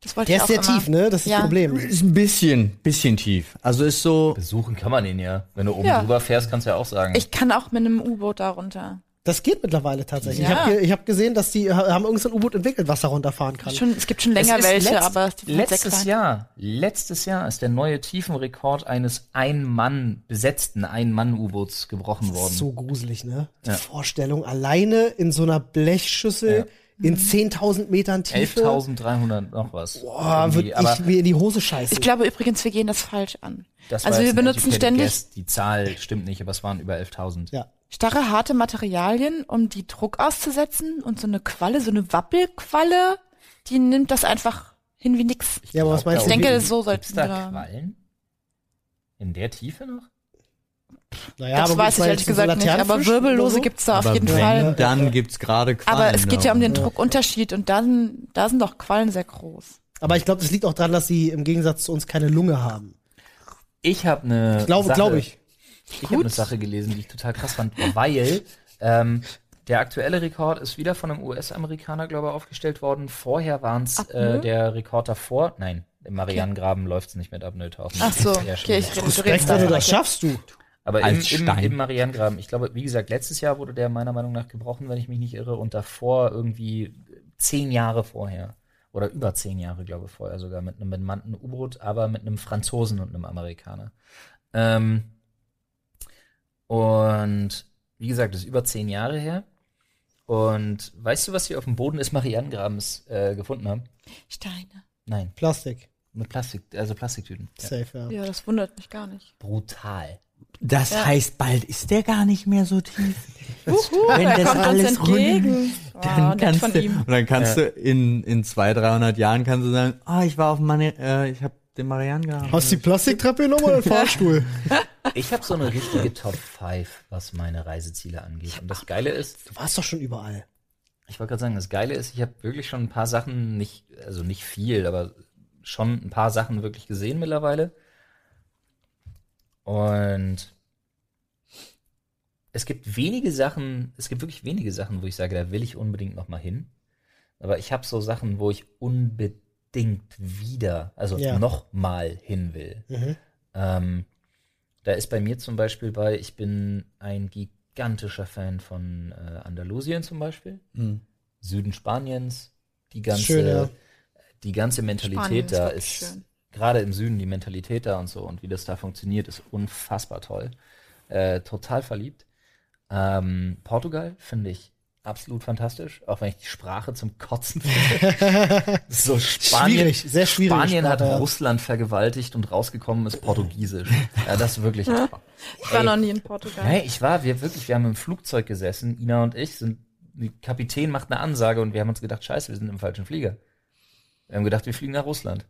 [SPEAKER 3] Das wollte
[SPEAKER 2] Der
[SPEAKER 3] ich
[SPEAKER 2] ist
[SPEAKER 3] auch
[SPEAKER 2] sehr
[SPEAKER 3] immer.
[SPEAKER 2] tief, ne? Das ist
[SPEAKER 3] Ja.
[SPEAKER 2] das Problem.
[SPEAKER 4] ist ein bisschen, bisschen tief. Also ist so,
[SPEAKER 1] Besuchen kann man ihn ja. Wenn du oben
[SPEAKER 3] Ja.
[SPEAKER 1] drüber fährst, kannst du ja auch sagen.
[SPEAKER 3] Ich kann auch mit einem U-Boot da runter.
[SPEAKER 2] Das geht mittlerweile tatsächlich.
[SPEAKER 3] Ja.
[SPEAKER 2] Ich habe ich hab gesehen, dass die äh, haben irgendein U-Boot entwickelt, was da runterfahren kann.
[SPEAKER 3] Schon, es gibt schon länger
[SPEAKER 1] Es ist
[SPEAKER 3] welche,
[SPEAKER 1] letzt-
[SPEAKER 3] aber die sind sehr
[SPEAKER 1] letztes
[SPEAKER 3] klein.
[SPEAKER 1] Jahr, letztes Jahr ist der neue Tiefenrekord eines Ein-Mann, besetzten Ein-Mann-U-Boots gebrochen worden.
[SPEAKER 2] So gruselig, ne? Die
[SPEAKER 1] Ja.
[SPEAKER 2] Vorstellung, alleine in so einer Blechschüssel in 10.000 Metern Tiefe.
[SPEAKER 1] 11.300 noch was.
[SPEAKER 2] Boah,
[SPEAKER 1] Irgendwie,
[SPEAKER 2] würde
[SPEAKER 1] aber
[SPEAKER 2] ich mir in die Hose scheißen.
[SPEAKER 3] Ich glaube übrigens, wir gehen das falsch an.
[SPEAKER 1] das war
[SPEAKER 3] also
[SPEAKER 1] jetzt
[SPEAKER 3] wir
[SPEAKER 1] ein
[SPEAKER 3] benutzen
[SPEAKER 1] educated
[SPEAKER 3] ständig
[SPEAKER 1] Guess. Die Zahl stimmt nicht, aber es waren über 11.000.
[SPEAKER 2] ja.
[SPEAKER 3] starre, harte Materialien, um die Druck auszusetzen und so eine Qualle, so eine Wappelqualle, die nimmt das einfach hin wie nix.
[SPEAKER 2] Ja, aber was meinst
[SPEAKER 3] Ich
[SPEAKER 2] du?
[SPEAKER 3] denke, so
[SPEAKER 1] Gibt's
[SPEAKER 3] sollten
[SPEAKER 1] da
[SPEAKER 3] wir-
[SPEAKER 1] Quallen? In der Tiefe noch?
[SPEAKER 2] Naja,
[SPEAKER 3] das
[SPEAKER 2] gut,
[SPEAKER 3] weiß ich
[SPEAKER 2] meine,
[SPEAKER 3] ehrlich
[SPEAKER 2] so
[SPEAKER 3] gesagt nicht, aber
[SPEAKER 2] Laternenfisch oder
[SPEAKER 3] Wirbellose
[SPEAKER 2] so?
[SPEAKER 3] gibt's da auf
[SPEAKER 4] aber
[SPEAKER 3] jeden
[SPEAKER 4] wenn,
[SPEAKER 3] Fall.
[SPEAKER 4] dann gibt's gerade genau. Quallen.
[SPEAKER 3] Aber es geht ja um den
[SPEAKER 4] darum.
[SPEAKER 3] Druckunterschied und dann, da sind doch Quallen sehr groß.
[SPEAKER 2] Aber ich glaube, das liegt auch daran, dass sie im Gegensatz zu uns keine Lunge haben.
[SPEAKER 1] Ich habe eine
[SPEAKER 2] Glaube,
[SPEAKER 1] Sache-
[SPEAKER 2] glaube ich.
[SPEAKER 1] Ich habe eine Sache gelesen, die ich total krass fand, weil ähm, der aktuelle Rekord ist wieder von einem US-Amerikaner, glaube ich, aufgestellt worden. Vorher waren es äh,
[SPEAKER 3] Apnoe?
[SPEAKER 1] der Rekord davor. Nein, im Marianengraben läuft es nicht mit Apnoe-Tauchen.
[SPEAKER 3] Ach so,
[SPEAKER 1] Das ist eher
[SPEAKER 3] okay,
[SPEAKER 1] schlimmer.
[SPEAKER 3] ich rede, du
[SPEAKER 2] Respekt,
[SPEAKER 3] redest
[SPEAKER 2] also
[SPEAKER 3] davon.
[SPEAKER 2] das schaffst du.
[SPEAKER 1] Aber im,
[SPEAKER 4] Als
[SPEAKER 1] im,
[SPEAKER 4] Stein.
[SPEAKER 1] im Marianengraben. Ich glaube, wie gesagt, letztes Jahr wurde der meiner Meinung nach gebrochen, wenn ich mich nicht irre. Und davor irgendwie zehn Jahre vorher. Oder über zehn Jahre, glaube ich, vorher sogar. Mit einem bemannten U-Boot, aber mit einem Franzosen und einem Amerikaner. Ähm, und wie gesagt, das ist über zehn Jahre her. Und weißt du, was wir auf dem Boden des Marianengrabens äh, gefunden haben?
[SPEAKER 3] Steine.
[SPEAKER 1] Nein,
[SPEAKER 2] Plastik.
[SPEAKER 1] mit Plastik, also Plastiktüten. Ja.
[SPEAKER 2] Safe, ja.
[SPEAKER 3] Ja, das wundert mich gar nicht.
[SPEAKER 1] Brutal.
[SPEAKER 4] Das heißt, bald ist der gar nicht mehr so tief.
[SPEAKER 3] Uhu,
[SPEAKER 4] Wenn
[SPEAKER 3] er
[SPEAKER 4] das
[SPEAKER 3] kommt
[SPEAKER 4] alles
[SPEAKER 3] uns entgegen. Wow,
[SPEAKER 4] Dann
[SPEAKER 3] Oh, nett
[SPEAKER 4] kannst
[SPEAKER 3] von
[SPEAKER 4] du,
[SPEAKER 3] ihm.
[SPEAKER 4] und dann kannst du in, in zwei, 300 Jahren kannst du sagen, ah, ich war auf Mani äh, ich habe den Marianengraben.
[SPEAKER 2] Hast du die Plastiktreppe genommen oder den Fahrstuhl?
[SPEAKER 1] Ich habe so eine richtige Top 5, was meine Reiseziele angeht. Und das Geile ist,
[SPEAKER 2] Du warst doch schon überall.
[SPEAKER 1] ich wollte gerade sagen, das Geile ist, ich habe wirklich schon ein paar Sachen, nicht, also nicht viel, aber schon ein paar Sachen wirklich gesehen mittlerweile. Und es gibt wenige Sachen, es gibt wirklich wenige Sachen, wo ich sage, da will ich unbedingt noch mal hin. Aber ich habe so Sachen, wo ich unbedingt wieder, also
[SPEAKER 2] Ja.
[SPEAKER 1] noch mal hin will.
[SPEAKER 2] Mhm.
[SPEAKER 1] Ähm, da ist bei mir zum Beispiel bei, ich bin ein gigantischer Fan von äh, Andalusien zum Beispiel,
[SPEAKER 4] Hm.
[SPEAKER 1] Süden Spaniens, die ganze,
[SPEAKER 2] Schön, ja.
[SPEAKER 1] die ganze
[SPEAKER 3] Spanien
[SPEAKER 1] Mentalität
[SPEAKER 3] ist
[SPEAKER 1] da
[SPEAKER 3] wirklich
[SPEAKER 1] ist,
[SPEAKER 3] schön.
[SPEAKER 1] gerade im Süden die Mentalität da und so und wie das da funktioniert, ist unfassbar toll. Äh, total verliebt. Ähm, Portugal finde ich absolut fantastisch, auch wenn ich die Sprache zum Kotzen finde. so Spanien,
[SPEAKER 2] Schwierig, sehr schwierig.
[SPEAKER 1] Spanien hat Russland vergewaltigt und rausgekommen ist Portugiesisch. ja, das ist wirklich. halt
[SPEAKER 3] Ich war noch nie in Portugal.
[SPEAKER 1] Hey, ich war, wir wirklich, wir haben im Flugzeug gesessen, Ina und ich sind, der Kapitän macht eine Ansage und wir haben uns gedacht, scheiße, wir sind im falschen Flieger. Wir haben gedacht, wir fliegen nach Russland.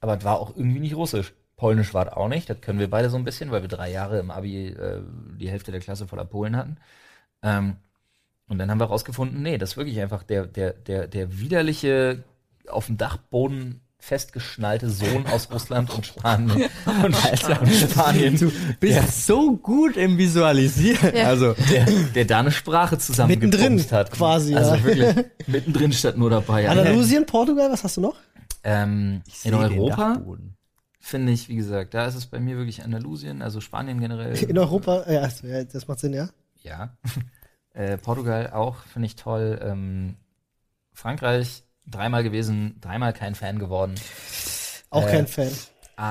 [SPEAKER 1] Aber es war auch irgendwie nicht russisch. Polnisch war es auch nicht, das können wir beide so ein bisschen, weil wir drei Jahre im Abi äh, die Hälfte der Klasse voller Polen hatten. Ähm, und dann haben wir rausgefunden, nee, das ist wirklich einfach der, der, der, der widerliche, auf dem Dachboden festgeschnallte Sohn aus Russland und Spanien. Und Spanien.
[SPEAKER 4] Du bist so gut im Visualisieren.
[SPEAKER 3] Ja.
[SPEAKER 4] Also,
[SPEAKER 1] der, der da eine Sprache zusammengepumpt
[SPEAKER 2] Mittendrin,
[SPEAKER 1] hat.
[SPEAKER 2] quasi,
[SPEAKER 1] Also
[SPEAKER 2] ja.
[SPEAKER 1] wirklich, mittendrin statt nur dabei.
[SPEAKER 2] Andalusien, Portugal, was hast du noch?
[SPEAKER 1] Ähm, in
[SPEAKER 4] seh den
[SPEAKER 1] Europa
[SPEAKER 4] Dachboden.
[SPEAKER 1] finde ich, wie gesagt, da ist es bei mir wirklich Andalusien, also Spanien generell.
[SPEAKER 2] In Europa, ja, das- ja, das macht Sinn, ja.
[SPEAKER 1] Ja. äh, Portugal auch, finde ich toll. Ähm, Frankreich dreimal gewesen, dreimal kein Fan geworden.
[SPEAKER 2] Auch
[SPEAKER 1] Äh,
[SPEAKER 2] kein Fan.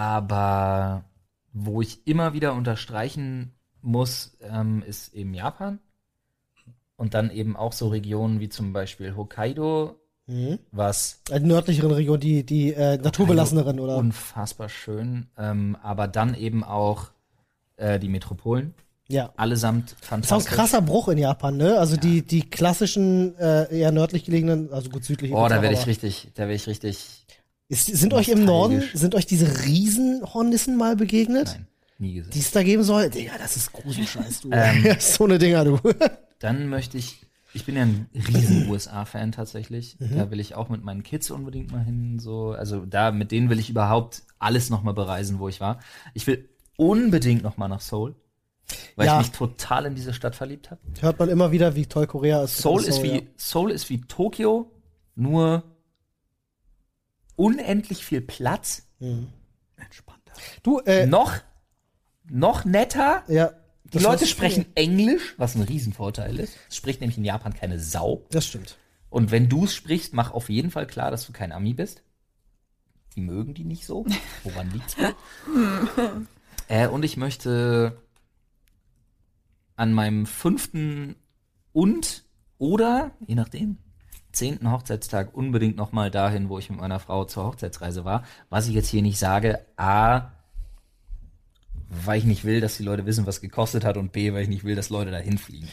[SPEAKER 1] Aber wo ich immer wieder unterstreichen muss, ähm, ist eben Japan. Und dann eben auch so Regionen wie zum Beispiel Hokkaido,
[SPEAKER 2] Mhm.
[SPEAKER 1] was
[SPEAKER 2] Die nördlicheren Region, die, die äh, naturbelasseneren, oder?
[SPEAKER 1] unfassbar schön. Ähm, aber dann eben auch äh, die Metropolen,
[SPEAKER 2] ja.
[SPEAKER 1] allesamt
[SPEAKER 2] Das war ein
[SPEAKER 1] fantastisch.
[SPEAKER 2] krasser Bruch in Japan, ne? Also die, die klassischen, äh, eher nördlich gelegenen, also gut südlich.
[SPEAKER 1] Oh, da
[SPEAKER 2] aber-
[SPEAKER 1] werde ich richtig, da werde ich richtig.
[SPEAKER 2] Ist, sind euch im Norden,
[SPEAKER 1] nostalgisch.
[SPEAKER 2] sind euch diese Riesenhornissen mal begegnet?
[SPEAKER 1] Nein, nie gesehen.
[SPEAKER 2] Die es da geben soll? Digga, das ist Gruselscheiß, du.
[SPEAKER 1] Ähm.
[SPEAKER 2] so eine Dinger, du.
[SPEAKER 1] Dann möchte ich, ich bin ja ein riesen USA-Fan tatsächlich.
[SPEAKER 2] Mhm.
[SPEAKER 1] Da will ich auch mit meinen Kids unbedingt mal hin. So, also da mit denen will ich überhaupt alles noch mal bereisen, wo ich war. Ich will unbedingt noch mal nach Seoul, weil
[SPEAKER 2] Ja.
[SPEAKER 1] ich mich total in diese Stadt verliebt habe.
[SPEAKER 2] Hört man immer wieder, wie toll Korea ist. Oh,
[SPEAKER 1] Seoul ist wie
[SPEAKER 2] ja.
[SPEAKER 1] Seoul ist wie Tokio, nur unendlich viel Platz,
[SPEAKER 4] Entspannter.
[SPEAKER 2] Du, äh,
[SPEAKER 1] noch noch netter.
[SPEAKER 2] ja.
[SPEAKER 1] Die
[SPEAKER 2] das
[SPEAKER 1] Leute
[SPEAKER 2] war's.
[SPEAKER 1] sprechen Englisch, was ein Riesenvorteil ist. Es spricht nämlich in Japan keine Sau.
[SPEAKER 2] Das stimmt.
[SPEAKER 1] Und wenn du es sprichst, mach auf jeden Fall klar, dass du kein Ami bist. Die mögen die nicht so. Woran liegt's? wohl? äh, und ich möchte an meinem fünften und oder, je nachdem, zehnten Hochzeitstag unbedingt nochmal dahin, wo ich mit meiner Frau zur Hochzeitsreise war. Was ich jetzt hier nicht sage, A, weil ich nicht will, dass die Leute wissen, was gekostet hat und B, weil ich nicht will, dass Leute dahin fliegen.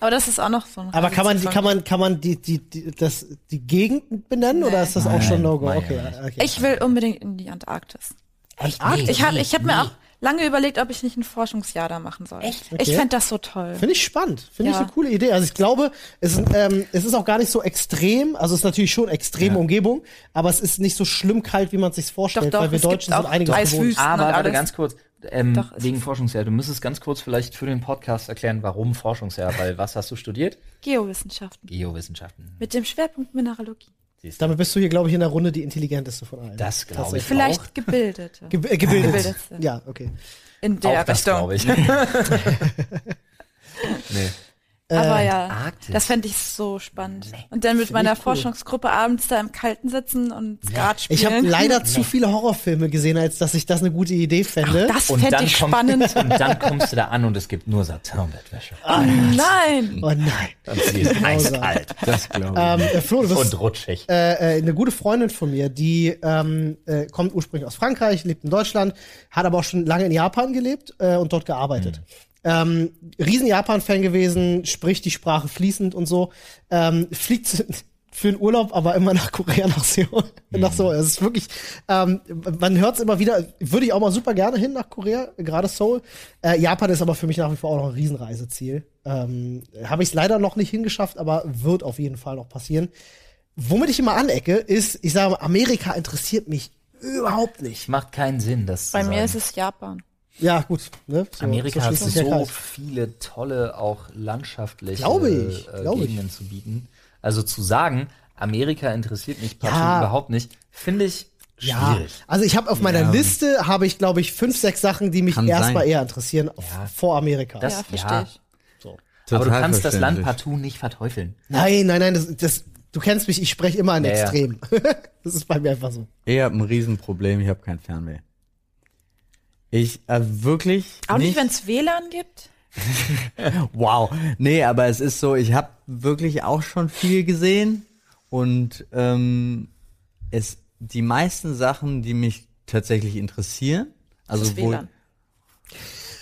[SPEAKER 3] Aber das ist auch noch so ein
[SPEAKER 2] Aber kann man, die-
[SPEAKER 3] Reisezwang.
[SPEAKER 2] kann man, kann man die, die, die, das, die Gegend benennen oder ist das auch
[SPEAKER 1] Nein,
[SPEAKER 2] schon No-Go?
[SPEAKER 1] nein,
[SPEAKER 2] Okay,
[SPEAKER 1] nein.
[SPEAKER 2] okay.
[SPEAKER 3] Ich will unbedingt in die Antarktis.
[SPEAKER 1] Echt?
[SPEAKER 3] ich habe ich hab mir auch lange überlegt, ob ich nicht ein Forschungsjahr da machen soll. Echt?
[SPEAKER 2] Okay.
[SPEAKER 3] Ich fände das so toll.
[SPEAKER 2] Finde ich spannend. Finde ich
[SPEAKER 3] Ja.
[SPEAKER 2] eine coole Idee. Also ich glaube, es ist, ähm, es ist auch gar nicht so extrem. Also es ist natürlich schon extreme Umgebung, aber es ist nicht so schlimm kalt, wie man sich vorstellt,
[SPEAKER 3] doch,
[SPEAKER 2] weil wir
[SPEAKER 3] es gibt
[SPEAKER 2] Deutschen sind
[SPEAKER 3] auch
[SPEAKER 2] einiges gewohnt.
[SPEAKER 3] Eiswüsten.
[SPEAKER 1] Aber
[SPEAKER 3] und
[SPEAKER 1] warte
[SPEAKER 3] alles.
[SPEAKER 1] ganz kurz, ähm,
[SPEAKER 3] Doch, es-
[SPEAKER 1] wegen Forschungsjahr. Du müsstest ganz kurz vielleicht für den Podcast erklären, warum Forschungsjahr, weil was hast du studiert?
[SPEAKER 3] Geowissenschaften.
[SPEAKER 1] Geowissenschaften.
[SPEAKER 3] Mit dem Schwerpunkt Mineralogie.
[SPEAKER 1] Siehst du.
[SPEAKER 2] Damit bist du hier, glaube ich, in der Runde die intelligenteste von allen.
[SPEAKER 1] Das glaube ich.
[SPEAKER 2] Tatsächlich.
[SPEAKER 3] Vielleicht
[SPEAKER 1] Auch.
[SPEAKER 3] Gebildete.
[SPEAKER 2] Ge äh, gebildet.
[SPEAKER 3] Gebildetste.
[SPEAKER 2] Ja, okay.
[SPEAKER 3] in
[SPEAKER 1] Auch
[SPEAKER 3] der
[SPEAKER 1] das
[SPEAKER 3] Richtung.
[SPEAKER 1] glaube ich. nee.
[SPEAKER 3] Aber ja,
[SPEAKER 1] Arktis.
[SPEAKER 3] das fände ich so spannend. Und dann mit
[SPEAKER 2] Find
[SPEAKER 3] meiner
[SPEAKER 2] ich cool.
[SPEAKER 3] Forschungsgruppe abends da im Kalten sitzen und Skat spielen.
[SPEAKER 2] Ich habe leider zu viele Horrorfilme gesehen, als dass ich das eine gute Idee fände.
[SPEAKER 3] Das
[SPEAKER 1] Und
[SPEAKER 3] fände
[SPEAKER 1] dann,
[SPEAKER 3] ich
[SPEAKER 1] kommst-
[SPEAKER 3] spannend. Oh
[SPEAKER 1] und dann kommst du da an und es gibt nur Saturn-Bettwäsche.
[SPEAKER 3] Nein!
[SPEAKER 2] oh nein.
[SPEAKER 1] Und sie ist eiskalt
[SPEAKER 4] Das glaube ich.
[SPEAKER 2] Ähm, äh, Flo, du bist
[SPEAKER 1] und rutschig.
[SPEAKER 2] äh, äh, eine gute Freundin von mir, die ähm, äh, kommt ursprünglich aus Frankreich, lebt in Deutschland, hat aber auch schon lange in Japan gelebt äh, und dort gearbeitet. Ähm, riesen Japan-Fan gewesen, spricht die Sprache fließend und so, ähm, fliegt zu- für den Urlaub, aber immer nach Korea, nach Seoul. Nach Seoul. Also Es ist wirklich, ähm, man hört es immer wieder, würde ich auch mal super gerne hin nach Korea, gerade Seoul. Äh, Japan ist aber für mich nach wie vor auch noch ein Riesenreiseziel. Ähm, Habe ich es leider noch nicht hingeschafft, aber wird auf jeden Fall noch passieren. Womit ich immer anecke, ist, ich sage, mal, Amerika interessiert mich überhaupt nicht.
[SPEAKER 1] Macht keinen Sinn, das
[SPEAKER 3] Bei
[SPEAKER 1] zu
[SPEAKER 3] mir
[SPEAKER 1] sagen.
[SPEAKER 3] ist es Japan.
[SPEAKER 2] Ja, gut. Ne? So,
[SPEAKER 1] Amerika hat
[SPEAKER 2] schließt sich der
[SPEAKER 1] so
[SPEAKER 2] Kreis.
[SPEAKER 1] viele tolle, auch landschaftliche
[SPEAKER 2] Glaube ich,
[SPEAKER 1] äh,
[SPEAKER 2] glaube ich.
[SPEAKER 1] Gegenden zu bieten. Also zu sagen, Amerika interessiert mich partout
[SPEAKER 2] Ja.
[SPEAKER 1] überhaupt nicht, finde ich
[SPEAKER 2] Ja,
[SPEAKER 1] schwierig.
[SPEAKER 2] also ich habe auf meiner Liste habe ich glaube ich fünf, sechs Sachen, die mich
[SPEAKER 4] Kann
[SPEAKER 2] erstmal
[SPEAKER 4] sein.
[SPEAKER 2] eher interessieren auf- vor Amerika.
[SPEAKER 1] Das-
[SPEAKER 3] Ja, verstehe
[SPEAKER 1] ja.
[SPEAKER 3] ich.
[SPEAKER 1] Aber du
[SPEAKER 4] Total
[SPEAKER 1] kannst das Land
[SPEAKER 4] verständlich.
[SPEAKER 1] partout nicht verteufeln.
[SPEAKER 2] Nein, nein, nein, das, das du kennst mich, ich spreche immer in
[SPEAKER 1] Ja, ja.
[SPEAKER 2] Extrem. das ist bei mir einfach so.
[SPEAKER 4] Ich habe ein Riesenproblem, ich habe kein Fernweh. Ich äh, wirklich.
[SPEAKER 3] Auch nicht, wenn es WLAN gibt.
[SPEAKER 4] Wow. Nee, aber es ist so, ich habe wirklich auch schon viel gesehen und ähm, es die meisten Sachen, die mich tatsächlich interessieren, also
[SPEAKER 3] das
[SPEAKER 4] wo,
[SPEAKER 3] WLAN.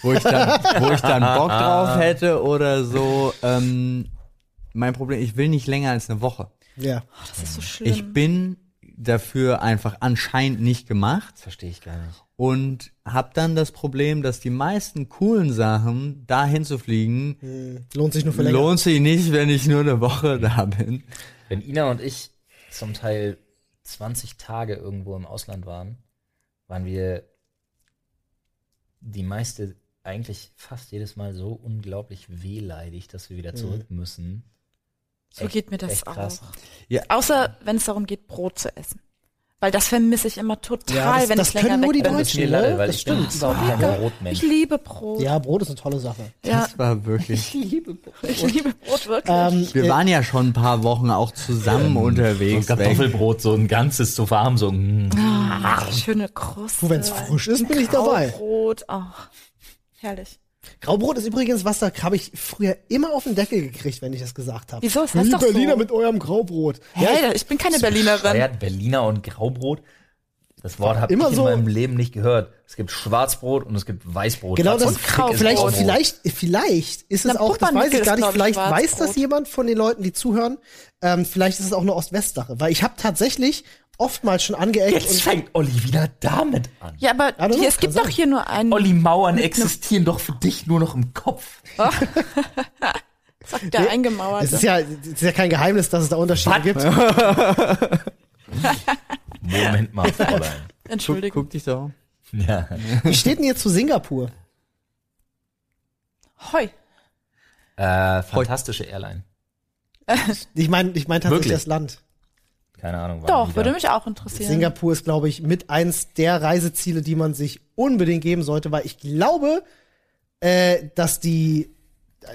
[SPEAKER 4] wo ich dann wo ich dann Bock drauf hätte oder so, ähm, mein Problem, ich will nicht länger als eine Woche.
[SPEAKER 2] Ja.
[SPEAKER 3] Oh, das ist so schlimm.
[SPEAKER 4] Ich bin dafür einfach anscheinend nicht gemacht
[SPEAKER 1] Verstehe ich gar nicht.
[SPEAKER 4] und hab dann das Problem, dass die meisten coolen Sachen dahin zu fliegen
[SPEAKER 2] Äh, Lohnt sich nur für länger.
[SPEAKER 4] lohnt sich nicht, wenn ich nur eine Woche da bin.
[SPEAKER 1] Wenn Ina und ich zum Teil 20 Tage irgendwo im Ausland waren, waren wir die meiste, eigentlich fast jedes Mal so unglaublich wehleidig, dass wir
[SPEAKER 2] Mhm.
[SPEAKER 1] wieder zurück müssen.
[SPEAKER 3] So geht mir das auch.
[SPEAKER 4] Ja,
[SPEAKER 3] Außer wenn es darum geht, Brot zu essen. Weil das vermisse ich immer total,
[SPEAKER 2] Ja, das-
[SPEAKER 3] wenn
[SPEAKER 2] das
[SPEAKER 3] ich länger
[SPEAKER 2] können nur
[SPEAKER 3] weg
[SPEAKER 2] die
[SPEAKER 3] bin.
[SPEAKER 1] Dann
[SPEAKER 2] Deutschen.
[SPEAKER 1] ist mir leid, weil
[SPEAKER 2] ne? Das
[SPEAKER 1] ich bin
[SPEAKER 2] stimmt.
[SPEAKER 1] überhaupt kein Brotmensch.
[SPEAKER 3] Ich liebe Brot. Ja.
[SPEAKER 2] Ja, Brot ist eine tolle Sache.
[SPEAKER 3] Ah.
[SPEAKER 4] das war wirklich.
[SPEAKER 3] ich liebe Brot wirklich.
[SPEAKER 2] Ähm,
[SPEAKER 4] Wir waren ja schon ein paar Wochen auch zusammen unterwegs.
[SPEAKER 1] So ein Kartoffelbrot, so ein ganzes zu warm, so ein mm.
[SPEAKER 3] Ach, schöne Kruste.
[SPEAKER 2] du, wenn es frisch ist, bin ich dabei.
[SPEAKER 3] Brot, ach, herrlich.
[SPEAKER 2] Graubrot ist übrigens was, da habe ich früher immer auf den Deckel gekriegt, wenn ich das gesagt habe.
[SPEAKER 3] Wieso? Es
[SPEAKER 2] Ihr
[SPEAKER 3] heißt doch so.
[SPEAKER 2] Berliner mit eurem Graubrot.
[SPEAKER 3] Hä, ich bin keine Berlinerin.
[SPEAKER 1] bescheuert, Berliner und Graubrot. Das Wort habe ich
[SPEAKER 2] Immer
[SPEAKER 1] in
[SPEAKER 2] so-
[SPEAKER 1] meinem Leben nicht gehört. Es gibt Schwarzbrot und es gibt Weißbrot.
[SPEAKER 2] Genau,
[SPEAKER 1] Was zum
[SPEAKER 2] das
[SPEAKER 3] und
[SPEAKER 1] Fick ist
[SPEAKER 2] vielleicht,
[SPEAKER 1] Graubrot?
[SPEAKER 2] vielleicht, vielleicht ist es
[SPEAKER 3] Na,
[SPEAKER 2] auch, das weiß
[SPEAKER 3] Pumpernickel
[SPEAKER 2] ich gar nicht,
[SPEAKER 3] ist, glaub ich,
[SPEAKER 2] vielleicht weiß
[SPEAKER 3] Schwarzbrot.
[SPEAKER 2] das jemand von den Leuten, die zuhören, ähm, vielleicht ist es auch eine Ost-West-Sache, weil ich habe tatsächlich oftmals schon angeeckt
[SPEAKER 1] Jetzt
[SPEAKER 2] und
[SPEAKER 1] fängt Olli wieder damit an.
[SPEAKER 3] Ja, aber
[SPEAKER 2] Ja, das
[SPEAKER 3] hier,
[SPEAKER 2] ist-
[SPEAKER 3] es gibt
[SPEAKER 2] kann
[SPEAKER 3] doch
[SPEAKER 2] sein.
[SPEAKER 3] hier nur einen.
[SPEAKER 1] Olli Mauern existieren doch für dich nur noch im Kopf.
[SPEAKER 3] Zack, der
[SPEAKER 2] es ist
[SPEAKER 3] eingemauerte.
[SPEAKER 2] ja, es ist ja kein Geheimnis, dass es da Unterschiede gibt.
[SPEAKER 1] Moment mal, Fräulein.
[SPEAKER 4] Guck,
[SPEAKER 3] Entschuldigung.
[SPEAKER 4] guck dich doch. um.
[SPEAKER 1] Ja.
[SPEAKER 2] Wie steht denn jetzt zu Singapur?
[SPEAKER 3] Hoi.
[SPEAKER 1] Äh, fantastische Airline.
[SPEAKER 2] Ich meine, ich meine tatsächlich
[SPEAKER 1] Wirklich?
[SPEAKER 2] das Land.
[SPEAKER 1] Keine Ahnung. wann
[SPEAKER 3] Doch,
[SPEAKER 1] die
[SPEAKER 3] würde
[SPEAKER 1] da-
[SPEAKER 3] mich auch interessieren.
[SPEAKER 2] Singapur ist, glaube ich, mit eins der Reiseziele, die man sich unbedingt geben sollte, weil ich glaube, äh, dass die,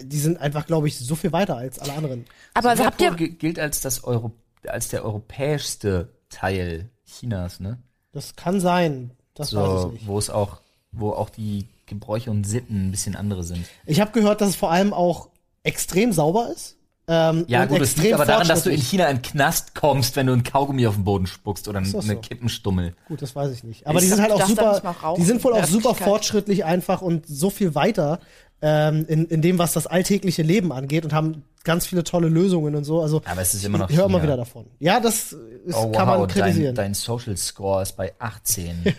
[SPEAKER 2] die sind einfach, glaube ich, so viel weiter als alle anderen.
[SPEAKER 3] Aber also habt
[SPEAKER 1] Singapur
[SPEAKER 3] ihr,
[SPEAKER 1] gi- gilt als, das Euro als der europäischste Teil Chinas, ne?
[SPEAKER 2] Das kann sein. Das weiß ich
[SPEAKER 1] So,
[SPEAKER 2] nicht.
[SPEAKER 1] wo es auch, wo auch die Gebräuche und Sitten ein bisschen andere sind.
[SPEAKER 2] Ich habe gehört, dass es vor allem auch extrem sauber ist. Ähm,
[SPEAKER 1] Ja,
[SPEAKER 2] und
[SPEAKER 1] gut, es
[SPEAKER 2] extrem
[SPEAKER 1] liegt aber daran, dass du in
[SPEAKER 2] fortschrittlich.
[SPEAKER 1] China in den Knast kommst, wenn du einen Kaugummi auf den Boden spuckst oder eine
[SPEAKER 2] Ist das so?
[SPEAKER 1] Kippenstummel.
[SPEAKER 2] Gut, das weiß ich nicht. Aber die
[SPEAKER 3] Ich
[SPEAKER 2] sind halt
[SPEAKER 3] darf
[SPEAKER 2] auch
[SPEAKER 3] da
[SPEAKER 2] super,
[SPEAKER 3] nicht mal rauchen
[SPEAKER 2] die sind wohl
[SPEAKER 3] in
[SPEAKER 2] auch
[SPEAKER 3] der
[SPEAKER 2] super
[SPEAKER 3] Öffentlichkeit.
[SPEAKER 2] fortschrittlich einfach und so viel weiter ähm, in, in dem, was das alltägliche Leben angeht und haben ganz viele tolle Lösungen und so. Also
[SPEAKER 1] Aber es ist immer noch
[SPEAKER 2] ich höre immer
[SPEAKER 1] China.
[SPEAKER 2] wieder davon. Ja, das ist,
[SPEAKER 1] Oh,
[SPEAKER 2] kann
[SPEAKER 1] wow,
[SPEAKER 2] man kritisieren.
[SPEAKER 1] dein, dein Social Score ist bei 18.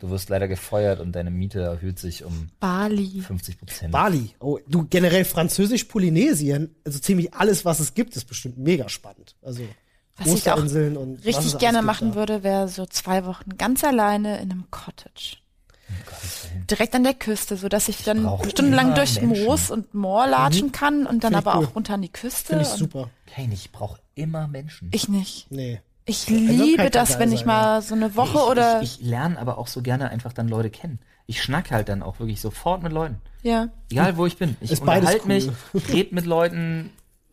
[SPEAKER 1] du wirst leider gefeuert und deine Miete erhöht sich um
[SPEAKER 3] Bali.
[SPEAKER 1] 50 Prozent.
[SPEAKER 2] Bali. Oh, du generell Französisch-Polynesien, also ziemlich alles, was es gibt, ist bestimmt mega spannend. Also
[SPEAKER 3] Was ich auch
[SPEAKER 2] Osterinseln und was es
[SPEAKER 3] Richtig
[SPEAKER 2] alles
[SPEAKER 3] gerne
[SPEAKER 2] gibt
[SPEAKER 3] machen
[SPEAKER 2] da.
[SPEAKER 3] würde, wäre so zwei Wochen ganz alleine in einem Cottage.
[SPEAKER 1] Um
[SPEAKER 3] Direkt an der Küste, so dass ich dann
[SPEAKER 1] brauch
[SPEAKER 3] stundenlang
[SPEAKER 1] immer
[SPEAKER 3] durch
[SPEAKER 1] Menschen. Mhm.
[SPEAKER 3] Moos und Moor latschen kann und dann
[SPEAKER 2] Find ich
[SPEAKER 3] aber
[SPEAKER 2] cool.
[SPEAKER 3] auch runter an die Küste.
[SPEAKER 2] Finde ich
[SPEAKER 3] und-
[SPEAKER 2] super.
[SPEAKER 1] Kein, ich brauche immer Menschen.
[SPEAKER 3] Ich nicht.
[SPEAKER 2] Nee.
[SPEAKER 3] Ich
[SPEAKER 1] Also
[SPEAKER 2] Einsamkeit
[SPEAKER 3] liebe
[SPEAKER 2] kann
[SPEAKER 3] das,
[SPEAKER 2] geil
[SPEAKER 3] wenn ich
[SPEAKER 2] sein,
[SPEAKER 3] mal so eine Woche oder
[SPEAKER 1] ich, ich, ich lerne aber auch so gerne einfach dann Leute kennen. Ich schnack halt dann auch wirklich sofort mit Leuten.
[SPEAKER 3] ja.
[SPEAKER 1] Egal wo ich bin. Ich
[SPEAKER 2] Ist beides
[SPEAKER 1] unterhalte mich,
[SPEAKER 2] cool.
[SPEAKER 1] red mit Leuten.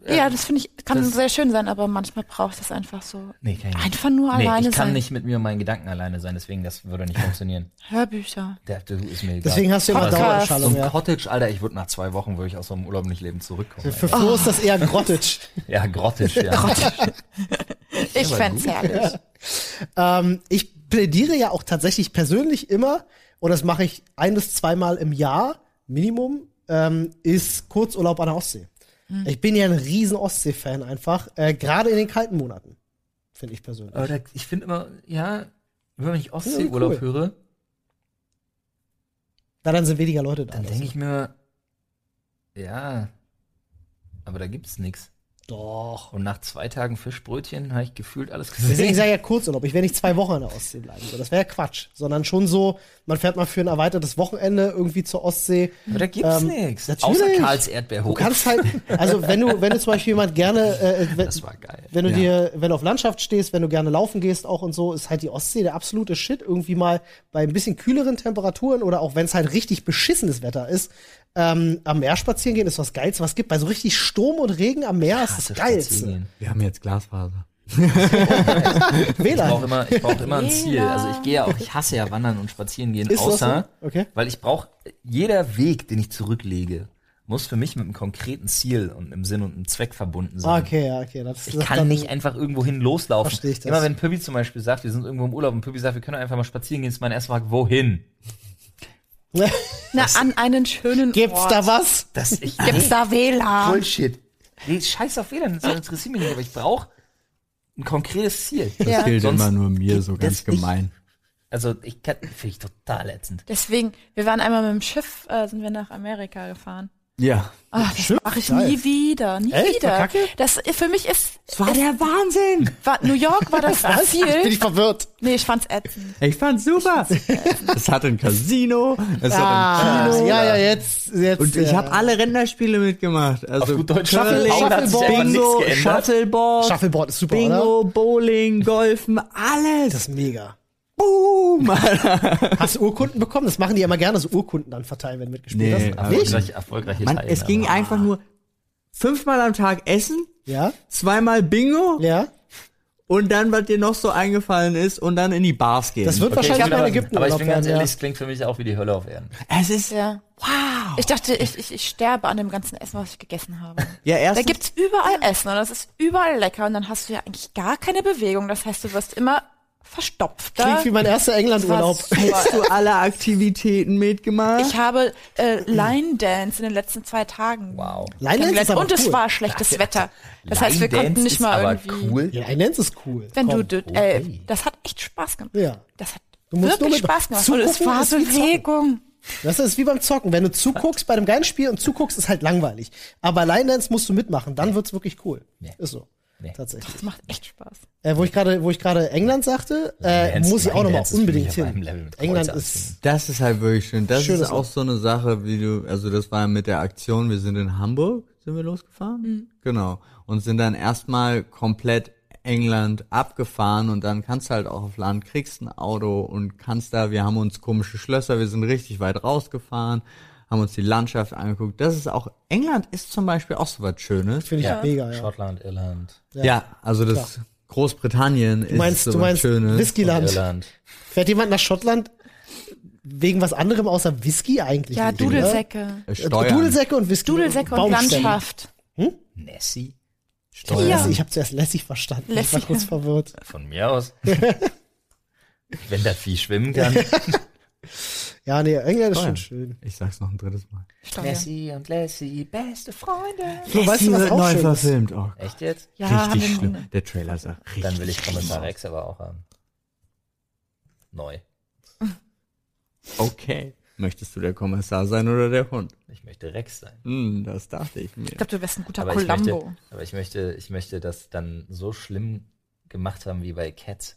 [SPEAKER 3] Ja, das finde ich, kann
[SPEAKER 1] das-
[SPEAKER 3] sehr schön sein, aber manchmal brauche ich das einfach so.
[SPEAKER 1] Nee, kann ich nicht.
[SPEAKER 3] Einfach nur
[SPEAKER 1] Nee,
[SPEAKER 3] alleine
[SPEAKER 1] ich kann
[SPEAKER 3] sein.
[SPEAKER 1] nicht mit mir und meinen Gedanken alleine sein, deswegen das würde nicht funktionieren.
[SPEAKER 3] Hörbücher.
[SPEAKER 1] Der, du ist mir egal.
[SPEAKER 2] Deswegen hast du immer
[SPEAKER 3] Podcast.
[SPEAKER 1] so
[SPEAKER 2] Dauerschallung,
[SPEAKER 1] ein
[SPEAKER 2] ja.
[SPEAKER 1] Cottage, Alter, ich würde nach zwei Wochen würde ich aus so einem Urlaub nicht lebend zurückkommen.
[SPEAKER 2] Für
[SPEAKER 1] Alter.
[SPEAKER 2] Flo ist das eher grottisch.
[SPEAKER 1] Ja, grottisch, ja.
[SPEAKER 3] Ich
[SPEAKER 1] aber
[SPEAKER 3] fänd's
[SPEAKER 1] gut.
[SPEAKER 3] herrlich.
[SPEAKER 2] Ähm, ich plädiere ja auch tatsächlich persönlich immer, und das mache ich ein bis zweimal im Jahr, Minimum, ähm, ist Kurzurlaub an der Ostsee.
[SPEAKER 1] Mhm.
[SPEAKER 2] Ich bin ja ein riesen Ostsee-Fan einfach, äh, gerade in den kalten Monaten, finde ich persönlich.
[SPEAKER 1] Aber da, ich finde immer, ja, wenn ich
[SPEAKER 2] Ja,
[SPEAKER 1] Ostseeurlaub
[SPEAKER 2] cool.
[SPEAKER 1] höre,
[SPEAKER 2] Na, dann sind weniger Leute da.
[SPEAKER 1] dann denke ich mir, ja, aber da gibt's nichts.
[SPEAKER 2] Doch.
[SPEAKER 1] Und nach zwei Tagen Fischbrötchen habe ich gefühlt alles
[SPEAKER 2] Deswegen
[SPEAKER 1] gesehen.
[SPEAKER 2] sage ich ja Kurzurlaub. Ich werde nicht zwei Wochen an der Ostsee bleiben. So, das wäre ja Quatsch. Sondern schon so, man fährt mal für ein erweitertes Wochenende irgendwie zur Ostsee.
[SPEAKER 1] Aber da gibt's
[SPEAKER 2] Ähm,
[SPEAKER 1] nix. nichts.
[SPEAKER 2] natürlich.
[SPEAKER 1] Außer Karls
[SPEAKER 2] Du
[SPEAKER 1] Erdbeerhof.
[SPEAKER 2] kannst halt, also wenn du, wenn du zum Beispiel jemand gerne, äh, wenn,
[SPEAKER 1] Das war geil.
[SPEAKER 2] wenn du
[SPEAKER 4] Ja.
[SPEAKER 2] dir, wenn du auf Landschaft stehst, wenn du gerne laufen gehst auch und so, ist halt die Ostsee der absolute Shit. Irgendwie mal bei ein bisschen kühleren Temperaturen oder auch wenn es halt richtig beschissenes Wetter ist, ähm, am Meer spazieren gehen ist was Geilste, was gibt. Bei so richtig Sturm und Regen am Meer ist das Geilste.
[SPEAKER 1] Spaziergehen.
[SPEAKER 4] Wir haben jetzt Glasfaser.
[SPEAKER 1] Ich brauche
[SPEAKER 2] WLAN.
[SPEAKER 1] immer, ich brauch immer ein Ziel. Also ich gehe ja auch, ich hasse ja Wandern und Spazieren gehen,
[SPEAKER 2] Ist das
[SPEAKER 1] außer,
[SPEAKER 2] so? Okay.
[SPEAKER 1] weil ich brauche, jeder Weg, den ich zurücklege, muss für mich mit einem konkreten Ziel und einem Sinn und einem Zweck verbunden sein.
[SPEAKER 2] Ah, okay, ja, okay. Das,
[SPEAKER 1] Ich
[SPEAKER 2] das
[SPEAKER 1] kann
[SPEAKER 2] dann-
[SPEAKER 1] nicht einfach irgendwo hin loslaufen.
[SPEAKER 2] Versteh ich das.
[SPEAKER 1] Immer wenn Pübi zum Beispiel sagt, wir sind irgendwo im Urlaub und Pübi sagt, wir können einfach mal spazieren gehen, ist meine erste Frage, wohin?
[SPEAKER 3] Na, an einen schönen
[SPEAKER 2] Gibt's
[SPEAKER 3] Ort.
[SPEAKER 2] da was?
[SPEAKER 1] Das ich
[SPEAKER 3] Gibt's da WLAN?
[SPEAKER 1] Bullshit. Nee, scheiß auf WLAN, das interessiert mich nicht, aber ich brauche ein konkretes Ziel.
[SPEAKER 4] Das
[SPEAKER 3] Ja.
[SPEAKER 4] gilt
[SPEAKER 1] Sonst
[SPEAKER 4] immer nur mir, so
[SPEAKER 1] geht
[SPEAKER 4] ganz
[SPEAKER 1] das nicht.
[SPEAKER 4] gemein.
[SPEAKER 1] Also ich kann, finde ich total ätzend.
[SPEAKER 3] Deswegen, wir waren einmal mit dem Schiff, äh, sind wir nach Amerika gefahren.
[SPEAKER 4] Ja.
[SPEAKER 3] Ach, das
[SPEAKER 2] Schiff?
[SPEAKER 3] mache ich
[SPEAKER 2] Geil.
[SPEAKER 3] nie wieder, nie
[SPEAKER 2] Echt? War
[SPEAKER 3] wieder.
[SPEAKER 2] kacke?
[SPEAKER 3] Das äh, für mich ist,
[SPEAKER 4] Das war der Wahnsinn!
[SPEAKER 3] war, New York war das
[SPEAKER 1] Ah,
[SPEAKER 2] Bin
[SPEAKER 3] Ziel.
[SPEAKER 2] ich verwirrt.
[SPEAKER 3] Nee, ich fand's ätzend.
[SPEAKER 4] Ich fand's super! es hatte ein Casino, es hat ein
[SPEAKER 2] Ah,
[SPEAKER 4] Kino.
[SPEAKER 2] ja, ja, jetzt, jetzt.
[SPEAKER 4] Und ich
[SPEAKER 2] ja.
[SPEAKER 4] habe alle Länderspiele mitgemacht. Also
[SPEAKER 1] Auf gut Deutsch,
[SPEAKER 4] Curling,
[SPEAKER 1] Shuffle-
[SPEAKER 2] Augen hat sich
[SPEAKER 4] Shuffleboard,
[SPEAKER 2] einfach
[SPEAKER 1] nichts
[SPEAKER 4] Bingo,
[SPEAKER 1] geändert.
[SPEAKER 4] Shuffleboard,
[SPEAKER 2] Shuffleboard ist super, oder?
[SPEAKER 4] Bingo, Bowling, Golfen, alles.
[SPEAKER 2] Das ist mega.
[SPEAKER 4] Boom!
[SPEAKER 2] Hast du Urkunden bekommen? Das machen die ja immer gerne, so Urkunden dann verteilen, wenn du mitgespielt
[SPEAKER 4] Nee,
[SPEAKER 2] hast.
[SPEAKER 4] aber-
[SPEAKER 2] Nicht?
[SPEAKER 1] Erfolgreich, erfolgreiche
[SPEAKER 4] Mann,
[SPEAKER 1] Teilnahme.
[SPEAKER 4] es ging einfach nur fünfmal am Tag essen,
[SPEAKER 2] Ja?
[SPEAKER 4] zweimal Bingo
[SPEAKER 2] Ja?
[SPEAKER 4] und dann, was dir noch so eingefallen ist und dann in die Bars gehen.
[SPEAKER 2] Das wird wahrscheinlich
[SPEAKER 1] aber,
[SPEAKER 2] mein Ägypten
[SPEAKER 1] aber ich bin ganz ehrlich, es klingt für mich auch wie die Hölle auf Erden.
[SPEAKER 4] es ist ja,
[SPEAKER 3] Ja. Wow.
[SPEAKER 2] Oh.
[SPEAKER 3] Ich dachte, ich, ich, ich sterbe an dem ganzen Essen, was ich gegessen habe. Da
[SPEAKER 4] erstens,
[SPEAKER 3] gibt's überall Essen und das ist überall lecker und dann hast du ja eigentlich gar keine Bewegung. Das heißt, du wirst immer verstopfter.
[SPEAKER 2] Klingt wie mein erster
[SPEAKER 3] Das war
[SPEAKER 2] England-Urlaub.
[SPEAKER 3] super.
[SPEAKER 4] hast du alle Aktivitäten mitgemacht.
[SPEAKER 3] Ich habe äh, Line Dance in den letzten zwei Tagen.
[SPEAKER 1] Wow.
[SPEAKER 2] Line Dance ist aber
[SPEAKER 3] und es
[SPEAKER 2] cool.
[SPEAKER 3] war schlechtes Wetter. Das heißt, wir
[SPEAKER 1] Line Dance
[SPEAKER 3] konnten nicht
[SPEAKER 1] ist
[SPEAKER 3] mal
[SPEAKER 1] aber
[SPEAKER 3] irgendwie.
[SPEAKER 1] cool.
[SPEAKER 2] Line Dance ist cool.
[SPEAKER 3] Wenn
[SPEAKER 2] Komm.
[SPEAKER 3] du, du
[SPEAKER 1] okay.
[SPEAKER 3] ey, das hat echt Spaß gemacht.
[SPEAKER 2] Ja.
[SPEAKER 3] Das hat
[SPEAKER 2] Du musst nur
[SPEAKER 3] wirklich
[SPEAKER 2] mit-
[SPEAKER 3] Spaß gemacht. Und es
[SPEAKER 2] zugucken
[SPEAKER 3] war
[SPEAKER 2] ist wie zocken.
[SPEAKER 3] Bewegung.
[SPEAKER 2] Das ist wie beim Zocken. Wenn du zuguckst bei einem geilen Spiel und zuguckst, ist halt langweilig. Aber Line Dance musst du mitmachen, dann wird's wirklich cool.
[SPEAKER 1] Nee.
[SPEAKER 2] Ist so.
[SPEAKER 1] Nee.
[SPEAKER 2] Tatsächlich.
[SPEAKER 3] Das macht echt Spaß.
[SPEAKER 2] Äh, wo ich gerade, wo ich gerade England sagte,
[SPEAKER 1] Line
[SPEAKER 2] äh,
[SPEAKER 1] Dance-
[SPEAKER 2] muss ich auch
[SPEAKER 1] Line
[SPEAKER 2] nochmal
[SPEAKER 1] Dance ist
[SPEAKER 2] unbedingt
[SPEAKER 1] für mich auf einem Level
[SPEAKER 2] hin.
[SPEAKER 1] mit
[SPEAKER 2] England
[SPEAKER 1] Kreuzer
[SPEAKER 2] ist,
[SPEAKER 4] Das ist halt wirklich schön. Das
[SPEAKER 2] Schönes
[SPEAKER 4] ist auch so eine Sache, wie du, also das war mit der Aktion, wir sind in Hamburg, sind wir losgefahren? Genau. Und sind dann erstmal komplett England abgefahren und dann kannst du halt auch auf Land, kriegst ein Auto und kannst da, wir haben uns komische Schlösser, wir sind richtig weit rausgefahren, haben uns die Landschaft angeguckt. Das ist auch, England ist zum Beispiel auch so was Schönes.
[SPEAKER 2] finde ich mega, ja.
[SPEAKER 1] Schottland, Irland,
[SPEAKER 4] Ja, also das Großbritannien
[SPEAKER 2] Du meinst,
[SPEAKER 4] ist
[SPEAKER 2] du
[SPEAKER 4] so was
[SPEAKER 2] meinst
[SPEAKER 4] Schönes.
[SPEAKER 2] Whiskyland.
[SPEAKER 1] Irland.
[SPEAKER 2] Fährt jemand nach Schottland wegen was anderem außer Whisky eigentlich?
[SPEAKER 3] Ja,
[SPEAKER 2] nicht, oder?
[SPEAKER 3] Dudelsäcke.
[SPEAKER 4] Äh,
[SPEAKER 2] Steuern. Dudelsäcke und Whisky.
[SPEAKER 3] Dudelsäcke und
[SPEAKER 2] Baumstämme.
[SPEAKER 3] Landschaft.
[SPEAKER 1] Nessie?
[SPEAKER 2] Ich hab
[SPEAKER 3] Ja.
[SPEAKER 2] Lassi- Ich habe zuerst lässig verstanden. Ich war
[SPEAKER 3] Lässig.
[SPEAKER 2] kurz verwirrt.
[SPEAKER 1] Von mir aus. Wenn das Vieh schwimmen kann.
[SPEAKER 2] Ja, nee, England ist schon
[SPEAKER 4] Steuern.
[SPEAKER 2] schön.
[SPEAKER 4] Ich sag's noch ein drittes Mal.
[SPEAKER 3] Ich glaube, ja.
[SPEAKER 1] Nessie und Lassie, beste Freunde.
[SPEAKER 2] weißt du, was auch
[SPEAKER 4] neu
[SPEAKER 2] schön ist?
[SPEAKER 4] verfilmt. Oh
[SPEAKER 1] Echt jetzt?
[SPEAKER 3] Ja, haben wir
[SPEAKER 4] richtig schlimm.
[SPEAKER 3] eine-
[SPEAKER 4] Der Trailer sah richtig
[SPEAKER 1] Dann will ich Kommissar
[SPEAKER 4] schlimm
[SPEAKER 1] Rex aber auch haben. Neu.
[SPEAKER 4] aus. Okay. Möchtest du der Kommissar sein oder der Hund?
[SPEAKER 1] Ich möchte Rex sein.
[SPEAKER 4] Hm, das dachte ich mir.
[SPEAKER 3] Ich glaube, du wärst ein guter
[SPEAKER 1] Aber ich, möchte,
[SPEAKER 3] Columbo.
[SPEAKER 1] aber ich möchte, ich möchte das dann so schlimm gemacht haben wie bei Cats.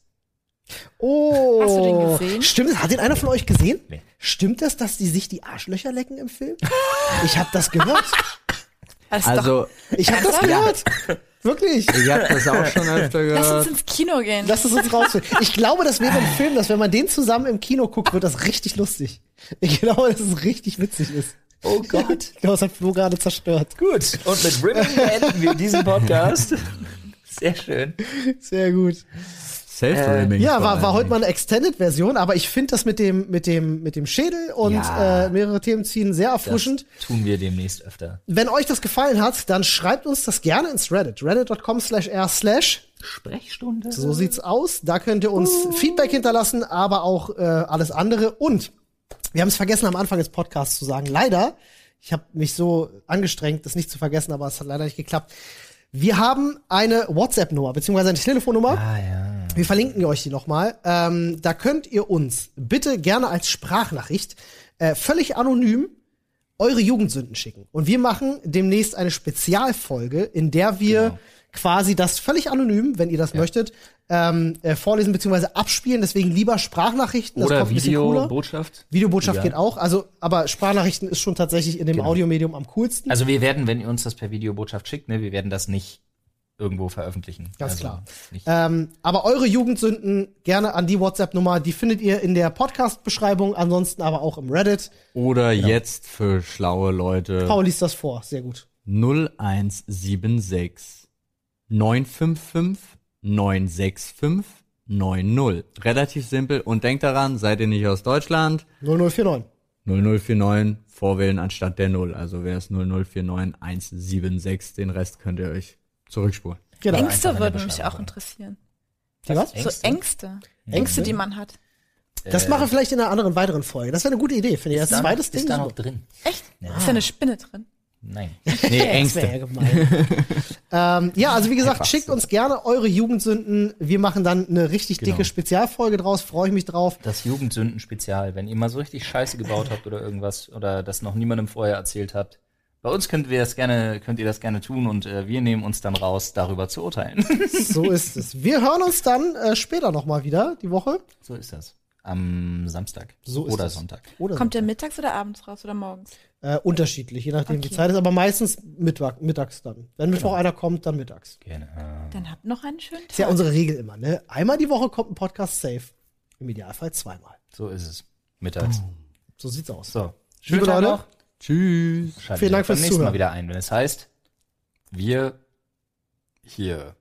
[SPEAKER 2] Oh.
[SPEAKER 3] Hast du den gesehen?
[SPEAKER 2] Stimmt das? Hat den einer von euch gesehen?
[SPEAKER 1] Nee.
[SPEAKER 2] Stimmt das, dass die sich die Arschlöcher lecken im Film? Ich habe das gehört.
[SPEAKER 3] Das ist doch,
[SPEAKER 4] Also,
[SPEAKER 2] Ich habe das gehört. Wirklich.
[SPEAKER 4] ich habe das auch schon öfter
[SPEAKER 3] lass uns
[SPEAKER 4] gehört.
[SPEAKER 3] ins Kino gehen.
[SPEAKER 2] äh, Lass es uns rausfinden. Ich glaube, das wäre ein Film, dass wenn man den zusammen im Kino guckt, wird das richtig lustig. Ich glaube, dass es richtig witzig ist.
[SPEAKER 1] Oh Gott.
[SPEAKER 2] Ich glaube, das hat Flo gerade zerstört.
[SPEAKER 1] Gut. Und mit Ribbon beenden wir diesen Podcast. Sehr schön.
[SPEAKER 2] Sehr gut.
[SPEAKER 4] Self-Dreaming.
[SPEAKER 2] Äh, Ja, war, war heute mal eine Extended-Version, aber ich finde das mit dem, mit, dem, mit dem Schädel und
[SPEAKER 4] Ja.
[SPEAKER 2] äh, mehrere Themen ziehen sehr
[SPEAKER 1] Das
[SPEAKER 2] erfrischend.
[SPEAKER 1] tun wir demnächst öfter.
[SPEAKER 2] Wenn euch das gefallen hat, dann schreibt uns das gerne ins Reddit. Reddit.com slash r slash.
[SPEAKER 1] Sprechstunde.
[SPEAKER 2] So sieht's aus. Da könnt ihr uns Feedback hinterlassen, aber auch äh, alles andere. Und wir haben es vergessen, am Anfang des Podcasts zu sagen. Leider, ich habe mich so angestrengt, das nicht zu vergessen, aber es hat leider nicht geklappt. Wir haben eine WhatsApp-Nummer, beziehungsweise eine Telefonnummer.
[SPEAKER 1] Ah ja.
[SPEAKER 2] Wir verlinken euch die nochmal. Ähm, da könnt ihr uns bitte gerne als Sprachnachricht äh, völlig anonym eure Jugendsünden schicken. Und wir machen demnächst eine Spezialfolge, in der wir
[SPEAKER 1] Genau.
[SPEAKER 2] quasi das völlig anonym, wenn ihr das möchtet, ähm, äh, vorlesen bzw. abspielen. Deswegen lieber Sprachnachrichten.
[SPEAKER 1] Oder
[SPEAKER 2] das kommt ein bisschen
[SPEAKER 1] Video,
[SPEAKER 2] cooler.
[SPEAKER 1] Botschaft.
[SPEAKER 2] Videobotschaft
[SPEAKER 1] Ja. Genau.
[SPEAKER 2] geht auch. Also, aber Sprachnachrichten ist schon tatsächlich in dem Audiomedium am coolsten.
[SPEAKER 1] Also wir werden, wenn ihr uns das per Videobotschaft schickt, ne, wir werden das nicht irgendwo veröffentlichen.
[SPEAKER 2] Ganz
[SPEAKER 1] also
[SPEAKER 2] klar.
[SPEAKER 1] Nicht.
[SPEAKER 2] Ähm, aber eure Jugendsünden gerne an die WhatsApp-Nummer, die findet ihr in der Podcast-Beschreibung, ansonsten aber auch im Reddit.
[SPEAKER 4] Oder
[SPEAKER 1] Genau.
[SPEAKER 4] jetzt für schlaue Leute.
[SPEAKER 2] Paul liest das vor, sehr gut.
[SPEAKER 4] 0176 955 965 90. Relativ simpel. Und denkt daran, seid ihr nicht aus Deutschland,
[SPEAKER 2] 0049.
[SPEAKER 4] 0049 vorwählen anstatt der 0. Also wäre es 0049176. Den Rest könnt ihr euch zurückspulen.
[SPEAKER 2] Genau.
[SPEAKER 1] Ängste einfach in
[SPEAKER 3] Ängste
[SPEAKER 1] der
[SPEAKER 3] würden mich
[SPEAKER 1] Beschreibung.
[SPEAKER 3] auch interessieren.
[SPEAKER 2] Die was?
[SPEAKER 1] Ängste?
[SPEAKER 3] So Ängste.
[SPEAKER 2] Ängste?
[SPEAKER 3] Ängste, die man hat.
[SPEAKER 2] Das machen wir vielleicht in einer anderen weiteren Folge. Das wäre eine gute Idee, finde ich. Als
[SPEAKER 1] äh, Ist da noch-
[SPEAKER 2] zweites
[SPEAKER 1] ist
[SPEAKER 2] Ding.
[SPEAKER 1] da
[SPEAKER 2] so-
[SPEAKER 1] noch drin.
[SPEAKER 3] Echt? Ist da eine Spinne drin?
[SPEAKER 1] Nein.
[SPEAKER 4] Nee,
[SPEAKER 2] Das wär
[SPEAKER 4] Ängste.
[SPEAKER 2] ja gemein. ähm, ja, also wie gesagt, schickt uns gerne eure Jugendsünden. Wir machen dann eine richtig dicke Spezialfolge draus. Freue ich mich drauf.
[SPEAKER 1] Das Jugendsünden-Spezial, wenn ihr mal so richtig Scheiße gebaut habt oder irgendwas oder das noch niemandem vorher erzählt habt. Bei uns könnt ihr das gerne, könnt ihr das gerne tun und äh, wir nehmen uns dann raus, darüber zu urteilen.
[SPEAKER 2] So ist es. Wir hören uns dann äh, später nochmal wieder die Woche.
[SPEAKER 1] so ist das. Am Samstag
[SPEAKER 2] So ist
[SPEAKER 1] oder
[SPEAKER 2] das.
[SPEAKER 1] Sonntag.
[SPEAKER 2] Oder
[SPEAKER 3] Kommt der mittags oder abends raus oder morgens?
[SPEAKER 2] äh, unterschiedlich, je nachdem wie
[SPEAKER 3] Okay.
[SPEAKER 2] Zeit ist, aber meistens Mittag, mittags dann. Wenn Mittwoch einer kommt, dann mittags.
[SPEAKER 1] Genau.
[SPEAKER 3] Dann habt noch einen schönen Tag.
[SPEAKER 2] Ist ja unsere Regel immer, ne? Einmal die Woche kommt ein Podcast safe. Im Idealfall zweimal.
[SPEAKER 1] So ist es. Mittags.
[SPEAKER 2] So sieht's aus.
[SPEAKER 1] So.
[SPEAKER 2] Oh. Liebe Leute,
[SPEAKER 4] Tschüss.
[SPEAKER 1] Schaltet
[SPEAKER 2] vielen Dank
[SPEAKER 1] beim
[SPEAKER 2] fürs
[SPEAKER 1] nächsten
[SPEAKER 2] Zuhören.
[SPEAKER 1] Mal wieder ein, wenn es heißt, wir hier.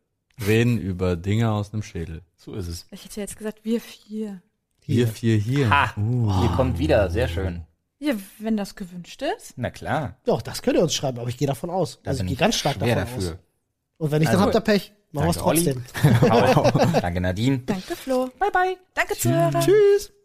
[SPEAKER 4] Reden über Dinge aus einem Schädel.
[SPEAKER 1] So ist es.
[SPEAKER 3] Ich hätte jetzt gesagt, wir vier.
[SPEAKER 4] Hier, vier, hier.
[SPEAKER 1] Ha!
[SPEAKER 4] Uh.
[SPEAKER 1] Ihr kommt wieder. Sehr schön.
[SPEAKER 3] Ja, wenn das gewünscht ist.
[SPEAKER 1] Na klar.
[SPEAKER 2] Doch, das könnt ihr uns schreiben, aber ich gehe davon aus.
[SPEAKER 1] Da
[SPEAKER 2] also ich
[SPEAKER 1] bin
[SPEAKER 2] gehe ganz stark davon
[SPEAKER 1] schwer
[SPEAKER 2] aus.
[SPEAKER 1] dafür.
[SPEAKER 2] Und wenn nicht, dann
[SPEAKER 1] Also,
[SPEAKER 2] habt ihr Pech. Machen wir es
[SPEAKER 1] danke, Olli.
[SPEAKER 2] trotzdem.
[SPEAKER 1] Paul. Danke, Nadine.
[SPEAKER 3] Danke, Flo. Bye, bye. Danke, Zuhörer.
[SPEAKER 2] Tschüss.